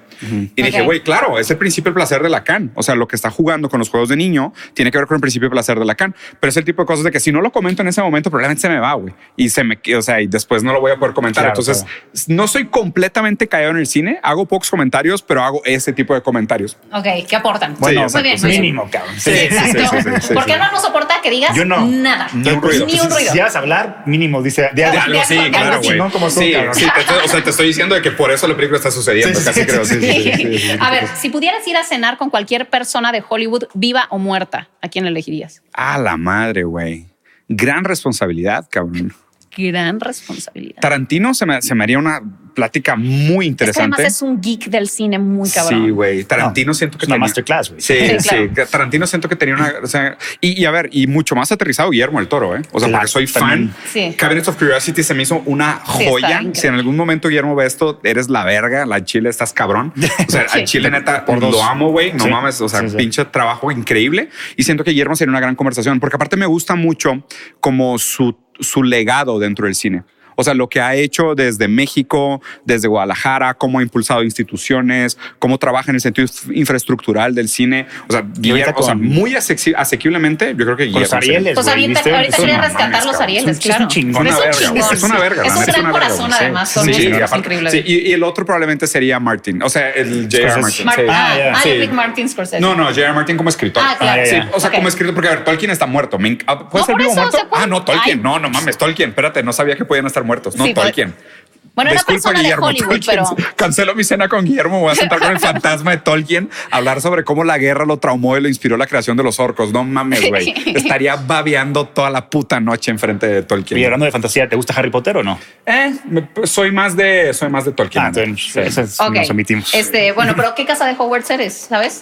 [SPEAKER 3] Y dije,
[SPEAKER 1] Ok.
[SPEAKER 3] güey, claro, es el principio el placer de Lacan. O sea, lo que está jugando con los juegos de niño tiene que ver con el principio principio placer de Lacan. Pero es el tipo de cosas de que si no lo comento en ese momento, probablemente se me va, güey. Y se me, o sea, y después no lo voy a poder comentar.
[SPEAKER 2] Claro,
[SPEAKER 3] Entonces, no soy completamente callado en el cine. Hago pocos comentarios, pero hago ese tipo de comentarios.
[SPEAKER 1] Ok, ¿qué aportan?
[SPEAKER 2] Bueno,
[SPEAKER 1] muy bien,
[SPEAKER 2] pues,
[SPEAKER 1] muy bien.
[SPEAKER 2] mínimo, cabrón.
[SPEAKER 1] Sí, exacto.
[SPEAKER 3] sí, sí, sí, sí,
[SPEAKER 1] Porque
[SPEAKER 3] sí.
[SPEAKER 1] no nos soporta que digas
[SPEAKER 2] Yo no.
[SPEAKER 1] nada.
[SPEAKER 2] Ni un
[SPEAKER 3] ruido.
[SPEAKER 1] Ni un
[SPEAKER 2] Si-
[SPEAKER 1] ruido.
[SPEAKER 2] Si vas a hablar, mínimo, dice. de
[SPEAKER 1] algo,
[SPEAKER 2] algo.
[SPEAKER 1] sí, claro,
[SPEAKER 2] Algo chingón como tú,
[SPEAKER 3] sí,
[SPEAKER 2] cabrón.
[SPEAKER 3] sí, te estoy- o sea, te estoy diciendo de que por eso la película está sucediendo,
[SPEAKER 2] Sí,
[SPEAKER 3] casi
[SPEAKER 2] sí,
[SPEAKER 3] creo.
[SPEAKER 2] sí,
[SPEAKER 3] Sí, sí, sí, sí, sí.
[SPEAKER 1] a ver, si pudieras ir a cenar con cualquier persona de Hollywood, viva o muerta, ¿a quién elegirías?
[SPEAKER 3] A la madre, güey. Gran responsabilidad, cabrón.
[SPEAKER 1] Gran responsabilidad.
[SPEAKER 3] Tarantino se me, se me haría una plática muy
[SPEAKER 1] Es que además
[SPEAKER 3] interesante.
[SPEAKER 1] es un geek del cine muy cabrón.
[SPEAKER 3] Sí, güey. Tarantino
[SPEAKER 2] No,
[SPEAKER 3] siento que
[SPEAKER 2] es una
[SPEAKER 3] tenía-
[SPEAKER 2] masterclass, güey.
[SPEAKER 3] Sí,
[SPEAKER 1] Sí,
[SPEAKER 3] sí,
[SPEAKER 1] claro.
[SPEAKER 3] Tarantino siento que tenía una. o sea, y, y a ver, y mucho más aterrizado Guillermo el Toro, ¿eh? O sea,
[SPEAKER 2] Claro,
[SPEAKER 3] porque soy fan.
[SPEAKER 1] Sí.
[SPEAKER 3] Cabinet of Curiosity se me hizo
[SPEAKER 1] Sí,
[SPEAKER 3] una
[SPEAKER 1] está
[SPEAKER 3] joya.
[SPEAKER 1] increíble.
[SPEAKER 3] si en algún momento Guillermo ve esto, eres la verga, la chile, estás cabrón. O sea,
[SPEAKER 1] Sí.
[SPEAKER 3] al chile neta,
[SPEAKER 2] Por dos.
[SPEAKER 3] lo amo, güey. No
[SPEAKER 2] Sí.
[SPEAKER 3] mames, o sea,
[SPEAKER 2] Sí, sí.
[SPEAKER 3] pinche trabajo increíble. Y siento que Guillermo sería una gran conversación, porque aparte me gusta mucho como su, su legado dentro del cine. O sea, lo que ha hecho desde México, desde Guadalajara, cómo ha impulsado instituciones, cómo trabaja en el sentido infraestructural del cine. O sea, Guillermo, o sea,
[SPEAKER 2] con-
[SPEAKER 3] muy asequi- asequiblemente, yo creo que
[SPEAKER 2] Con
[SPEAKER 3] Guillermo.
[SPEAKER 2] los
[SPEAKER 3] sería-
[SPEAKER 2] Arieles,
[SPEAKER 1] Pues
[SPEAKER 2] güey,
[SPEAKER 1] ahorita,
[SPEAKER 2] ¿viste?
[SPEAKER 1] ahorita
[SPEAKER 2] Eso
[SPEAKER 1] quiere
[SPEAKER 2] no mames,
[SPEAKER 1] rescatar los
[SPEAKER 2] cabrón.
[SPEAKER 1] Arieles,
[SPEAKER 2] Es un-
[SPEAKER 1] claro.
[SPEAKER 2] Es un
[SPEAKER 3] Una
[SPEAKER 2] chingón.
[SPEAKER 1] Es un
[SPEAKER 3] verga,
[SPEAKER 1] chingón,
[SPEAKER 3] güey. es una
[SPEAKER 1] sí.
[SPEAKER 3] verga. la
[SPEAKER 1] Es un
[SPEAKER 3] neta,
[SPEAKER 1] gran
[SPEAKER 3] una verga,
[SPEAKER 1] corazón,
[SPEAKER 3] güey. Sí.
[SPEAKER 1] además. Son
[SPEAKER 3] Sí,
[SPEAKER 1] unos
[SPEAKER 3] y
[SPEAKER 1] actores
[SPEAKER 3] aparte-
[SPEAKER 1] increíbles.
[SPEAKER 3] sí, y, y el otro probablemente sería Martin. O sea, el J.R.
[SPEAKER 2] Entonces,
[SPEAKER 3] Martin.
[SPEAKER 1] Mar-
[SPEAKER 3] sí.
[SPEAKER 1] ah,
[SPEAKER 2] Ah, ya,
[SPEAKER 1] ah,
[SPEAKER 2] sí.
[SPEAKER 1] yo vi Martin Scorsese.
[SPEAKER 3] No, no, J.R. Martin como escritor.
[SPEAKER 1] Ah, claro.
[SPEAKER 2] Ah, ya,
[SPEAKER 3] Sí,
[SPEAKER 2] ya.
[SPEAKER 3] o sea,
[SPEAKER 1] Ok.
[SPEAKER 3] como escritor, porque a ver, Tolkien está muerto. Me enc- ah,
[SPEAKER 1] No,
[SPEAKER 3] ¿Puede ser
[SPEAKER 1] por
[SPEAKER 3] vivo o
[SPEAKER 1] eso,
[SPEAKER 3] muerto?
[SPEAKER 1] se puede-
[SPEAKER 3] Ah, no, Tolkien.
[SPEAKER 1] Ay.
[SPEAKER 3] No, no mames, Tolkien. Espérate, no sabía que podían estar muertos. No,
[SPEAKER 1] Sí, puede-
[SPEAKER 3] Tolkien.
[SPEAKER 1] Bueno, era
[SPEAKER 3] Disculpa,
[SPEAKER 1] persona de
[SPEAKER 3] Guillermo,
[SPEAKER 1] Hollywood,
[SPEAKER 3] Tolkien.
[SPEAKER 1] pero
[SPEAKER 3] Cancelo mi cena con Guillermo. Voy a sentar con el fantasma de Tolkien a hablar sobre cómo la guerra lo traumó y lo inspiró la creación de los orcos. No mames, güey. Estaría babeando toda la puta noche enfrente de Tolkien.
[SPEAKER 2] Oye, hablando de fantasía, ¿te gusta Harry Potter o no?
[SPEAKER 3] Eh, me- soy más de, soy más de Tolkien.
[SPEAKER 2] Ah, entonces, eso es-
[SPEAKER 1] Ok.
[SPEAKER 2] nos omitimos.
[SPEAKER 1] Este, bueno, pero ¿qué casa de Hogwarts eres? ¿Sabes?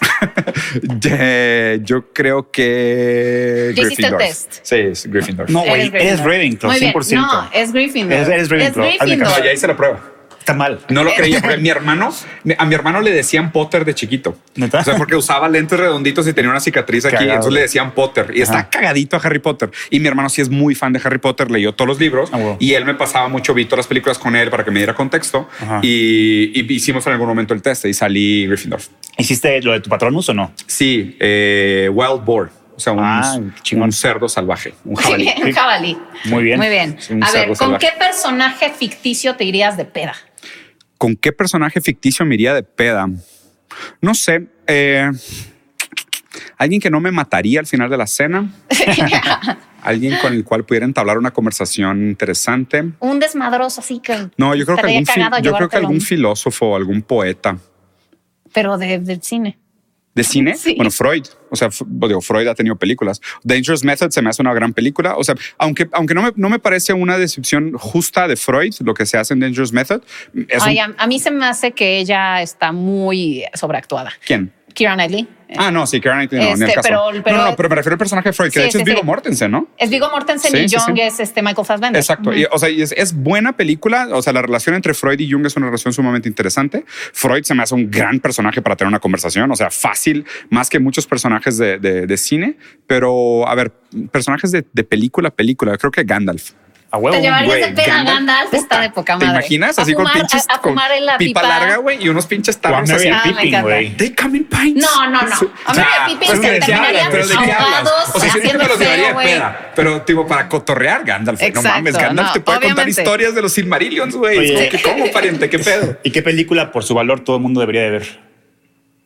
[SPEAKER 3] Eh, yo creo que.
[SPEAKER 1] Ya hiciste el
[SPEAKER 3] Gryffindor.
[SPEAKER 1] test.
[SPEAKER 3] Sí, es Gryffindor.
[SPEAKER 2] No, güey, eres Ravenclaw,
[SPEAKER 1] Muy bien.
[SPEAKER 2] 100%.
[SPEAKER 1] No, es Gryffindor.
[SPEAKER 2] Eres- eres Ravenclaw,
[SPEAKER 1] Es
[SPEAKER 2] hazme
[SPEAKER 1] Gryffindor.
[SPEAKER 2] caso.
[SPEAKER 3] No, ya hice la prueba.
[SPEAKER 2] Está mal.
[SPEAKER 3] No lo creía, porque mi hermano, a mi hermano le decían Potter de chiquito.
[SPEAKER 2] ¿Neta?
[SPEAKER 3] O sea, porque usaba lentes redonditos y tenía una cicatriz aquí,
[SPEAKER 2] Cagado.
[SPEAKER 3] entonces le decían Potter. Y
[SPEAKER 2] Ajá.
[SPEAKER 3] está cagadito a Harry Potter. Y mi hermano sí es muy fan de Harry Potter, leyó todos los libros
[SPEAKER 2] Ah, wow.
[SPEAKER 3] y él me pasaba mucho, vi todas las películas con él para que me diera contexto
[SPEAKER 2] Ajá.
[SPEAKER 3] y, y hicimos en algún momento el test y salí Gryffindor.
[SPEAKER 2] ¿Hiciste lo de tu patronus o no?
[SPEAKER 3] Sí, eh, Wild Boar. O sea, un,
[SPEAKER 2] Ah, chingón.
[SPEAKER 3] un cerdo salvaje, un
[SPEAKER 1] Muy
[SPEAKER 3] jabalí.
[SPEAKER 1] bien, un jabalí.
[SPEAKER 2] Muy bien.
[SPEAKER 1] Muy bien.
[SPEAKER 3] Sí, un
[SPEAKER 1] A ver,
[SPEAKER 3] cerdo
[SPEAKER 1] ¿con
[SPEAKER 3] salvaje.
[SPEAKER 1] qué personaje ficticio te irías de peda?
[SPEAKER 3] ¿Con qué personaje ficticio me iría de peda? No sé. eh, alguien que no me mataría al final de la cena. alguien con el cual pudiera entablar una conversación interesante.
[SPEAKER 1] Un desmadroso así que.
[SPEAKER 3] No, yo creo
[SPEAKER 1] te
[SPEAKER 3] que
[SPEAKER 1] veía
[SPEAKER 3] algún, fi-
[SPEAKER 1] cagado
[SPEAKER 3] yo creo que
[SPEAKER 1] llevártelo,
[SPEAKER 3] algún filósofo, algún poeta
[SPEAKER 1] Pero de- del cine.
[SPEAKER 3] de cine.
[SPEAKER 1] Sí.
[SPEAKER 3] Bueno, Freud. O sea, f- pues digo, Freud ha tenido películas. Dangerous Method se me hace una gran película. O sea, aunque, aunque no, me, no me parece una descripción justa de Freud, lo que se hace en Dangerous Method, es
[SPEAKER 1] Ay,
[SPEAKER 3] un-
[SPEAKER 1] a, a mí se me hace que ella está muy sobreactuada.
[SPEAKER 3] ¿quién?
[SPEAKER 1] Kira Knightley.
[SPEAKER 3] Ah, no, sí, Karen Knightley, no, ni
[SPEAKER 1] Este,
[SPEAKER 3] al caso.
[SPEAKER 1] pero- pero-
[SPEAKER 3] no, no, pero me refiero al personaje de Freud, que
[SPEAKER 1] Sí,
[SPEAKER 3] de hecho
[SPEAKER 1] sí,
[SPEAKER 3] es Viggo
[SPEAKER 1] sí.
[SPEAKER 3] Mortensen, ¿no?
[SPEAKER 1] Es Viggo Mortensen y
[SPEAKER 3] Sí, sí,
[SPEAKER 1] Young
[SPEAKER 3] sí.
[SPEAKER 1] es este Michael Fassbender.
[SPEAKER 3] Exacto. Y, o sea, y es, es buena película. O sea, la relación entre Freud y Jung es una relación sumamente interesante. Freud se me hace un gran personaje para tener una conversación. O sea, fácil, más que muchos personajes de, de- de cine. Pero, a ver, personajes de, de película a película. Creo que Gandalf.
[SPEAKER 2] A huevo.
[SPEAKER 1] Te llevarías de
[SPEAKER 3] Güey,
[SPEAKER 1] peda a
[SPEAKER 3] Gandalf,
[SPEAKER 1] Gandalf,
[SPEAKER 3] puta,
[SPEAKER 1] está de poca madre.
[SPEAKER 3] ¿Te imaginas?
[SPEAKER 1] A
[SPEAKER 3] Así
[SPEAKER 1] fumar-
[SPEAKER 3] con pinches.
[SPEAKER 1] a- a
[SPEAKER 3] con
[SPEAKER 1] fumar en la
[SPEAKER 3] pipa,
[SPEAKER 1] pipa.
[SPEAKER 3] larga, güey, y unos pinches
[SPEAKER 2] O a
[SPEAKER 3] tarros así.
[SPEAKER 2] Mary
[SPEAKER 1] Ah, me
[SPEAKER 2] Pippin,
[SPEAKER 1] encanta.
[SPEAKER 2] güey.
[SPEAKER 3] They come in pints.
[SPEAKER 1] No, no, no. A Mary Pippin
[SPEAKER 2] se
[SPEAKER 3] pero Ah, pues ¿de qué
[SPEAKER 2] terminarían
[SPEAKER 3] hablas? ¿Pero de qué hablas?
[SPEAKER 1] ahogados,
[SPEAKER 3] O sea, siento
[SPEAKER 1] haciendo
[SPEAKER 3] que los
[SPEAKER 1] feo,
[SPEAKER 3] llevaría de
[SPEAKER 1] güey.
[SPEAKER 3] peda, pero tipo para cotorrear Gandalf. güey.
[SPEAKER 1] Exacto,
[SPEAKER 3] no mames, Gandalf
[SPEAKER 1] no,
[SPEAKER 3] te puede
[SPEAKER 1] obviamente.
[SPEAKER 3] contar historias de los Silmarillions, güey. Es
[SPEAKER 2] Oye.
[SPEAKER 3] como que, ¿Cómo, pariente? ¿Qué pedo?
[SPEAKER 2] ¿Y qué película por su valor todo el mundo debería de ver?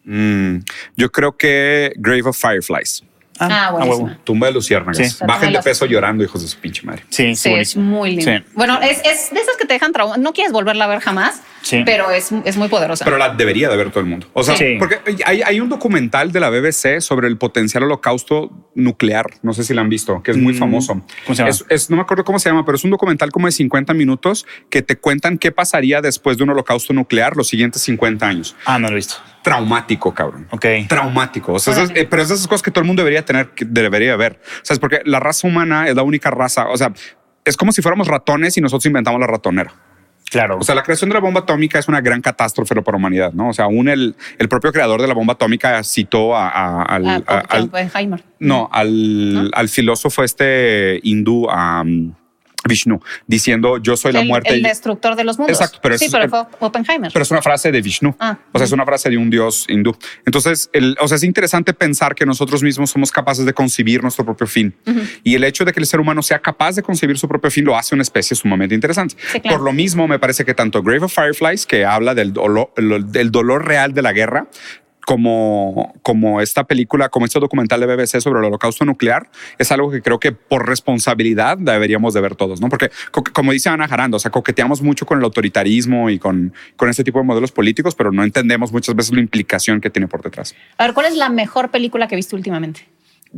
[SPEAKER 3] Mm, yo creo que Grave of Fireflies.
[SPEAKER 1] Ah,
[SPEAKER 2] a
[SPEAKER 1] buenísima.
[SPEAKER 2] huevo.
[SPEAKER 3] Tumba de Luciérnagas.
[SPEAKER 2] Sí.
[SPEAKER 3] Bajen de peso llorando, hijos de su pinche madre.
[SPEAKER 2] Sí,
[SPEAKER 1] Sí, es muy linda.
[SPEAKER 2] Sí.
[SPEAKER 1] Bueno, es, es de esas que te dejan trauma. No quieres volverla a ver jamás,
[SPEAKER 2] Sí.
[SPEAKER 1] pero es, es muy poderosa.
[SPEAKER 3] Pero la debería de ver todo el mundo. O sea,
[SPEAKER 2] Sí.
[SPEAKER 3] porque hay, hay un documental de la BBC sobre el potencial holocausto nuclear. No sé si lo han visto, que es muy
[SPEAKER 2] Mm.
[SPEAKER 3] famoso.
[SPEAKER 2] ¿Cómo se llama?
[SPEAKER 3] Es- es- no me acuerdo cómo se llama, pero es un documental como de 50 minutos que te cuentan qué pasaría después de un holocausto nuclear los siguientes 50 años.
[SPEAKER 2] Ah, no lo he visto.
[SPEAKER 3] Traumático, cabrón.
[SPEAKER 2] Ok.
[SPEAKER 3] Traumático. O sea, esas-
[SPEAKER 1] Órale.
[SPEAKER 3] eh, pero esas cosas que todo el mundo debería tener, que debería ver. O sea, es porque la raza humana es la única raza. O sea, es como si fuéramos ratones y nosotros inventamos la ratonera.
[SPEAKER 2] Claro.
[SPEAKER 3] O sea, la creación de la bomba atómica es una gran catástrofe para la humanidad, ¿no? O sea, aún el, el propio creador de la bomba atómica citó a, a- al,
[SPEAKER 1] Ah,
[SPEAKER 3] a- al-
[SPEAKER 1] Oppenheimer.
[SPEAKER 3] no, al, al filósofo este hindú, a, Vishnu, diciendo yo soy la
[SPEAKER 1] el,
[SPEAKER 3] muerte.
[SPEAKER 1] el
[SPEAKER 3] y-
[SPEAKER 1] destructor de los mundos.
[SPEAKER 3] Exacto, pero
[SPEAKER 1] sí,
[SPEAKER 3] es-
[SPEAKER 1] pero fue Oppenheimer.
[SPEAKER 3] pero es una frase de Vishnu.
[SPEAKER 1] Ah.
[SPEAKER 3] o sea, es una frase de un dios hindú. Entonces, el- o sea, es interesante pensar que nosotros mismos somos capaces de concebir nuestro propio fin. Y el hecho de que el ser humano sea capaz de concebir su propio fin lo hace una especie sumamente interesante.
[SPEAKER 1] Sí, claro.
[SPEAKER 3] Por lo mismo, me parece que tanto Grave of Fireflies, que habla del dolor, el- del dolor real de la guerra, como, como esta película, como este documental de BBC sobre el holocausto nuclear, es algo que creo que por responsabilidad deberíamos de ver todos, ¿no? Porque co- como dice Ana Jarando, o sea, coqueteamos mucho con el autoritarismo y con, con este tipo de modelos políticos, pero no entendemos muchas veces la implicación que tiene por detrás.
[SPEAKER 1] A ver, ¿cuál es la mejor película que viste últimamente?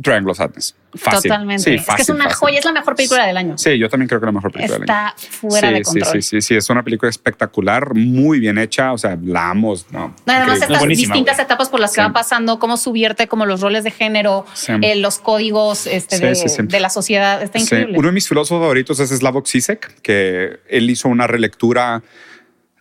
[SPEAKER 3] Triangle of Sadness. Fácil.
[SPEAKER 1] Totalmente.
[SPEAKER 3] Sí,
[SPEAKER 1] es que es
[SPEAKER 3] fácil,
[SPEAKER 1] una
[SPEAKER 3] fácil.
[SPEAKER 1] joya, es la mejor película del año.
[SPEAKER 3] Sí, yo también creo que es la mejor película del año.
[SPEAKER 1] Está fuera
[SPEAKER 3] sí,
[SPEAKER 1] de control.
[SPEAKER 3] Sí, sí, sí, sí, es una película espectacular, muy bien hecha, o sea, la amo, no.
[SPEAKER 1] No, Además,
[SPEAKER 3] increíble.
[SPEAKER 1] estas
[SPEAKER 2] buenísima,
[SPEAKER 1] distintas
[SPEAKER 2] güey.
[SPEAKER 1] etapas por las que
[SPEAKER 3] Sí.
[SPEAKER 1] van pasando, cómo subirte, como los roles de género,
[SPEAKER 3] Sí.
[SPEAKER 1] eh, los códigos este,
[SPEAKER 3] Sí,
[SPEAKER 1] de,
[SPEAKER 3] sí, sí.
[SPEAKER 1] de la sociedad. Está
[SPEAKER 3] Sí,
[SPEAKER 1] increíble.
[SPEAKER 3] Uno de mis filósofos favoritos es Slavoj Zizek, que él hizo una relectura,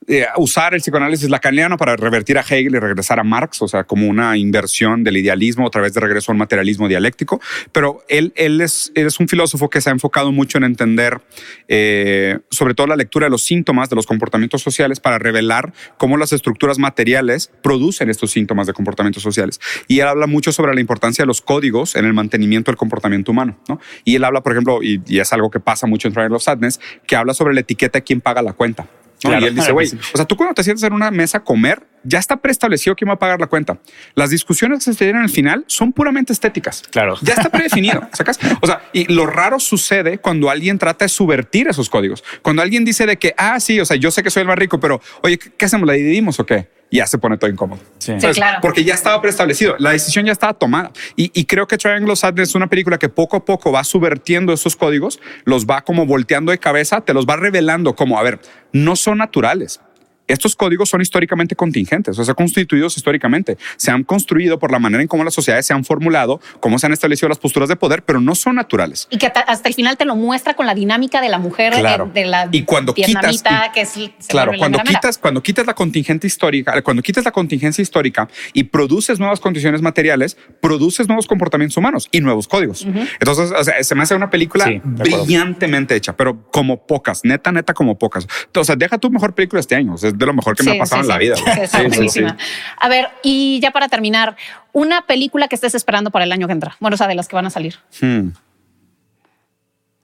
[SPEAKER 3] eh, usar el psicoanálisis lacaniano para revertir a Hegel y regresar a Marx, o sea, como una inversión del idealismo a través de regreso al materialismo dialéctico. Pero él, él, es, él es un filósofo que se ha enfocado mucho en entender, eh, sobre todo la lectura de los síntomas de los comportamientos sociales para revelar cómo las estructuras materiales producen estos síntomas de comportamientos sociales. Y él habla mucho sobre la importancia de los códigos en el mantenimiento del comportamiento humano. ¿no? Y él habla, por ejemplo, y, y es algo que pasa mucho en Triangle of Sadness, que habla sobre la etiqueta de quién paga la cuenta. ¿no?
[SPEAKER 2] Claro,
[SPEAKER 3] y él dice,
[SPEAKER 2] claro,
[SPEAKER 3] güey,
[SPEAKER 2] sí.
[SPEAKER 3] o sea, tú cuando te sientas en una mesa a comer, ya está preestablecido quién va a pagar la cuenta. Las discusiones que se tienen al final son puramente estéticas.
[SPEAKER 2] Claro.
[SPEAKER 3] Ya está predefinido, ¿sacas? O sea, y lo raro sucede cuando alguien trata de subvertir esos códigos. Cuando alguien dice de que, ah, sí, o sea, yo sé que soy el más rico, pero, oye, ¿qué hacemos? ¿La dividimos o qué? Y Ya se pone todo incómodo.
[SPEAKER 2] Sí. Sí,
[SPEAKER 3] ¿Sabes?
[SPEAKER 1] claro.
[SPEAKER 3] Porque ya estaba preestablecido, la decisión ya estaba tomada. Y, y creo que Triangle of Sadness es una película que poco a poco va subvertiendo esos códigos, los va como volteando de cabeza, te los va revelando como, a ver, no son naturales. Estos códigos son históricamente contingentes, o sea, constituidos históricamente. Se han construido por la manera en cómo las sociedades se han formulado, cómo se han establecido las posturas de poder, pero no son naturales.
[SPEAKER 1] Y que hasta, hasta el final te lo muestra con la dinámica de la mujer,
[SPEAKER 3] Claro.
[SPEAKER 1] eh, de la
[SPEAKER 3] Y cuando quitas-
[SPEAKER 1] vietnamita,
[SPEAKER 3] y-
[SPEAKER 1] que es se
[SPEAKER 3] Claro,
[SPEAKER 1] vuelve la
[SPEAKER 3] cuando
[SPEAKER 1] mera mera.
[SPEAKER 3] quitas, cuando quitas la contingente histórica, cuando quitas la contingencia histórica y produces nuevas condiciones materiales, produces nuevos comportamientos humanos y nuevos códigos. Entonces, o sea, se me hace una película
[SPEAKER 2] Sí, de acuerdo.
[SPEAKER 3] brillantemente hecha, pero como pocas, neta, neta, como pocas. O sea, deja tu mejor película este año. o sea, es de lo mejor que me ha
[SPEAKER 1] Sí,
[SPEAKER 3] pasado
[SPEAKER 1] sí,
[SPEAKER 3] en la
[SPEAKER 1] sí.
[SPEAKER 3] vida.
[SPEAKER 1] Sí, está buenísima. A ver, y ya para terminar, una película que estés esperando para el año que entra. Bueno, o sea, de las que van a salir.
[SPEAKER 3] Hmm.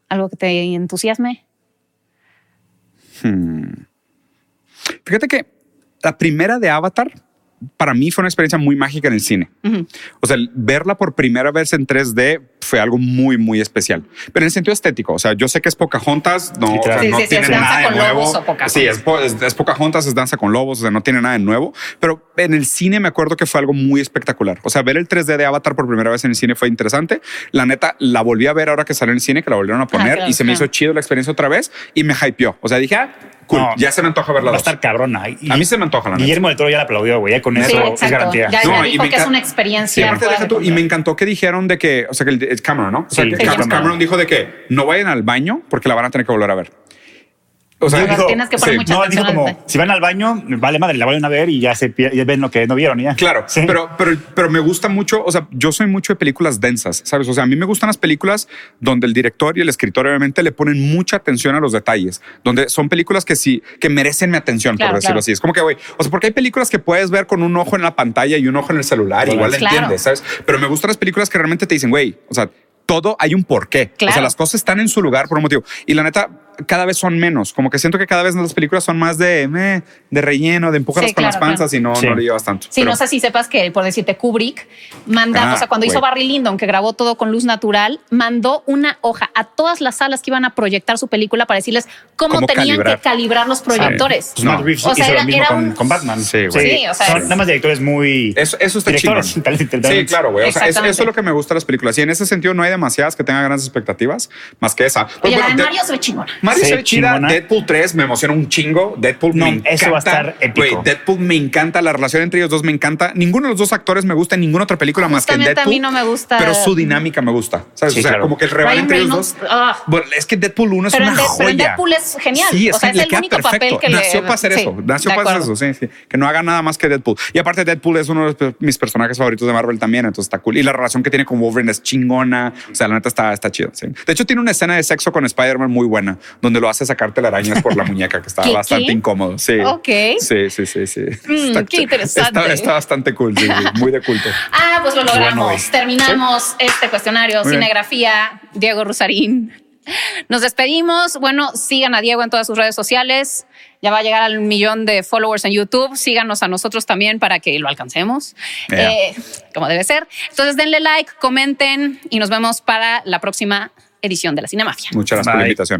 [SPEAKER 1] Algo que te entusiasme.
[SPEAKER 3] Fíjate que la primera de Avatar para mí fue una experiencia muy mágica en el cine. O sea, el verla por primera vez en 3D fue algo muy, muy especial. Pero en el sentido estético, o sea, yo sé que es Pocahontas, no, o sea,
[SPEAKER 2] Sí,
[SPEAKER 3] no
[SPEAKER 1] sí, sí,
[SPEAKER 3] tiene
[SPEAKER 1] es Danza
[SPEAKER 3] nada de
[SPEAKER 1] con
[SPEAKER 3] nuevo.
[SPEAKER 1] Lobos o Pocahontas.
[SPEAKER 3] Sí, es, po- es, es Pocahontas, es Danza con Lobos, o sea, no tiene nada de nuevo. Pero en el cine me acuerdo que fue algo muy espectacular. O sea, ver el 3D de Avatar por primera vez en el cine fue interesante. La neta, la volví a ver ahora que salió en el cine, que la volvieron a poner
[SPEAKER 1] Ah, claro,
[SPEAKER 3] y se me
[SPEAKER 1] claro.
[SPEAKER 3] hizo chido la experiencia otra vez y me hypeó. O sea, dije, ah, cool,
[SPEAKER 2] No,
[SPEAKER 3] ya se me antoja verla.
[SPEAKER 2] Va a
[SPEAKER 3] dos.
[SPEAKER 2] estar cabrona. Y-
[SPEAKER 3] A mí se me antoja la neta.
[SPEAKER 2] Guillermo del Toro ya la aplaudió, güey. Ya con
[SPEAKER 3] Sí,
[SPEAKER 2] eso es
[SPEAKER 1] exacto.
[SPEAKER 2] garantía.
[SPEAKER 1] Ya, ya
[SPEAKER 3] No, y
[SPEAKER 1] dijo
[SPEAKER 3] me
[SPEAKER 1] que es
[SPEAKER 3] encan-
[SPEAKER 1] una
[SPEAKER 3] Sí,
[SPEAKER 1] experiencia.
[SPEAKER 3] aparte
[SPEAKER 1] fuera
[SPEAKER 3] deja
[SPEAKER 1] de
[SPEAKER 3] tú, y
[SPEAKER 1] control.
[SPEAKER 3] me encantó que dijeron de que, o sea, que el, el Cameron, ¿no? O sea,
[SPEAKER 2] Sí,
[SPEAKER 3] que
[SPEAKER 1] sí,
[SPEAKER 3] Cam-
[SPEAKER 1] Cameron.
[SPEAKER 3] Cameron dijo de que no vayan al baño porque la van a tener que volver a ver. O sea,
[SPEAKER 2] Yo digo-
[SPEAKER 1] Tienes que poner
[SPEAKER 3] sí.
[SPEAKER 1] mucha
[SPEAKER 2] No, dijo
[SPEAKER 1] atención al
[SPEAKER 2] como,
[SPEAKER 1] detalle.
[SPEAKER 2] si van al baño, vale madre, la vuelven a ver y ya, se, pier- ya ven lo que no vieron y ya.
[SPEAKER 3] Claro,
[SPEAKER 2] Sí.
[SPEAKER 3] pero, pero, pero me gusta mucho, o sea, yo soy mucho de películas densas, ¿sabes? O sea, a mí me gustan las películas donde el director y el escritor obviamente le ponen mucha atención a los detalles, donde son películas que sí, que merecen mi atención,
[SPEAKER 1] Claro,
[SPEAKER 3] por decirlo
[SPEAKER 1] claro.
[SPEAKER 3] así. Es como que, güey, o sea, porque hay películas que puedes ver con un ojo en la pantalla y un ojo en el celular,
[SPEAKER 2] Claro.
[SPEAKER 3] igual la
[SPEAKER 1] Claro.
[SPEAKER 3] entiendes, ¿sabes? Pero me gustan las películas que realmente te dicen, güey, o sea, todo hay un porqué. O
[SPEAKER 1] Claro.
[SPEAKER 3] sea, las cosas están en su lugar por un motivo. Y la neta, cada vez son menos. Como que siento que cada vez las películas son más de, meh, de relleno, de empujarlas
[SPEAKER 1] Sí,
[SPEAKER 3] con
[SPEAKER 1] claro,
[SPEAKER 3] las panzas
[SPEAKER 1] claro.
[SPEAKER 3] y no,
[SPEAKER 2] Sí.
[SPEAKER 3] no le llevas tanto.
[SPEAKER 1] Sí,
[SPEAKER 3] Pero-
[SPEAKER 1] no sé si sepas que, por decirte, Kubrick manda,
[SPEAKER 3] Ah,
[SPEAKER 1] o sea, cuando hizo
[SPEAKER 3] güey.
[SPEAKER 1] Barry Lyndon, que grabó todo con luz natural, mandó una hoja a todas las salas que iban a proyectar su película para decirles cómo,
[SPEAKER 3] Cómo
[SPEAKER 1] tenían
[SPEAKER 3] calibrar.
[SPEAKER 1] que calibrar los proyectores.
[SPEAKER 2] Pues Matt
[SPEAKER 3] No.
[SPEAKER 2] Reeves
[SPEAKER 1] O sea,
[SPEAKER 2] hizo
[SPEAKER 1] era-
[SPEAKER 2] lo mismo
[SPEAKER 1] era
[SPEAKER 2] con,
[SPEAKER 1] un-
[SPEAKER 2] con Batman.
[SPEAKER 3] Sí, güey.
[SPEAKER 1] Sí, o sea,
[SPEAKER 2] Son
[SPEAKER 1] es-
[SPEAKER 2] nada más directores muy.
[SPEAKER 3] Eso, eso está
[SPEAKER 2] directores,
[SPEAKER 3] chingón.
[SPEAKER 2] tal- tal- tal-
[SPEAKER 3] Sí, claro, güey. O sea, es- eso,
[SPEAKER 1] Exactamente.
[SPEAKER 3] es lo que me gusta de las películas. Y en ese sentido no hay demasiadas que tengan grandes expectativas, más que esa. Pero
[SPEAKER 1] Oye, la
[SPEAKER 3] Pues, bueno,
[SPEAKER 1] de
[SPEAKER 3] Dead-
[SPEAKER 1] Mario se ve chingona.
[SPEAKER 3] Mario
[SPEAKER 2] Sí,
[SPEAKER 3] se ve chida.
[SPEAKER 2] chingona.
[SPEAKER 3] Deadpool 3 me emociona un chingo. Deadpool
[SPEAKER 2] No,
[SPEAKER 3] me encanta.
[SPEAKER 2] eso va a estar épico.
[SPEAKER 3] Güey, Deadpool me encanta. La relación entre ellos dos me encanta. Ninguno de los dos actores me gusta en ninguna otra película más que en
[SPEAKER 1] Justamente
[SPEAKER 3] Deadpool.
[SPEAKER 1] a mí no me gusta-
[SPEAKER 3] Pero su dinámica me gusta. ¿sabes?
[SPEAKER 2] Sí,
[SPEAKER 3] o sea,
[SPEAKER 2] claro.
[SPEAKER 3] como que el rebane
[SPEAKER 1] Ryan
[SPEAKER 3] entre ellos
[SPEAKER 1] Reynolds,
[SPEAKER 3] dos.
[SPEAKER 1] ah.
[SPEAKER 3] Bueno, es que Deadpool 1 es
[SPEAKER 1] Pero en
[SPEAKER 3] una
[SPEAKER 1] Dead- pero
[SPEAKER 3] joya.
[SPEAKER 1] en Deadpool es genial.
[SPEAKER 3] Sí, es,
[SPEAKER 1] O sea,
[SPEAKER 3] que
[SPEAKER 1] es
[SPEAKER 3] le
[SPEAKER 1] el
[SPEAKER 3] queda
[SPEAKER 1] único papel
[SPEAKER 3] perfecto.
[SPEAKER 1] que le-
[SPEAKER 3] Nació para hacer
[SPEAKER 1] sí,
[SPEAKER 3] eso. Nació
[SPEAKER 1] de
[SPEAKER 3] para hacer
[SPEAKER 1] acuerdo.
[SPEAKER 3] eso. Sí, sí. Que no haga nada más que Deadpool. Y aparte, Deadpool es uno de los pe- mis personajes favoritos de Marvel también. Entonces está cool. Y la relación que tiene con Wolverine es chingona. O sea, la neta está, está chido. sí. De hecho, tiene una escena de sexo con Spider-Man muy buena. donde lo hace sacar telarañas por la muñeca, que está
[SPEAKER 1] ¿Qué,
[SPEAKER 3] bastante
[SPEAKER 1] qué?
[SPEAKER 3] incómodo. Sí.
[SPEAKER 1] Ok.
[SPEAKER 3] Sí, sí, sí, sí.
[SPEAKER 1] Mm, qué interesante.
[SPEAKER 3] Está, está bastante cool, sí, sí, muy de culto.
[SPEAKER 1] Ah, pues lo
[SPEAKER 3] Bueno,
[SPEAKER 1] logramos.
[SPEAKER 3] güey.
[SPEAKER 1] Terminamos este cuestionario.
[SPEAKER 3] Muy bien.
[SPEAKER 1] Cinegrafía, Diego Rusarín. Nos despedimos. Bueno, sigan a Diego en todas sus redes sociales. Ya va a llegar al millón de followers en YouTube. Síganos a nosotros también para que lo alcancemos,
[SPEAKER 3] Yeah.
[SPEAKER 1] eh, como debe ser. Entonces denle like, comenten y nos vemos para la próxima edición de la Cinemafia.
[SPEAKER 3] Muchas gracias por la
[SPEAKER 2] Bye.
[SPEAKER 3] invitación.